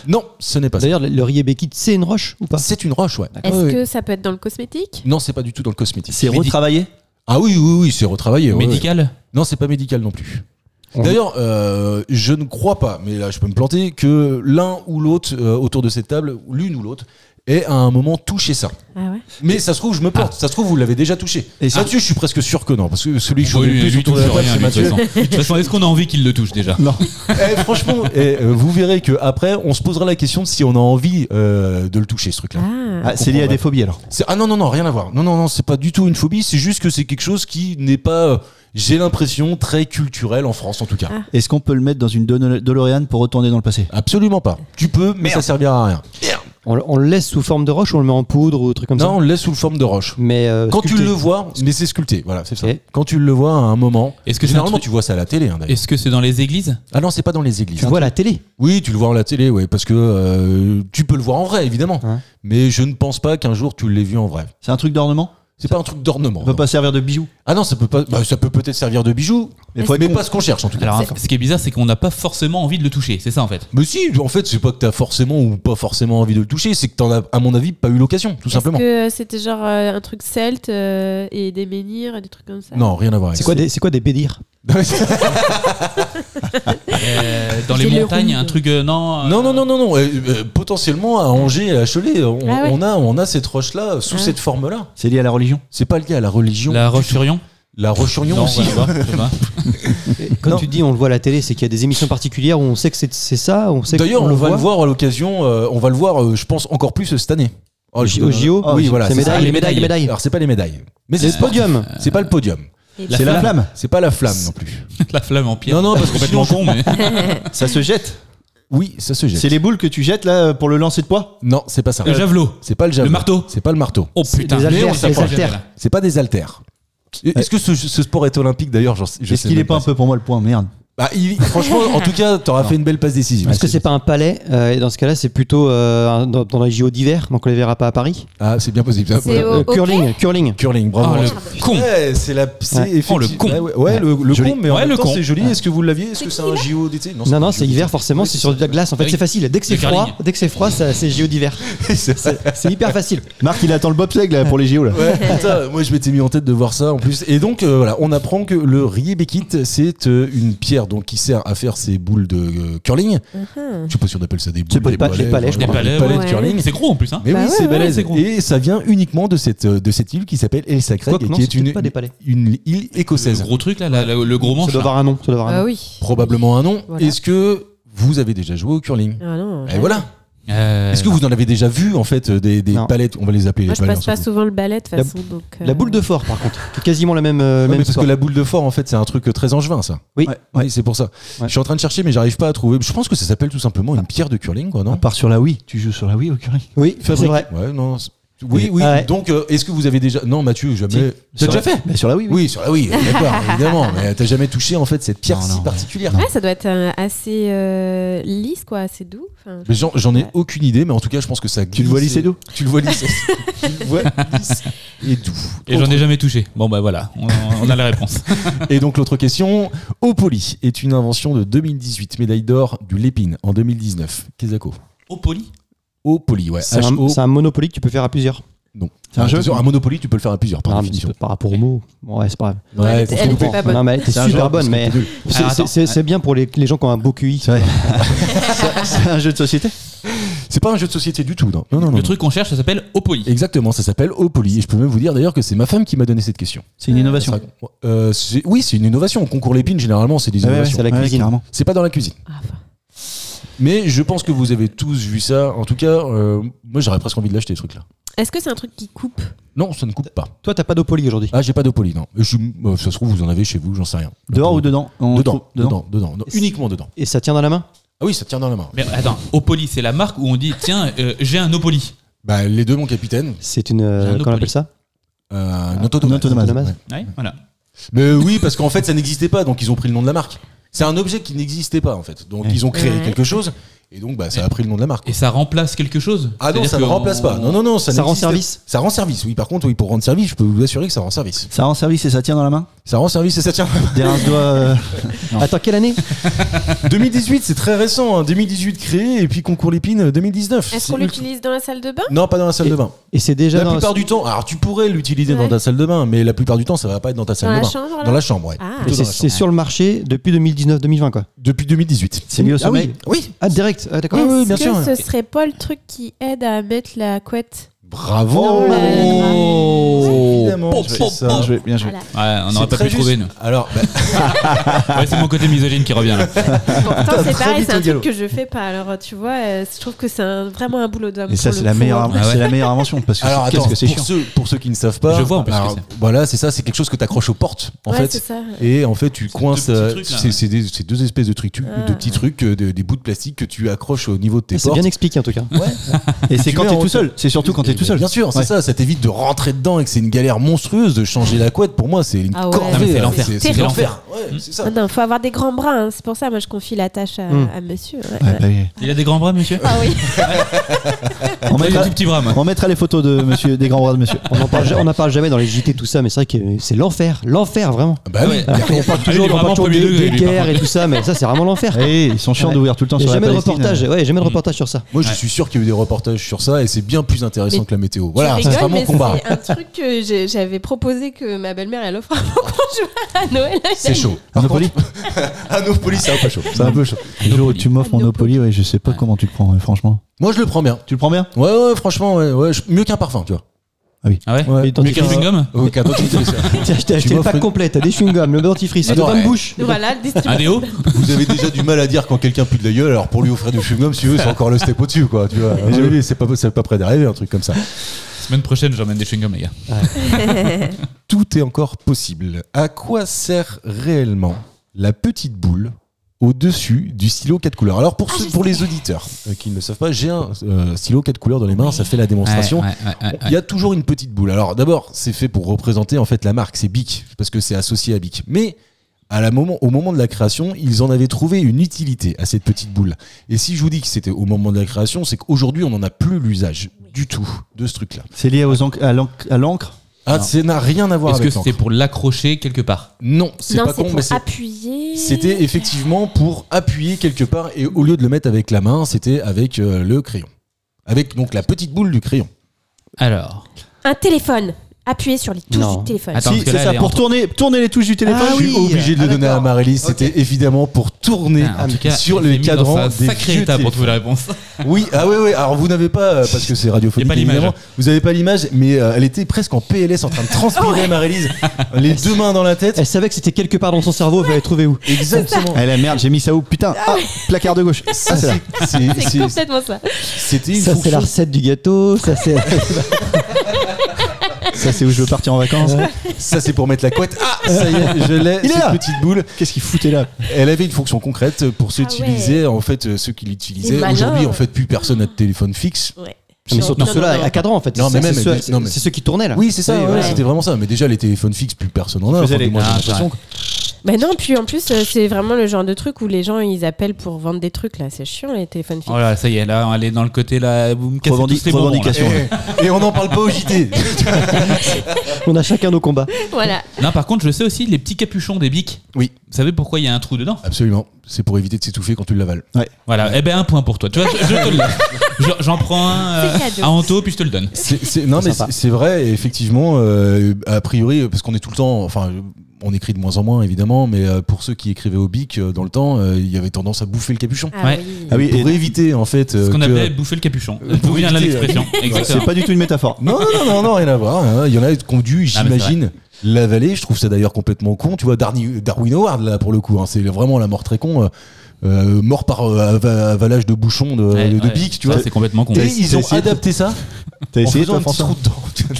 Speaker 2: Non, ce n'est pas ça.
Speaker 8: D'ailleurs, le- le riebékite, c'est une roche ou pas
Speaker 2: C'est une roche, ouais.
Speaker 9: Est-ce
Speaker 2: Ouais, ouais.
Speaker 9: que ça peut être dans le cosmétique
Speaker 2: Non, c'est pas du tout dans le cosmétique.
Speaker 6: Ah C'est
Speaker 2: Médi-
Speaker 6: retravaillé
Speaker 2: Ah oui, oui, oui, c'est retravaillé. ouais, ouais.
Speaker 7: Médical
Speaker 2: Non, c'est pas médical non plus.
Speaker 8: On-
Speaker 2: D'ailleurs, euh, je ne crois pas, mais là je peux me planter, que l'un ou l'autre euh, autour de cette table, l'une ou l'autre, ait à un moment touché ça.
Speaker 9: Ah ouais.
Speaker 2: Mais ça se trouve, je me porte. Ça se trouve, vous l'avez déjà touché.
Speaker 6: Et
Speaker 2: Et
Speaker 6: c'est-
Speaker 2: là-dessus, je suis presque sûr que non, parce que celui que je
Speaker 7: Oui,
Speaker 2: connais le
Speaker 7: lui,
Speaker 2: plus
Speaker 7: lui
Speaker 2: autour de la
Speaker 7: touche
Speaker 2: table,
Speaker 7: rien,
Speaker 2: c'est
Speaker 7: lui, de toute
Speaker 2: Mathieu.
Speaker 7: façon. De toute façon, est-ce qu'on a envie qu'il le touche déjà
Speaker 6: Non.
Speaker 2: Eh, franchement, eh, euh, vous verrez que après, on se posera la question de si on a envie euh, de le toucher, ce truc-là.
Speaker 9: Ah.
Speaker 6: Ah, c'est lié à
Speaker 2: comprends,
Speaker 6: des phobies alors.
Speaker 2: C'est- Ah non, non, non, rien à voir. Non, non, non, c'est pas du tout une phobie, c'est juste que c'est quelque chose qui n'est pas, euh, j'ai l'impression, très culturel en France en tout cas.
Speaker 9: Ah.
Speaker 6: Est-ce qu'on peut le mettre dans une Dono- DeLorean pour retourner dans le passé
Speaker 2: Absolument pas. Tu peux, mais ça servira à rien.
Speaker 8: On, le- on le laisse sous forme de roche ou on le met en poudre ou un truc comme
Speaker 2: Non,
Speaker 8: ça
Speaker 2: on le laisse sous le forme de roche.
Speaker 8: Mais euh,
Speaker 2: Quand tu
Speaker 8: sculpté.
Speaker 2: le vois, mais c'est sculpté, voilà, c'est ça.
Speaker 8: Ok.
Speaker 2: Quand tu le vois à un moment,
Speaker 7: Est-ce que c'est un
Speaker 2: généralement
Speaker 7: truc-
Speaker 2: tu vois ça à la télé. hein, d'ailleurs.
Speaker 7: Est-ce que c'est dans les églises
Speaker 2: ah non, c'est pas dans les églises.
Speaker 8: tu vois à la télé.
Speaker 2: Oui, tu le vois à la télé, ouais, parce que euh, tu peux le voir en vrai, évidemment.
Speaker 8: Ouais.
Speaker 2: Mais je ne pense pas qu'un jour tu l'aies vu en vrai.
Speaker 6: C'est un truc d'ornement
Speaker 2: C'est pas un truc d'ornement.
Speaker 6: On peut
Speaker 2: non.
Speaker 6: pas servir de bijoux
Speaker 2: Ah non, ça peut pas. bah, ça peut peut-être servir de bijou, mais,
Speaker 6: Mais faut être con.
Speaker 2: pas ce qu'on cherche en tout cas.
Speaker 7: Alors, ce qui est bizarre, c'est qu'on n'a pas forcément envie de le toucher. C'est ça
Speaker 2: [LAUGHS]
Speaker 7: en fait.
Speaker 2: mais si, en fait, c'est pas que t'as forcément ou pas forcément envie de le toucher, c'est que t'en as, à mon avis, pas eu l'occasion, tout
Speaker 9: Est-ce
Speaker 2: simplement.
Speaker 9: que euh, c'était genre euh, un truc celte euh, et des menhirs et des trucs comme ça
Speaker 2: Non, rien à voir. avec
Speaker 8: C'est
Speaker 2: ça.
Speaker 8: quoi, des- c'est quoi
Speaker 2: [LAUGHS]
Speaker 8: des bédirs
Speaker 7: Euh, dans
Speaker 9: C'est
Speaker 7: les
Speaker 9: le
Speaker 7: montagnes,
Speaker 9: rouge.
Speaker 7: un truc. euh, non. euh,
Speaker 2: Non, non, non, non, non. euh, euh, potentiellement à Angers et à Cholet, on,
Speaker 9: Ah ouais.
Speaker 2: on a, on a cette roche-là sous
Speaker 9: Ah.
Speaker 2: cette forme-là.
Speaker 6: C'est lié à la religion
Speaker 2: C'est pas lié à la religion.
Speaker 7: La Roche-sur-Yon
Speaker 2: La Roche-Orion
Speaker 7: Non,
Speaker 2: aussi.
Speaker 7: voilà, je sais pas. [LAUGHS]
Speaker 8: Quand
Speaker 2: Non.
Speaker 8: tu dis on le voit à la télé, c'est qu'il y a des émissions particulières où on sait que c'est c'est ça, on sait
Speaker 2: D'ailleurs,
Speaker 8: qu'on
Speaker 2: on,
Speaker 8: le
Speaker 2: va
Speaker 8: voit.
Speaker 2: le voir à l'occasion. euh, on va le voir, euh, je pense, encore plus euh, cette année. Oh,
Speaker 8: Au
Speaker 2: je
Speaker 8: J-
Speaker 2: donne-
Speaker 8: au JO,
Speaker 4: Ah,
Speaker 2: oui,
Speaker 8: c'est-
Speaker 2: voilà.
Speaker 8: c'est
Speaker 2: c'est ça.
Speaker 8: médaille, les médailles, les médailles.
Speaker 2: Alors, c'est pas les médailles. Mais c'est
Speaker 8: C'est le
Speaker 2: sportif.
Speaker 8: podium.
Speaker 2: C'est pas le podium.
Speaker 9: La
Speaker 6: C'est la flamme
Speaker 2: C'est pas la flamme non plus.
Speaker 7: La flamme en pierre.
Speaker 2: Non, non, parce que
Speaker 7: complètement
Speaker 2: sinon-
Speaker 7: con, mais.
Speaker 6: Ça se jette
Speaker 2: Oui, ça se jette.
Speaker 6: C'est les boules que tu jettes là pour le lancer de poids
Speaker 2: Non, c'est pas ça.
Speaker 7: [LAUGHS] Le javelot.
Speaker 2: C'est pas le javelot.
Speaker 7: Le marteau.
Speaker 2: C'est pas le marteau.
Speaker 7: Oh
Speaker 8: C'est
Speaker 7: putain.
Speaker 8: des
Speaker 7: mais on
Speaker 8: haltères,
Speaker 7: s'approche
Speaker 8: des haltères.
Speaker 7: jamais, là.
Speaker 2: C'est pas des haltères. Est-ce que ce, ce sport est olympique d'ailleurs J'en- je
Speaker 6: Est-ce
Speaker 2: sais
Speaker 6: qu'il
Speaker 2: même
Speaker 6: est pas un peu pour moi le point Merde.
Speaker 2: Bah, il- franchement, en tout cas, t'auras fait une belle passe décisive.
Speaker 8: Est-ce que c'est pas un palais Euh, et Dans ce cas-là, c'est plutôt euh, un- dans, dans les JO d'hiver, donc on les verra pas à Paris.
Speaker 2: Ah, c'est bien possible. Ah,
Speaker 9: C'est
Speaker 2: voilà.
Speaker 9: au-
Speaker 8: Euh,
Speaker 9: hockey
Speaker 8: curling, curling.
Speaker 2: Curling,
Speaker 7: Oh
Speaker 2: bravo.
Speaker 7: le con.
Speaker 2: Ouais, c'est la, c'est
Speaker 8: Ouais.
Speaker 2: effectivement-
Speaker 7: Oh, le con.
Speaker 2: Ouais, ouais, ouais, le, le
Speaker 7: Joli.
Speaker 2: con, mais en
Speaker 7: Ouais,
Speaker 2: même
Speaker 7: le
Speaker 2: temps,
Speaker 7: con.
Speaker 2: c'est joli. Est-ce que vous l'aviez Est-ce que c'est
Speaker 9: C'est
Speaker 2: un JO d'été
Speaker 8: Non, non,
Speaker 2: pas
Speaker 8: c'est
Speaker 2: du
Speaker 8: hiver
Speaker 2: tout.
Speaker 8: forcément, c'est sur de la glace. En fait,
Speaker 7: Oui.
Speaker 8: c'est facile. Dès que c'est
Speaker 7: Le
Speaker 8: froid,
Speaker 7: curling.
Speaker 8: dès que c'est froid, ça- c'est JO d'hiver.
Speaker 2: C'est vrai.
Speaker 8: C'est hyper facile.
Speaker 6: Marc il attend le bobsleigh là pour les JO là.
Speaker 2: Ouais,
Speaker 9: [LAUGHS]
Speaker 2: putain, moi je m'étais mis en tête de voir ça en plus. Et donc euh, voilà, on apprend que le riebekite c'est euh, une pierre donc qui sert à faire ces boules de euh, curling.
Speaker 9: Uh-huh.
Speaker 2: Je sais pas si on appelle ça des boules,
Speaker 8: C'est pas-
Speaker 2: des
Speaker 8: pas-
Speaker 2: balais,
Speaker 8: des palais, je
Speaker 2: voilà,
Speaker 7: crois. Des
Speaker 2: des
Speaker 7: palais,
Speaker 2: palais de
Speaker 9: ouais.
Speaker 2: curling.
Speaker 7: C'est gros en plus, hein.
Speaker 2: Mais
Speaker 9: Bah
Speaker 2: oui,
Speaker 9: ouais,
Speaker 2: c'est
Speaker 9: ouais,
Speaker 2: balèze.
Speaker 7: c'est gros.
Speaker 2: Et ça vient uniquement de cette euh, de cette île qui s'appelle El Sacred
Speaker 8: Quoique
Speaker 2: et
Speaker 8: non,
Speaker 2: qui
Speaker 8: c'est
Speaker 2: est une
Speaker 8: peut-être pas des palais.
Speaker 2: une île
Speaker 7: Le
Speaker 2: écossaise.
Speaker 7: gros truc là, la- la- le gros
Speaker 8: Ça
Speaker 7: manche.
Speaker 8: doit avoir un nom. Ça doit avoir un
Speaker 9: Ah
Speaker 8: nom.
Speaker 9: oui.
Speaker 2: Probablement un nom.
Speaker 9: Voilà.
Speaker 2: Est-ce que vous avez déjà joué au curling
Speaker 9: Ah non.
Speaker 2: Et voilà.
Speaker 7: Euh,
Speaker 4: Est-ce que vous en avez déjà vu en fait
Speaker 2: euh,
Speaker 4: des, des
Speaker 8: Non.
Speaker 4: palettes On va les appeler les
Speaker 9: Moi, je
Speaker 4: palettes.
Speaker 9: passe pas souvent le ballet de toute
Speaker 8: La-
Speaker 9: façon. donc, euh,
Speaker 8: La boule de fort, par contre, qui est quasiment la même. euh,
Speaker 4: Ouais,
Speaker 8: le même
Speaker 4: mais parce
Speaker 8: sport.
Speaker 4: que la boule de fort, en fait, c'est un
Speaker 2: euh,
Speaker 4: truc très angevin, ça.
Speaker 8: Oui.
Speaker 4: Ouais, oui, c'est pour ça.
Speaker 8: Ouais.
Speaker 4: Je suis en train de chercher, mais j'arrive pas à trouver. Je pense que ça s'appelle tout simplement une pierre de curling, quoi,
Speaker 6: À
Speaker 4: non
Speaker 6: part sur la Wii, tu joues sur la Wii au curling
Speaker 8: Oui, c'est
Speaker 4: Fabrique.
Speaker 8: vrai.
Speaker 4: Ouais, non. c'est- Oui,
Speaker 8: Et-
Speaker 4: oui.
Speaker 8: Ah ouais.
Speaker 4: Donc, euh, est-ce que vous avez déjà Non, Mathieu, jamais.
Speaker 6: Si.
Speaker 4: T'as déjà fait
Speaker 6: Bah, Sur la Wii, oui.
Speaker 4: Oui, sur la oui,
Speaker 6: [LAUGHS]
Speaker 4: d'accord, évidemment. Mais t'as jamais touché en fait cette pierre
Speaker 6: Non,
Speaker 4: si
Speaker 6: non.
Speaker 4: particulière.
Speaker 9: Ouais, ça doit être euh, assez euh, lisse, quoi, assez doux. Enfin,
Speaker 4: Mais J'en j'en ai
Speaker 9: Ouais.
Speaker 4: aucune idée, mais en tout cas, je pense que ça.
Speaker 6: Tu le vois lisser d'eau
Speaker 4: Tu le vois lisser.
Speaker 6: [LAUGHS]
Speaker 4: tu le vois lisse et doux.
Speaker 7: Et j'en ai jamais touché. Bon, bah voilà, on, on
Speaker 2: [LAUGHS]
Speaker 7: a la réponse.
Speaker 4: Et donc l'autre question, Opoli est une invention de 2018, médaille d'or du Lépine en 2019. Kézako.
Speaker 7: Au poli
Speaker 4: Opoli, ouais.
Speaker 8: C'est un,
Speaker 4: H-O-
Speaker 8: c'est un monopoly que tu peux faire à plusieurs.
Speaker 4: Non.
Speaker 6: C'est un jeu
Speaker 4: Un Monopoly, tu peux le faire à plusieurs par
Speaker 8: Ah, mais
Speaker 4: définition.
Speaker 8: c'est par rapport aux mots. Bon, ouais, c'est pas grave.
Speaker 4: Ouais,
Speaker 9: était-
Speaker 4: c'est-
Speaker 9: Elle
Speaker 8: Je
Speaker 9: était
Speaker 8: comprends.
Speaker 9: pas bonne.
Speaker 8: Non, mais elle était
Speaker 6: C'est un
Speaker 8: super
Speaker 6: genre,
Speaker 8: bonne, mais c'est-
Speaker 7: Alors,
Speaker 8: c'est-
Speaker 7: attends.
Speaker 8: c'est c'est bien pour les, les gens qui ont un beau QI. [LAUGHS]
Speaker 6: C'est vrai. C'est un jeu de société
Speaker 4: c'est pas un jeu de société du tout, non. Non, non, non.
Speaker 7: Le truc qu'on cherche, ça s'appelle au poli.
Speaker 4: Exactement, ça s'appelle Opoli. Et je peux même vous dire d'ailleurs que c'est ma femme qui m'a donné cette question.
Speaker 6: C'est une
Speaker 4: Ça
Speaker 6: innovation.
Speaker 4: sera- Euh, c'est- oui, c'est une innovation. Au concours Lépine, généralement, c'est des
Speaker 8: Ouais, ouais,
Speaker 4: innovations.
Speaker 8: c'est la
Speaker 6: Ouais,
Speaker 8: cuisine.
Speaker 6: carrément.
Speaker 4: C'est pas dans la cuisine.
Speaker 9: Ah, enfin.
Speaker 4: Mais je pense que vous avez tous vu ça. En tout cas, euh, moi, j'aurais presque envie de l'acheter, ce truc-là.
Speaker 9: Est-ce que c'est un truc qui coupe
Speaker 4: Non, ça ne coupe pas.
Speaker 8: Toi, t'as pas d'opoly aujourd'hui.
Speaker 4: Ah, j'ai pas d'Opoli, non. Je, euh, ça se trouve, vous en avez chez vous, j'en sais rien.
Speaker 6: Dehors ou dedans On trouve-
Speaker 4: Dedans, dedans, dedans, non,
Speaker 8: Et c'est-
Speaker 4: uniquement dedans.
Speaker 8: Et ça tient dans la main
Speaker 4: Ah oui, ça tient dans la main.
Speaker 7: Mais attends, au poli, c'est la marque où on dit tiens, euh, j'ai un au poli.
Speaker 4: Bah, les deux, mon capitaine.
Speaker 8: C'est une. euh,
Speaker 7: C'est un
Speaker 8: Qu'on
Speaker 7: Opoly.
Speaker 8: appelle ça
Speaker 4: Euh, notre automate.
Speaker 6: notre automate.
Speaker 4: Ouais.
Speaker 7: Ouais, voilà.
Speaker 4: Mais oui, parce qu'en fait, ça n'existait pas, donc ils ont pris le nom de la marque. C'est un objet qui n'existait pas, en fait. Donc ils ont créé
Speaker 9: Ouais.
Speaker 4: quelque chose, et donc bah, ça a pris le nom de la marque.
Speaker 7: Et ça remplace quelque chose
Speaker 4: Ah non,
Speaker 7: C'est-à-dire
Speaker 4: ça ne
Speaker 7: que
Speaker 4: remplace
Speaker 7: on-
Speaker 4: pas. Non, non, non, ça,
Speaker 8: Ça rend
Speaker 4: n'existait-
Speaker 8: service
Speaker 4: Ça rend service, oui. Par contre, oui, pour rendre service, je peux vous assurer que ça rend service.
Speaker 6: Ça rend service et ça tient dans la main
Speaker 4: Ça rend service et ça tient.
Speaker 6: Des rince-doigts.
Speaker 8: [LAUGHS]
Speaker 6: euh, Non.
Speaker 8: Attends, quelle année
Speaker 4: 2018, c'est très récent. hein. 2018 créé et puis concours Lépine euh, 2019.
Speaker 9: Est-ce
Speaker 4: C'est
Speaker 9: qu'on
Speaker 4: ultra-
Speaker 9: l'utilise dans la salle de bain
Speaker 4: Non, pas dans la salle
Speaker 8: Et-
Speaker 4: de bain.
Speaker 8: Et c'est déjà
Speaker 4: La
Speaker 8: dans-
Speaker 4: plupart du temps, alors tu pourrais l'utiliser dans
Speaker 9: Ouais.
Speaker 4: ta salle de bain, mais la plupart du temps, ça va pas être dans ta
Speaker 9: Dans
Speaker 4: salle
Speaker 9: la
Speaker 4: de bain.
Speaker 9: chambre
Speaker 4: Dans
Speaker 9: là
Speaker 4: la chambre, ouais.
Speaker 9: Ah.
Speaker 4: Plutôt
Speaker 8: Mais
Speaker 4: dans
Speaker 8: c'est-
Speaker 4: la chambre.
Speaker 8: c'est sur le marché depuis 2019-2020 quoi.
Speaker 4: Depuis 2018.
Speaker 6: C'est mis au
Speaker 8: Ah
Speaker 6: sommeil
Speaker 4: Oui,
Speaker 8: Ah direct, ah, d'accord.
Speaker 4: Oui, oui,
Speaker 9: Est-ce
Speaker 4: bien
Speaker 9: que
Speaker 4: sûr.
Speaker 9: ce serait pas le truc qui aide à mettre la couette
Speaker 4: bravo.
Speaker 9: bah,
Speaker 7: Oh.
Speaker 4: Évidemment,
Speaker 7: Pom,
Speaker 4: je vais
Speaker 7: pom,
Speaker 4: faire ça.
Speaker 7: pom.
Speaker 6: Bien joué, bien joué.
Speaker 9: Voilà.
Speaker 7: Ouais, on
Speaker 4: C'est
Speaker 7: n'aurait pas
Speaker 4: très
Speaker 7: pu le trouver,
Speaker 4: juste.
Speaker 7: nous.
Speaker 4: Alors, bah,
Speaker 7: Ouais, c'est mon côté misogyne qui revient. là.
Speaker 9: Pourtant, c'est pareil,
Speaker 4: vite
Speaker 9: c'est
Speaker 4: au
Speaker 9: un
Speaker 4: galop.
Speaker 9: truc que je fais pas. Alors, tu vois, euh, je trouve que c'est un- vraiment un boulot d'homme.
Speaker 6: Et ça,
Speaker 9: pour
Speaker 6: c'est
Speaker 9: le
Speaker 6: la,
Speaker 9: coup,
Speaker 6: meilleure,
Speaker 9: hein.
Speaker 6: c'est la meilleure invention parce que
Speaker 4: alors
Speaker 6: c'est- qu'est-ce
Speaker 4: attends,
Speaker 6: que c'est
Speaker 4: pour
Speaker 6: chiant.
Speaker 4: ceux, pour ceux qui ne savent pas,
Speaker 7: Je vois un peu ce que
Speaker 4: alors,
Speaker 7: c'est.
Speaker 4: voilà, c'est ça, c'est quelque chose que tu accroches aux portes, en
Speaker 9: Ouais, c'est
Speaker 4: fait.
Speaker 9: ça.
Speaker 4: Et en fait, tu coinces.
Speaker 7: petits
Speaker 4: euh,
Speaker 7: trucs, là,
Speaker 4: C'est
Speaker 7: ouais.
Speaker 4: c'est des- c'est deux espèces de, trucs,
Speaker 9: Ah.
Speaker 4: de petits trucs, euh, de- des bouts de plastique que tu accroches au niveau de tes
Speaker 8: Ah, C'est
Speaker 4: portes.
Speaker 8: bien expliqué en tout cas.
Speaker 6: Et c'est
Speaker 4: Tu
Speaker 6: quand
Speaker 4: mets
Speaker 6: t'es
Speaker 4: en
Speaker 6: tout
Speaker 4: hauteur.
Speaker 6: seul. C'est surtout quand t'es
Speaker 4: Eh
Speaker 6: tout
Speaker 4: ben,
Speaker 6: seul.
Speaker 4: Bien sûr, c'est
Speaker 6: Ouais.
Speaker 4: ça, ça t'évite de rentrer dedans et que c'est une galère monstrueuse de changer la couette. Pour moi, c'est une
Speaker 9: Ah ouais.
Speaker 4: corvée.
Speaker 9: Non,
Speaker 7: mais c'est
Speaker 4: hein,
Speaker 7: l'enfer.
Speaker 4: C'est c'est
Speaker 7: Terrible.
Speaker 4: l'enfer. Ouais, c'est ça.
Speaker 9: Ah Non, faut avoir des grands bras. hein. C'est pour ça, moi, je confie la tâche à,
Speaker 8: Hmm.
Speaker 9: à monsieur. ouais.
Speaker 6: Ouais, bah oui.
Speaker 7: Il a des grands bras, monsieur
Speaker 9: Ah
Speaker 7: [LAUGHS]
Speaker 9: oui.
Speaker 6: on,
Speaker 7: Moi, j'ai
Speaker 6: mettra,
Speaker 7: des petits bras, moi.
Speaker 6: on mettra les photos de monsieur, des grands bras de monsieur.
Speaker 8: On n'en parle, ja- on en parle jamais dans les JT tout ça, mais c'est vrai que c'est l'enfer, l'enfer vraiment.
Speaker 4: Bah oui.
Speaker 7: Ah,
Speaker 8: On parle
Speaker 7: il est
Speaker 8: toujours, on
Speaker 7: vraiment
Speaker 8: parle toujours
Speaker 7: premier
Speaker 8: des,
Speaker 7: degré,
Speaker 8: des
Speaker 7: lui, par
Speaker 8: guerres et tout ça, mais ça c'est vraiment l'enfer.
Speaker 6: Eh, ils sont chiants
Speaker 8: Ouais.
Speaker 6: d'ouvrir tout le temps
Speaker 8: Il y
Speaker 6: sur
Speaker 8: a jamais
Speaker 6: la
Speaker 8: de
Speaker 6: Palestine.
Speaker 8: reportage, ouais, jamais de reportage sur ça.
Speaker 4: Moi, je suis sûr qu'il y a eu des reportages sur ça et c'est bien plus intéressant
Speaker 9: Mais
Speaker 4: que la météo. Voilà,
Speaker 9: Tu
Speaker 4: c'est
Speaker 9: rigoles,
Speaker 4: vraiment
Speaker 9: mais
Speaker 4: combat.
Speaker 9: C'est un truc que j'ai- j'avais proposé que ma belle-mère, elle offre à mon conjoint à Noël.
Speaker 4: C'est chaud.
Speaker 6: hein. Monopoly
Speaker 4: Ah, nos polices, c'est un peu chaud. C'est un peu chaud.
Speaker 6: Le jour où tu m'offres Monopoly, ouais, je sais pas comment tu le prends, ouais, franchement.
Speaker 4: Moi, je le prends bien.
Speaker 6: Tu le prends bien
Speaker 4: Ouais, ouais, franchement, ouais, ouais, je- mieux qu'un parfum, tu vois.
Speaker 7: Ah ouais
Speaker 4: Ouais.
Speaker 7: Mieux qu'un chewing-gum
Speaker 4: Ok,
Speaker 7: [LAUGHS]
Speaker 4: attends, tu fais ça.
Speaker 8: [LAUGHS] T'as acheté,
Speaker 4: Tu
Speaker 8: le
Speaker 4: m'offres
Speaker 8: pack
Speaker 4: une-
Speaker 8: complet, t'as des chewing-gums, le dentifrice, le
Speaker 4: Attends,
Speaker 8: bain
Speaker 4: ouais.
Speaker 8: de bouche.
Speaker 9: Voilà, le
Speaker 7: Un
Speaker 9: distributeur.
Speaker 7: déo
Speaker 4: [LAUGHS] Vous avez déjà du mal à dire quand quelqu'un pue de la gueule, alors pour lui offrir du chewing-gum, si vous voulez, c'est encore le step au-dessus, quoi. Tu vois, À mon avis, c'est pas, c'est pas près d'arriver, un truc comme ça.
Speaker 7: Semaine prochaine, j'emmène des chewing-gums, les gars.
Speaker 4: Tout est encore possible. À quoi sert réellement la petite boule au-dessus du stylo 4 couleurs Alors pour, ceux, pour les auditeurs euh, qui ne le savent pas, j'ai un euh, stylo 4 couleurs dans les mains, ça fait la démonstration.
Speaker 7: Ouais, ouais, ouais, ouais,
Speaker 4: Il y a toujours une petite boule. Alors d'abord, c'est fait pour représenter en fait la marque, c'est Bic, parce que c'est associé à Bic. Mais à la moment, au moment de la création, ils en avaient trouvé une utilité à cette petite boule. Et si je vous dis que c'était au moment de la création, c'est qu'aujourd'hui on n'en a plus l'usage du tout de ce truc-là.
Speaker 6: C'est lié aux enc- à l'enc- à l'encre
Speaker 4: Ah,
Speaker 7: Non.
Speaker 4: ça n'a rien à voir
Speaker 7: Est-ce
Speaker 4: avec
Speaker 7: que c'était
Speaker 4: l'encre.
Speaker 7: pour l'accrocher quelque part
Speaker 4: Non, c'est
Speaker 9: Non,
Speaker 4: pas
Speaker 9: c'est
Speaker 4: con, mais
Speaker 9: pour
Speaker 4: c'est-
Speaker 9: appuyer.
Speaker 4: c'était effectivement pour appuyer quelque part et au lieu de le mettre avec la main, c'était avec euh, le crayon. Avec donc la petite boule du crayon.
Speaker 7: Alors,
Speaker 9: Un téléphone. appuyer sur les touches
Speaker 8: Non.
Speaker 9: du téléphone.
Speaker 7: Attends,
Speaker 6: si,
Speaker 7: parce que
Speaker 6: c'est
Speaker 7: là,
Speaker 6: ça,
Speaker 7: elle est
Speaker 6: pour
Speaker 7: en-
Speaker 6: tourner, tourner les touches du téléphone.
Speaker 8: Ah
Speaker 4: Je suis
Speaker 8: oui.
Speaker 4: obligé de
Speaker 8: Ah,
Speaker 4: le donner à
Speaker 8: d'accord.
Speaker 4: Marélie. C'était évidemment pour tourner
Speaker 7: Ah, en tout cas,
Speaker 4: sur
Speaker 7: elle
Speaker 4: le
Speaker 7: s'est mise dans
Speaker 4: cadran
Speaker 7: un
Speaker 4: des
Speaker 7: sacré
Speaker 4: vieux
Speaker 7: état pour
Speaker 4: téléphones.
Speaker 7: trouver la réponse.
Speaker 4: Oui, ah oui, oui. Alors vous n'avez pas, euh, parce que c'est radiophonique,
Speaker 7: Y a pas l'image.
Speaker 4: évidemment. Vous n'avez pas l'image, mais euh, elle était presque en PLS en train de
Speaker 6: [LAUGHS]
Speaker 4: transpirer, Marie-Lise. Les deux mains dans la tête.
Speaker 8: Elle savait que c'était quelque part dans son cerveau, il fallait trouver où.
Speaker 4: Exactement.
Speaker 6: Ah la merde, j'ai mis ça où Putain, ah, placard de gauche. Ah,
Speaker 4: Ça, c'est- c'est-
Speaker 9: [LAUGHS] C'est
Speaker 4: c'est-
Speaker 9: complètement ça.
Speaker 4: C'était une
Speaker 8: Ça, c'est
Speaker 4: fonction.
Speaker 8: la recette du gâteau, ça, c'est.
Speaker 4: Ah,
Speaker 6: Ça, c'est où je veux partir en vacances.
Speaker 4: Ça, c'est pour mettre la couette. Ah, ça y est, je l'ai.
Speaker 6: Il est
Speaker 4: cette
Speaker 6: là.
Speaker 4: petite boule.
Speaker 6: Qu'est-ce qu'il foutait là
Speaker 4: Elle avait une fonction concrète pour
Speaker 9: Ah
Speaker 4: s'utiliser. En fait, euh, ceux qui l'utilisaient.
Speaker 9: C'est malin.
Speaker 4: Aujourd'hui, en fait, plus personne n'a de téléphone fixe.
Speaker 9: Ouais.
Speaker 8: Mais
Speaker 9: Non,
Speaker 8: surtout
Speaker 9: non, non,
Speaker 8: ceux-là,
Speaker 9: non.
Speaker 8: à cadran en fait.
Speaker 4: Non,
Speaker 8: C'est-
Speaker 4: mais
Speaker 8: c'est
Speaker 4: même,
Speaker 8: ceux-
Speaker 4: mais- non, mais-
Speaker 8: c'est ceux qui tournaient là.
Speaker 4: Oui, c'est ça.
Speaker 8: Oui,
Speaker 4: ouais,
Speaker 9: ouais.
Speaker 4: C'était vraiment ça. Mais déjà, les téléphones fixes, plus personne en a.
Speaker 6: faisaient
Speaker 4: Enfin,
Speaker 6: les-
Speaker 4: moi, j'ai
Speaker 7: Ah,
Speaker 4: l'impression.
Speaker 9: Bah non, puis en plus, euh, c'est vraiment le genre de truc où les gens ils appellent pour vendre des trucs là. C'est chiant les téléphones fixes.
Speaker 7: [LAUGHS] Oh là, ça y est, là, elle est dans le côté là. Vous me cassez
Speaker 6: Revendi-
Speaker 7: tous les bonbons, là.
Speaker 6: revendication.
Speaker 4: Et, et on n'en parle pas au JT.
Speaker 8: hein. On a chacun nos combats.
Speaker 9: Voilà.
Speaker 7: Non, par contre, je sais aussi les petits capuchons des bics.
Speaker 4: Oui.
Speaker 7: Vous savez pourquoi il y a un trou dedans
Speaker 4: [LAUGHS] Absolument. C'est pour éviter de s'étouffer quand tu l'avales.
Speaker 7: Voilà. Eh ben, un point pour toi. Tu vois, je, je te le
Speaker 9: [LAUGHS]
Speaker 7: laisse. Je- J'en prends un euh,
Speaker 9: C'est cadeau.
Speaker 7: à Anto, puis je te le donne.
Speaker 4: C'est- c'est- non, mais
Speaker 8: Sympa.
Speaker 4: c'est- c'est vrai, et effectivement, euh, a priori, parce qu'on est tout le temps, enfin, on écrit de moins en moins, évidemment, mais euh, pour ceux qui écrivaient au bic euh, dans le temps, euh, il y avait tendance à bouffer le capuchon.
Speaker 9: Ah
Speaker 7: Ouais.
Speaker 9: oui.
Speaker 2: Euh,
Speaker 6: Ah oui,
Speaker 4: pour
Speaker 6: et-
Speaker 4: éviter, en fait.
Speaker 7: Ce
Speaker 4: euh,
Speaker 7: qu'on
Speaker 4: que-
Speaker 7: appelait bouffer le capuchon.
Speaker 4: Euh,
Speaker 7: D'où vient là
Speaker 4: éviter,
Speaker 7: l'expression Exactement.
Speaker 6: C'est pas du tout une métaphore.
Speaker 4: Non, non, non, non, non, rien à voir. hein. Il y en a qui ont dû,
Speaker 7: Ah, mais c'est
Speaker 4: j'imagine, l'avaler. Je trouve ça d'ailleurs complètement con. Tu vois, Darni- Darwin Howard, là, pour le coup, hein, c'est vraiment la mort très con. euh, euh, mort par euh, ava- avalage de bouchon de,
Speaker 7: Ouais,
Speaker 4: de
Speaker 7: ouais.
Speaker 4: euh, bic, tu
Speaker 7: Ça,
Speaker 4: vois.
Speaker 7: C'est complètement con.
Speaker 4: Et
Speaker 6: t'as-
Speaker 4: ils
Speaker 6: t'as
Speaker 4: ont
Speaker 6: essayé de-
Speaker 4: adapté ça
Speaker 6: T'as
Speaker 4: en
Speaker 6: essayé toi,
Speaker 4: faisant un petit
Speaker 6: François
Speaker 4: trou dedans.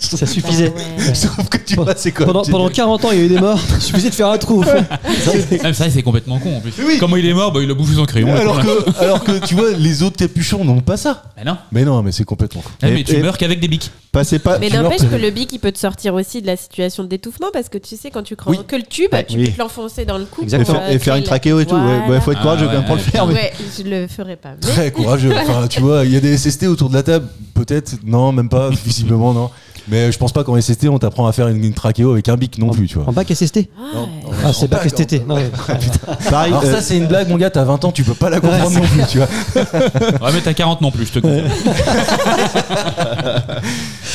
Speaker 8: Ça suffisait.
Speaker 9: Ah ouais. [LAUGHS]
Speaker 4: Sauf que tu vois, c'est quoi
Speaker 8: Pendant, pendant 40 ans, il y a eu des morts. Je suis obligé de faire un trou.
Speaker 7: Ah, ça, c'est complètement con en plus.
Speaker 4: Oui.
Speaker 7: Comment il est mort Bah, il a bouffé son crayon.
Speaker 4: alors que, alors que tu vois, les autres capuchons n'ont pas ça.
Speaker 7: Bah non.
Speaker 4: Mais non, mais c'est complètement. fou.
Speaker 7: Ah,
Speaker 6: Et-
Speaker 7: mais tu
Speaker 6: et-
Speaker 7: meurs qu'avec des
Speaker 4: [LAUGHS]
Speaker 7: bics.
Speaker 6: Passez pas.
Speaker 9: Mais
Speaker 4: [LAUGHS] Tu
Speaker 9: n'empêche
Speaker 4: meurs.
Speaker 9: que le bic, il peut te sortir aussi de la situation d'étouffement parce que tu sais, quand tu prends
Speaker 4: Oui.
Speaker 9: que le tube,
Speaker 8: Ouais,
Speaker 9: tu
Speaker 6: oui.
Speaker 9: peux te l'enfoncer dans le cou.
Speaker 6: Et,
Speaker 8: Exactement.
Speaker 9: pour,
Speaker 6: faire,
Speaker 9: euh,
Speaker 6: et faire
Speaker 9: créer
Speaker 6: une
Speaker 9: la-
Speaker 6: trachéo et tout. Ouais,
Speaker 9: Voilà.
Speaker 6: ouais, faut être
Speaker 7: Ah,
Speaker 6: courageux quand même
Speaker 7: ouais,
Speaker 6: pour le
Speaker 7: ouais.
Speaker 6: faire. mais-
Speaker 9: Ouais, je le ferai pas. mais-
Speaker 4: Très courageux. Enfin, tu vois, il y a des SST autour de la table. Peut-être, non, même pas, [LAUGHS] visiblement, non. Mais je pense pas qu'en SST, on t'apprend à faire une, une trachéo avec un bic non plus, tu vois.
Speaker 8: En bac SST
Speaker 9: Ah, ouais.
Speaker 8: Ah, c'est bac
Speaker 4: bac,
Speaker 8: STT. Non, ouais.
Speaker 6: Pareil,
Speaker 4: Alors,
Speaker 6: euh,
Speaker 4: ça, c'est une blague, mon gars, t'as 20 ans, tu peux pas la comprendre non plus, tu vois.
Speaker 7: Ouais, mais t'as 40 non plus, je te confirme.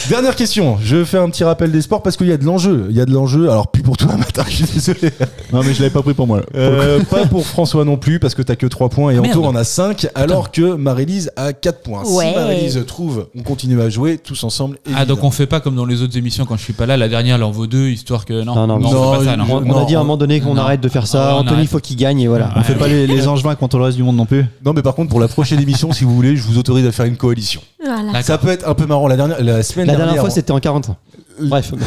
Speaker 4: Dernière question. Je fais un petit rappel des sports parce qu'il y a de l'enjeu. Il y a de l'enjeu. Alors, plus pour toi, [LAUGHS] Matin, je suis désolé.
Speaker 6: non, mais je l'avais pas pris pour moi. là.
Speaker 4: Euh, pas pour François non plus, parce que t'as que 3 points et
Speaker 7: Merde.
Speaker 4: Anto en a 5, alors que Marie-Lise a 4 points.
Speaker 9: Ouais.
Speaker 4: Si Marie-Lise trouve, on continue à jouer tous ensemble.
Speaker 7: Ah, donc
Speaker 4: évidemment.
Speaker 7: on fait pas comme dans les autres émissions quand je suis pas là. La dernière, leur vaut deux, histoire que. Non,
Speaker 8: Non, non,
Speaker 7: non,
Speaker 4: non,
Speaker 7: on fait pas ça, non.
Speaker 4: je-
Speaker 8: On, on
Speaker 4: Non,
Speaker 8: a dit à un moment donné qu'on
Speaker 7: non.
Speaker 8: arrête de faire ça.
Speaker 7: Ah, on
Speaker 8: Anthony,
Speaker 7: arrête.
Speaker 8: il faut qu'il gagne et voilà.
Speaker 6: On fait pas les, les angevins contre le reste du monde non plus.
Speaker 4: Non, mais par contre, pour la prochaine émission, si vous voulez, je vous autorise à faire une coalition.
Speaker 9: Voilà.
Speaker 4: Ça peut être un peu marrant. La, dernière, la semaine
Speaker 8: La
Speaker 4: dernière, Euh,
Speaker 8: dernière fois,
Speaker 4: on-
Speaker 8: c'était en 40. Bref.
Speaker 4: Non,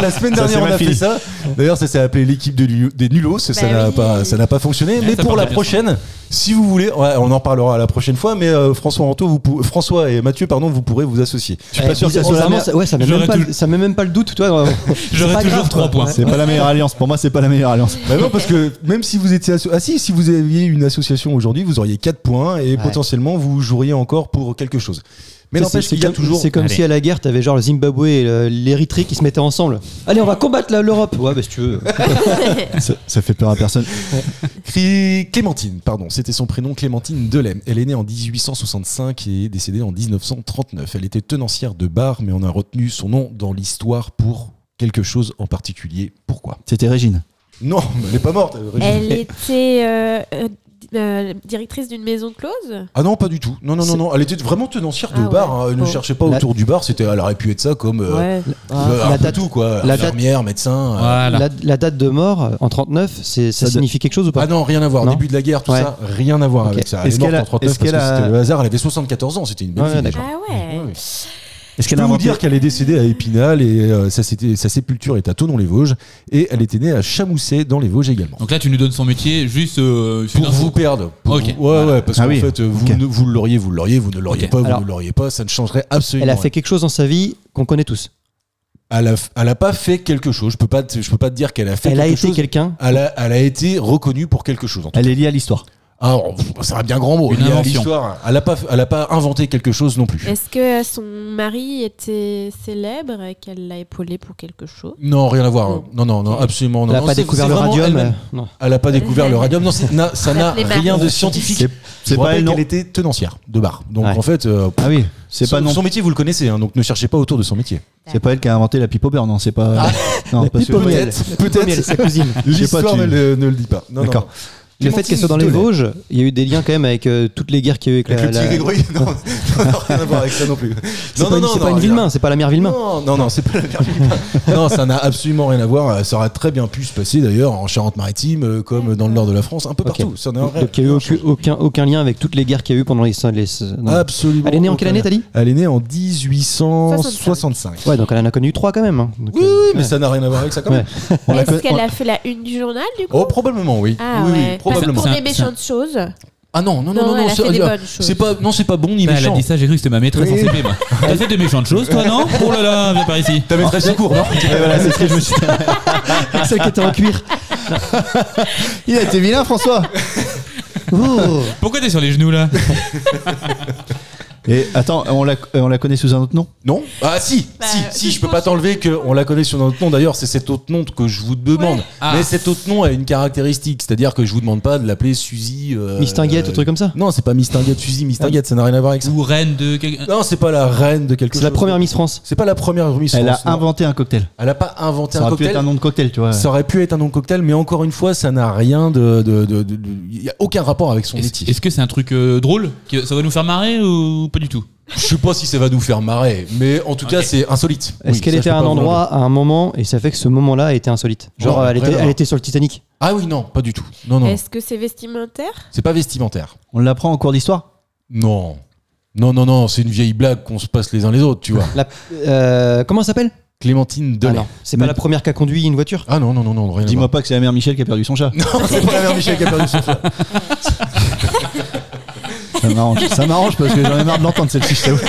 Speaker 4: la semaine
Speaker 6: Ça,
Speaker 4: dernière,
Speaker 6: c'est
Speaker 4: on
Speaker 6: mal
Speaker 4: a
Speaker 6: fini.
Speaker 4: fait ça. D'ailleurs, ça s'est appelé l'équipe de Lu- des nulos. Ça
Speaker 9: Bah
Speaker 4: n'a
Speaker 9: oui.
Speaker 4: pas, ça n'a pas fonctionné.
Speaker 7: Ouais,
Speaker 4: mais
Speaker 7: ça
Speaker 4: pour
Speaker 7: part
Speaker 4: la
Speaker 7: bien, ça.
Speaker 4: prochaine, si vous voulez, ouais, on en parlera la prochaine fois. Mais euh, François, Anto, vous pou- François et Mathieu, pardon, vous pourrez vous associer.
Speaker 8: Je suis
Speaker 4: pas sûr que ça soit la merde.
Speaker 8: Ouais, Eh, ça met
Speaker 7: J'aurais
Speaker 8: même pas,
Speaker 7: toujours-
Speaker 8: ça met même pas le doute, toi.
Speaker 7: J'aurais toujours 3 points.
Speaker 6: C'est pas la meilleure alliance. Pour moi, c'est pas la meilleure alliance.
Speaker 4: Bah non, parce que même si vous étiez asso- ah si, si vous aviez une association aujourd'hui, vous auriez 4 points et
Speaker 8: Ouais.
Speaker 4: potentiellement vous joueriez encore pour quelque chose. Mais
Speaker 8: Ça,
Speaker 4: n'empêche
Speaker 8: c'est-
Speaker 4: qu'il y
Speaker 8: c'est
Speaker 4: a
Speaker 8: comme-
Speaker 4: toujours.
Speaker 8: C'est comme
Speaker 7: Allez.
Speaker 8: si à la guerre, t'avais genre le Zimbabwe et le- l'Érythrée qui se mettaient ensemble. Allez, on va combattre la- l'Europe. Ouais, bah si tu veux.
Speaker 6: Ça, ça fait peur à personne.
Speaker 4: Cri- Clémentine, pardon, c'était son prénom, Clémentine Delem. Elle est née en 1865 et est décédée en 1939. Elle était tenancière de bar, mais on a retenu son nom dans l'histoire pour quelque chose en particulier. Pourquoi
Speaker 6: C'était Régine.
Speaker 4: Non, mais elle n'est pas morte. euh, Régine. [LAUGHS]
Speaker 9: Elle était euh, euh, euh, directrice d'une maison close
Speaker 4: Ah non, pas du tout. Non, non, non,
Speaker 8: C'est-
Speaker 4: non. Elle était vraiment tenancière de
Speaker 9: Ah ouais.
Speaker 4: bar. hein. Elle ne
Speaker 9: Bon.
Speaker 4: cherchait pas
Speaker 8: La-
Speaker 4: autour du bar. C'était, elle aurait pu être ça comme euh,
Speaker 9: Ouais. Ah.
Speaker 4: euh, un
Speaker 8: la,
Speaker 4: peu
Speaker 8: date,
Speaker 4: tout quoi.
Speaker 8: la date-
Speaker 4: Infirmière, médecin. euh.
Speaker 7: Voilà.
Speaker 8: la- la date de mort euh, en 39, c'est- ça,
Speaker 6: Ça de-
Speaker 8: signifie quelque chose ou pas
Speaker 4: Ah non, rien à voir.
Speaker 8: Non.
Speaker 4: Début de la guerre, tout
Speaker 8: Ouais.
Speaker 4: ça, rien à voir
Speaker 8: Ok.
Speaker 4: avec ça. Elle est,
Speaker 6: Est-ce
Speaker 4: morte
Speaker 6: qu'elle a-
Speaker 4: en 39
Speaker 6: est-ce
Speaker 4: parce que
Speaker 6: qu'elle a-
Speaker 4: c'était le hasard. Elle avait 74 ans. C'était une belle
Speaker 8: Ouais,
Speaker 4: fille,
Speaker 8: d'accord.
Speaker 9: Ah
Speaker 4: Ouais,
Speaker 9: ouais.
Speaker 4: ouais.
Speaker 6: Est-ce
Speaker 4: Je
Speaker 6: qu'elle
Speaker 4: peux
Speaker 6: a
Speaker 4: vous
Speaker 6: inventé-
Speaker 4: dire qu'elle est décédée à Épinal et euh, sa, cité- sa sépulture est à Tonon-les-Vosges et elle était née à Chamousset dans les Vosges également.
Speaker 7: Donc là, tu nous donnes son métier juste. euh,
Speaker 4: Pour
Speaker 7: une
Speaker 4: vous
Speaker 7: info.
Speaker 4: perdre. Pour
Speaker 7: Ok.
Speaker 4: vous- Ouais,
Speaker 7: Voilà.
Speaker 4: ouais, parce
Speaker 6: Ah
Speaker 4: qu'en
Speaker 6: oui.
Speaker 4: fait, euh, vous,
Speaker 6: Ok.
Speaker 4: ne- vous l'auriez, vous l'auriez, vous ne l'auriez
Speaker 7: Ok.
Speaker 4: pas, vous
Speaker 8: Alors-
Speaker 4: ne l'auriez pas, ça ne changerait absolument
Speaker 8: Elle a
Speaker 4: rien.
Speaker 8: fait quelque chose dans sa vie qu'on connaît tous.
Speaker 4: Elle a, elle a pas fait quelque chose. Je peux pas, te- je peux pas te dire qu'elle a fait
Speaker 8: Elle a
Speaker 4: quelque
Speaker 8: été
Speaker 4: chose.
Speaker 8: quelqu'un.
Speaker 4: Elle a, elle a été reconnue pour quelque chose. en tout cas.
Speaker 6: Elle est liée à l'histoire.
Speaker 4: Alors, pff, c'est un bien grand mot.
Speaker 7: Une
Speaker 4: lié à
Speaker 7: invention.
Speaker 4: l'histoire. Elle n'a pas, elle a pas inventé quelque chose non plus.
Speaker 9: Est-ce que son mari était célèbre et qu'elle l'a épaulé pour quelque chose
Speaker 4: Non, rien à voir. Non, non, non, absolument.
Speaker 8: On
Speaker 4: Non.
Speaker 8: n'a
Speaker 4: Non,
Speaker 8: pas
Speaker 4: c'est-
Speaker 8: découvert
Speaker 4: c'est
Speaker 8: le
Speaker 4: vraiment
Speaker 8: radium.
Speaker 4: elle-même.
Speaker 8: euh, non.
Speaker 4: Elle n'a pas découvert le radium. Non, c'est- na- ça n'a
Speaker 9: Rappelez-moi.
Speaker 4: rien de scientifique.
Speaker 6: C'est
Speaker 4: Je vous
Speaker 6: pas
Speaker 4: rappelle
Speaker 6: elle, non.
Speaker 4: qu'elle était tenancière de bar. Donc
Speaker 6: Ouais.
Speaker 4: en fait, euh, pff,
Speaker 6: Ah oui, c'est
Speaker 4: son,
Speaker 6: pas non.
Speaker 4: son métier vous le connaissez, hein, donc ne cherchez pas autour de son métier.
Speaker 6: C'est pas elle qui a inventé la pipe au beurre, non, c'est pas. non, parce que-
Speaker 8: Pommiel, sa cousine.
Speaker 6: L'histoire
Speaker 4: L'histoire
Speaker 6: ne
Speaker 4: ne, le dit pas.
Speaker 6: D'accord.
Speaker 8: Le fait qu'elle soit dans les Vosges, il y a eu des liens quand même avec euh, toutes les guerres qu'il y a eu avec,
Speaker 4: Avec
Speaker 8: la-
Speaker 4: le petit
Speaker 8: la-
Speaker 4: Grégory, non, [LAUGHS] ça n'a rien à voir avec ça non plus.
Speaker 8: C'est pas, une- c'est pas une ville main, c'est pas la mère ville main.
Speaker 4: Non, non, non, c'est pas la dernière ville main. [LAUGHS] Non, ça n'a absolument rien à voir. Ça aurait très bien pu se passer d'ailleurs en Charente-Maritime, euh, comme dans le nord de la France, un peu
Speaker 8: Ok.
Speaker 4: partout. Ça n'a rien-
Speaker 8: Donc il n'y a eu aucun, aucun, aucun lien avec toutes les guerres qu'il y a eu pendant les. les non.
Speaker 4: Ah, Absolument.
Speaker 8: Elle est née en quelle année, t'as dit
Speaker 4: Elle est née en 1865.
Speaker 8: Ouais, donc elle en a connu trois quand même. hein. Donc,
Speaker 4: Oui, oui,
Speaker 8: euh,
Speaker 4: mais ça n'a rien à voir avec ça quand
Speaker 8: Ouais.
Speaker 4: même.
Speaker 6: On la
Speaker 9: Est-ce
Speaker 6: conna-
Speaker 9: qu'elle a fait la une du journal du coup
Speaker 4: Oh, probablement, oui.
Speaker 9: Ah
Speaker 4: oui, oui,
Speaker 9: ouais, parce que
Speaker 4: probablement.
Speaker 9: pour des
Speaker 7: C'est un-
Speaker 9: méchantes choses.
Speaker 4: Ah non, non, non,
Speaker 9: Non,
Speaker 4: non,
Speaker 9: elle
Speaker 4: non,
Speaker 9: a fait
Speaker 4: c'est-
Speaker 9: des
Speaker 4: euh,
Speaker 9: bonnes
Speaker 4: c'est
Speaker 9: choses.
Speaker 4: pas, non, c'est pas bon ni
Speaker 7: Bah, elle a
Speaker 4: méchant.
Speaker 7: dit ça, j'ai cru que c'était ma maîtresse en
Speaker 4: Oui.
Speaker 7: CP. moi. T'as fait des méchantes choses, toi, non Oh là là, viens par ici.
Speaker 4: Ta maîtresse de cours, non
Speaker 6: Et voilà, c'est ce que je me suis dit.
Speaker 8: Celle qui était en cuir.
Speaker 6: Il a été vilain, François
Speaker 8: Oh.
Speaker 7: Pourquoi t'es sur les genoux là
Speaker 6: [LAUGHS] Et attends, on la, euh, on la connaît sous un autre nom
Speaker 4: Non Ah si,
Speaker 9: Bah,
Speaker 4: si,
Speaker 9: euh,
Speaker 4: si, je
Speaker 9: je
Speaker 4: peux pas
Speaker 9: pense-
Speaker 4: t'enlever qu'on la connaît sur notre nom. D'ailleurs, c'est cet autre nom que je vous demande.
Speaker 7: Ah.
Speaker 4: Mais cet autre nom a une caractéristique, c'est-à-dire que je vous demande pas de l'appeler Suzy. euh,
Speaker 8: Mistinguette
Speaker 4: euh,
Speaker 8: ou truc comme ça
Speaker 4: Non, c'est pas Miss Tinguette, Suzy, Miss Tinguette, ça n'a rien à voir avec ça.
Speaker 7: Ou reine de. quelque-
Speaker 4: Non, c'est pas la reine de quelque
Speaker 8: C'est
Speaker 4: chose.
Speaker 8: la première Miss France.
Speaker 4: C'est pas la première Miss
Speaker 6: Elle a
Speaker 4: France, non.
Speaker 6: inventé un cocktail.
Speaker 4: Elle a pas inventé
Speaker 6: Ça
Speaker 4: un
Speaker 6: aurait pu
Speaker 4: cocktail.
Speaker 6: être un nom de cocktail, tu vois.
Speaker 4: Ça aurait pu être un nom de cocktail, mais encore une fois, ça n'a rien de. de- de- de- de- Il y a aucun rapport avec son
Speaker 7: Est-ce
Speaker 4: métier.
Speaker 7: est-ce que c'est un truc euh, drôle que Ça va nous faire marrer ou pas du tout
Speaker 4: Je sais pas si ça va nous faire marrer, mais en tout cas,
Speaker 7: Ok.
Speaker 4: c'est insolite.
Speaker 8: Est-ce
Speaker 4: Oui,
Speaker 8: qu'elle
Speaker 4: ça,
Speaker 8: était
Speaker 4: je
Speaker 8: à
Speaker 4: peux pas vous
Speaker 8: un
Speaker 4: l'enlever.
Speaker 8: endroit, à un moment, et ça fait que ce moment-là a été insolite Genre,
Speaker 4: Non,
Speaker 8: elle,
Speaker 4: rien
Speaker 8: était,
Speaker 4: à
Speaker 8: elle
Speaker 4: voir.
Speaker 8: était sur le Titanic.
Speaker 4: Ah oui, non, pas du tout. Non, non.
Speaker 9: Est-ce que c'est vestimentaire
Speaker 4: C'est pas vestimentaire.
Speaker 6: On l'apprend en cours d'histoire
Speaker 4: Non. Non, non, non, c'est une vieille blague qu'on se passe les uns les autres, tu vois.
Speaker 8: La- euh, comment elle s'appelle
Speaker 4: [LAUGHS] Clémentine
Speaker 8: Ah
Speaker 4: Delay.
Speaker 8: non, c'est pas la première qui a conduit une voiture.
Speaker 4: Ah non, non, non, non, rien à
Speaker 6: Euh, Dis-moi pas que c'est la mère Michel qui a perdu son chat.
Speaker 4: voir. Non, [LAUGHS] c'est pas la mère Michel qui a perdu son frère.
Speaker 6: Ça m'arrange, ça m'arrange parce que j'en ai marre de l'entendre celle-ci, je t'avoue.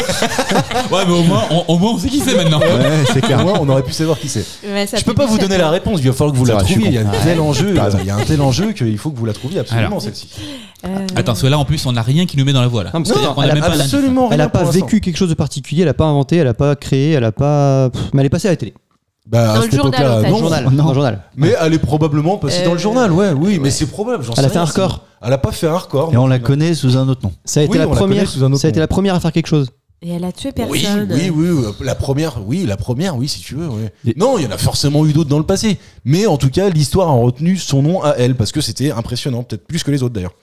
Speaker 7: Ouais, mais au moins, on, au moins, on sait qui c'est maintenant.
Speaker 6: Ouais, c'est clair.
Speaker 4: Moi, on aurait pu savoir qui c'est. Je peux pas vous donner la réponse, il va falloir que vous
Speaker 6: C'est
Speaker 4: la
Speaker 6: vrai, je suis
Speaker 4: trouviez. Il y a un
Speaker 6: con.
Speaker 4: tel enjeu, il y a un tel enjeu qu'il faut que vous la trouviez absolument
Speaker 7: Alors.
Speaker 4: celle-ci.
Speaker 7: Attends, parce que là, en plus, on n'a rien qui nous met dans la voie là.
Speaker 8: Non, parce
Speaker 7: C'est-à-dire
Speaker 8: que-
Speaker 7: qu'on a
Speaker 8: elle a
Speaker 7: même pas l'indice.
Speaker 4: Absolument
Speaker 8: Elle
Speaker 4: rien
Speaker 8: a pas
Speaker 4: pour l'instant.
Speaker 8: vécu quelque chose de particulier, elle a pas inventé, elle a pas créé, elle a pas. Pff, mais elle est passée à la télé.
Speaker 4: Bah, à
Speaker 9: Dans
Speaker 4: cette
Speaker 9: le journal,
Speaker 4: époque-là,
Speaker 9: on t'a
Speaker 4: non.
Speaker 9: dit.
Speaker 8: Journal, dans le journal.
Speaker 4: Mais elle est probablement passée dans le
Speaker 9: Euh,
Speaker 4: journal, ouais, oui, mais c'est probable. j'en
Speaker 8: Elle a
Speaker 4: sais
Speaker 8: fait un
Speaker 4: rien,
Speaker 8: record.
Speaker 4: c'est- Elle a pas fait un record.
Speaker 6: Et
Speaker 4: non.
Speaker 6: on la connaît sous un autre nom.
Speaker 8: Ça a été
Speaker 4: Oui,
Speaker 8: la
Speaker 4: on la connaît
Speaker 8: première.
Speaker 4: sous un autre
Speaker 8: ça a été
Speaker 4: nom.
Speaker 8: la première à faire quelque chose.
Speaker 9: Et elle a tué
Speaker 4: [LAUGHS] Oui,
Speaker 9: personne.
Speaker 4: oui, oui, euh, la première, oui, la première, oui, si tu veux. ouais.
Speaker 6: Et-
Speaker 4: Non, il y en a forcément eu d'autres dans le passé, mais en tout cas, l'histoire a retenu son nom à elle parce que c'était impressionnant, peut-être plus que les autres d'ailleurs.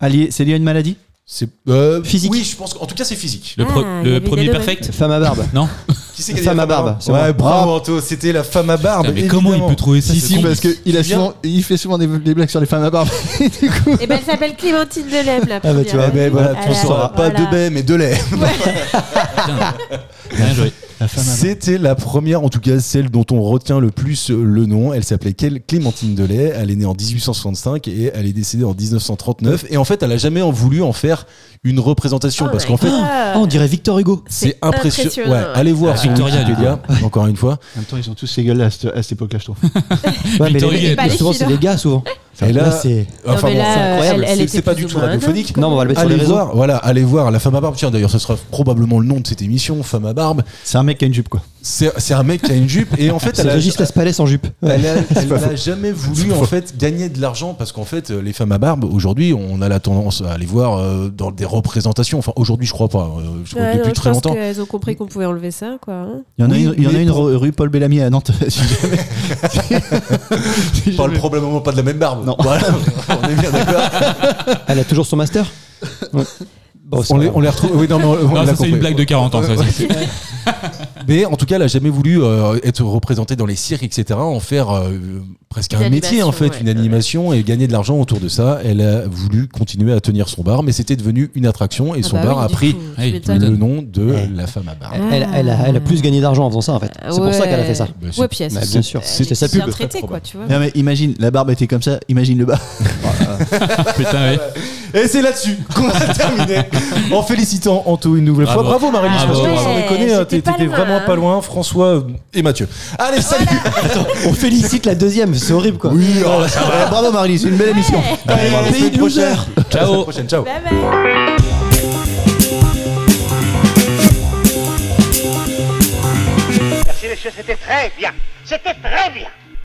Speaker 6: Allié, c'est lié à une maladie
Speaker 4: C'est euh,
Speaker 8: Physique.
Speaker 4: Oui, je pense. qu'en- En tout cas, c'est physique.
Speaker 7: Le, pro-
Speaker 9: Ah,
Speaker 7: le
Speaker 9: il y avait
Speaker 7: premier
Speaker 9: des deux,
Speaker 7: perfect
Speaker 8: Femme à barbe.
Speaker 7: Non
Speaker 4: Qui c'est qui a dit
Speaker 8: Femme
Speaker 4: la
Speaker 8: à barbe,
Speaker 4: barbe
Speaker 8: c'est
Speaker 4: Ouais,
Speaker 8: moi. Ah.
Speaker 4: bravo Anto, c'était la femme à barbe.
Speaker 7: Putain, Mais comment il
Speaker 4: évidemment.
Speaker 7: peut trouver ça
Speaker 6: Si,
Speaker 7: ce
Speaker 6: si,
Speaker 7: con
Speaker 6: parce qu'il a
Speaker 4: Bien.
Speaker 6: souvent, il fait souvent des, des blagues sur les femmes à barbe.
Speaker 9: Et ben elle s'appelle Clémentine Delem la
Speaker 8: bah, tu
Speaker 9: première.
Speaker 8: vois,
Speaker 4: Eh ben, voilà,
Speaker 9: Ah
Speaker 4: tu
Speaker 9: là,
Speaker 4: sauras pas
Speaker 9: voilà.
Speaker 4: de baie, mais de lait.
Speaker 7: Bien joué.
Speaker 6: La femme à barbe.
Speaker 4: C'était la première, en tout cas celle dont on retient le plus euh, le nom. Elle s'appelait Kel- Clémentine Delay. Elle est née en 1865 et elle est décédée en 1939. Et en fait, elle a jamais en voulu en faire une représentation
Speaker 9: Oh
Speaker 4: parce
Speaker 9: my
Speaker 4: qu'en fait,
Speaker 9: God.
Speaker 8: Ah, on dirait Victor Hugo.
Speaker 4: c'est
Speaker 9: C'est
Speaker 4: impressionnant.
Speaker 9: impressionnant,
Speaker 4: Ouais,
Speaker 9: ouais.
Speaker 4: allez voir
Speaker 7: Ah,
Speaker 4: sur
Speaker 7: Victoria,
Speaker 4: Wikipédia, encore une fois.
Speaker 6: En même temps, ils ont tous ces gueules-là à cette, à cette époque-là, je trouve.
Speaker 8: Ouais, mais
Speaker 7: Victor
Speaker 8: les-
Speaker 7: Hugo,
Speaker 8: mais
Speaker 9: pas les
Speaker 8: souvent,
Speaker 9: filles,
Speaker 8: c'est
Speaker 9: là.
Speaker 8: les gars, souvent.
Speaker 4: Et là,
Speaker 8: c'est.
Speaker 4: enfin,
Speaker 9: mais
Speaker 4: bon,
Speaker 9: là, euh,
Speaker 4: c'est incroyable.
Speaker 9: elle- elle
Speaker 4: C'est-
Speaker 9: était
Speaker 4: c'est pas
Speaker 9: plus
Speaker 4: du
Speaker 9: ou
Speaker 4: tout
Speaker 9: moins
Speaker 4: radiophonique.
Speaker 8: Non, on va le mettre sur les
Speaker 4: Allez
Speaker 8: réseaux.
Speaker 4: voir, voilà, allez voir la femme à barbe. Tiens, d'ailleurs, ce sera probablement le nom de cette émission, femme à barbe.
Speaker 6: C'est un mec qui a une jupe, quoi.
Speaker 4: C'est c'est un mec qui a une jupe et en fait,
Speaker 8: [LAUGHS] C'est
Speaker 4: elle a,
Speaker 8: Régis Laspalais en jupe. Ouais.
Speaker 4: Elle a- elle n'a jamais voulu en fait gagner de l'argent parce qu'en fait euh, les femmes à barbe aujourd'hui on a la tendance à les voir euh, dans des représentations enfin aujourd'hui je crois pas euh, je crois
Speaker 9: Ouais,
Speaker 4: depuis
Speaker 9: non, je
Speaker 4: très
Speaker 9: pense
Speaker 4: longtemps
Speaker 9: qu'elles ont compris qu'on pouvait enlever ça, quoi. hein.
Speaker 6: Il y en a
Speaker 4: Oui,
Speaker 6: une, il y en a
Speaker 4: mais
Speaker 6: une
Speaker 4: pour-
Speaker 6: rue Paul Bellamy à Nantes. si jamais- si
Speaker 4: on parle
Speaker 6: jamais-
Speaker 4: probablement pas de la même barbe
Speaker 6: Non.
Speaker 4: Voilà, on est bien d'accord
Speaker 8: Elle a toujours son [LAUGHS] master Ouais. Bon, c'est
Speaker 4: on
Speaker 8: pas
Speaker 4: les,
Speaker 8: grave.
Speaker 4: on les retrouve oui non mais on, on
Speaker 7: Non,
Speaker 4: l'a
Speaker 7: ça, c'est
Speaker 4: compris.
Speaker 7: une blague de 40 ans, ça.
Speaker 4: [LAUGHS]
Speaker 7: c'est-
Speaker 4: mais en tout cas elle a jamais voulu euh, être représentée dans les cirques etc en faire euh, presque
Speaker 9: Une
Speaker 4: un métier
Speaker 9: animation,
Speaker 4: en fait
Speaker 9: ouais.
Speaker 4: une animation et gagner de l'argent autour de ça elle a voulu continuer à tenir son bar mais c'était devenu une attraction et
Speaker 9: Ah
Speaker 4: son
Speaker 9: bah
Speaker 4: bar
Speaker 9: oui,
Speaker 4: a
Speaker 9: du
Speaker 4: pris
Speaker 9: coup, tu
Speaker 7: Hey,
Speaker 9: m'étonnes.
Speaker 4: le nom de la femme à barbe
Speaker 8: Elle, elle a, elle a plus gagné d'argent en faisant ça en fait. C'est pour ça qu'elle a fait ça.
Speaker 4: Bah, c'est-
Speaker 9: Ouais, puis elle
Speaker 8: Bah,
Speaker 9: s'est-
Speaker 8: bien sûr,
Speaker 9: elle
Speaker 8: c'était sa
Speaker 9: s'est bien
Speaker 8: pub.
Speaker 9: traitée,
Speaker 4: Très
Speaker 9: quoi, tu vois.
Speaker 6: Non, mais imagine, la barbe était comme ça, imagine le bas.
Speaker 7: Putain, ouais.
Speaker 6: Et c'est là-dessus qu'on a terminé. En félicitant Anto une nouvelle fois. Bravo
Speaker 7: Bravo.
Speaker 6: Marie, je pense
Speaker 7: Bravo.
Speaker 6: que sans
Speaker 9: Ouais,
Speaker 6: déconner,
Speaker 9: j'étais
Speaker 6: t'es-
Speaker 9: pas
Speaker 6: t'étais
Speaker 9: loin,
Speaker 6: vraiment
Speaker 9: hein.
Speaker 6: pas loin. François euh, et Mathieu. Allez, salut
Speaker 10: On félicite la deuxième, c'est horrible quoi.
Speaker 6: Oui, oh, la
Speaker 11: Bravo Marly, c'est une belle émission.
Speaker 6: Allez, à la
Speaker 10: Pays
Speaker 6: semaine
Speaker 10: de losers.
Speaker 6: prochaine. À la semaine prochaine, ciao.
Speaker 9: Bye bye.
Speaker 2: Merci messieurs, c'était très bien. C'était très bien.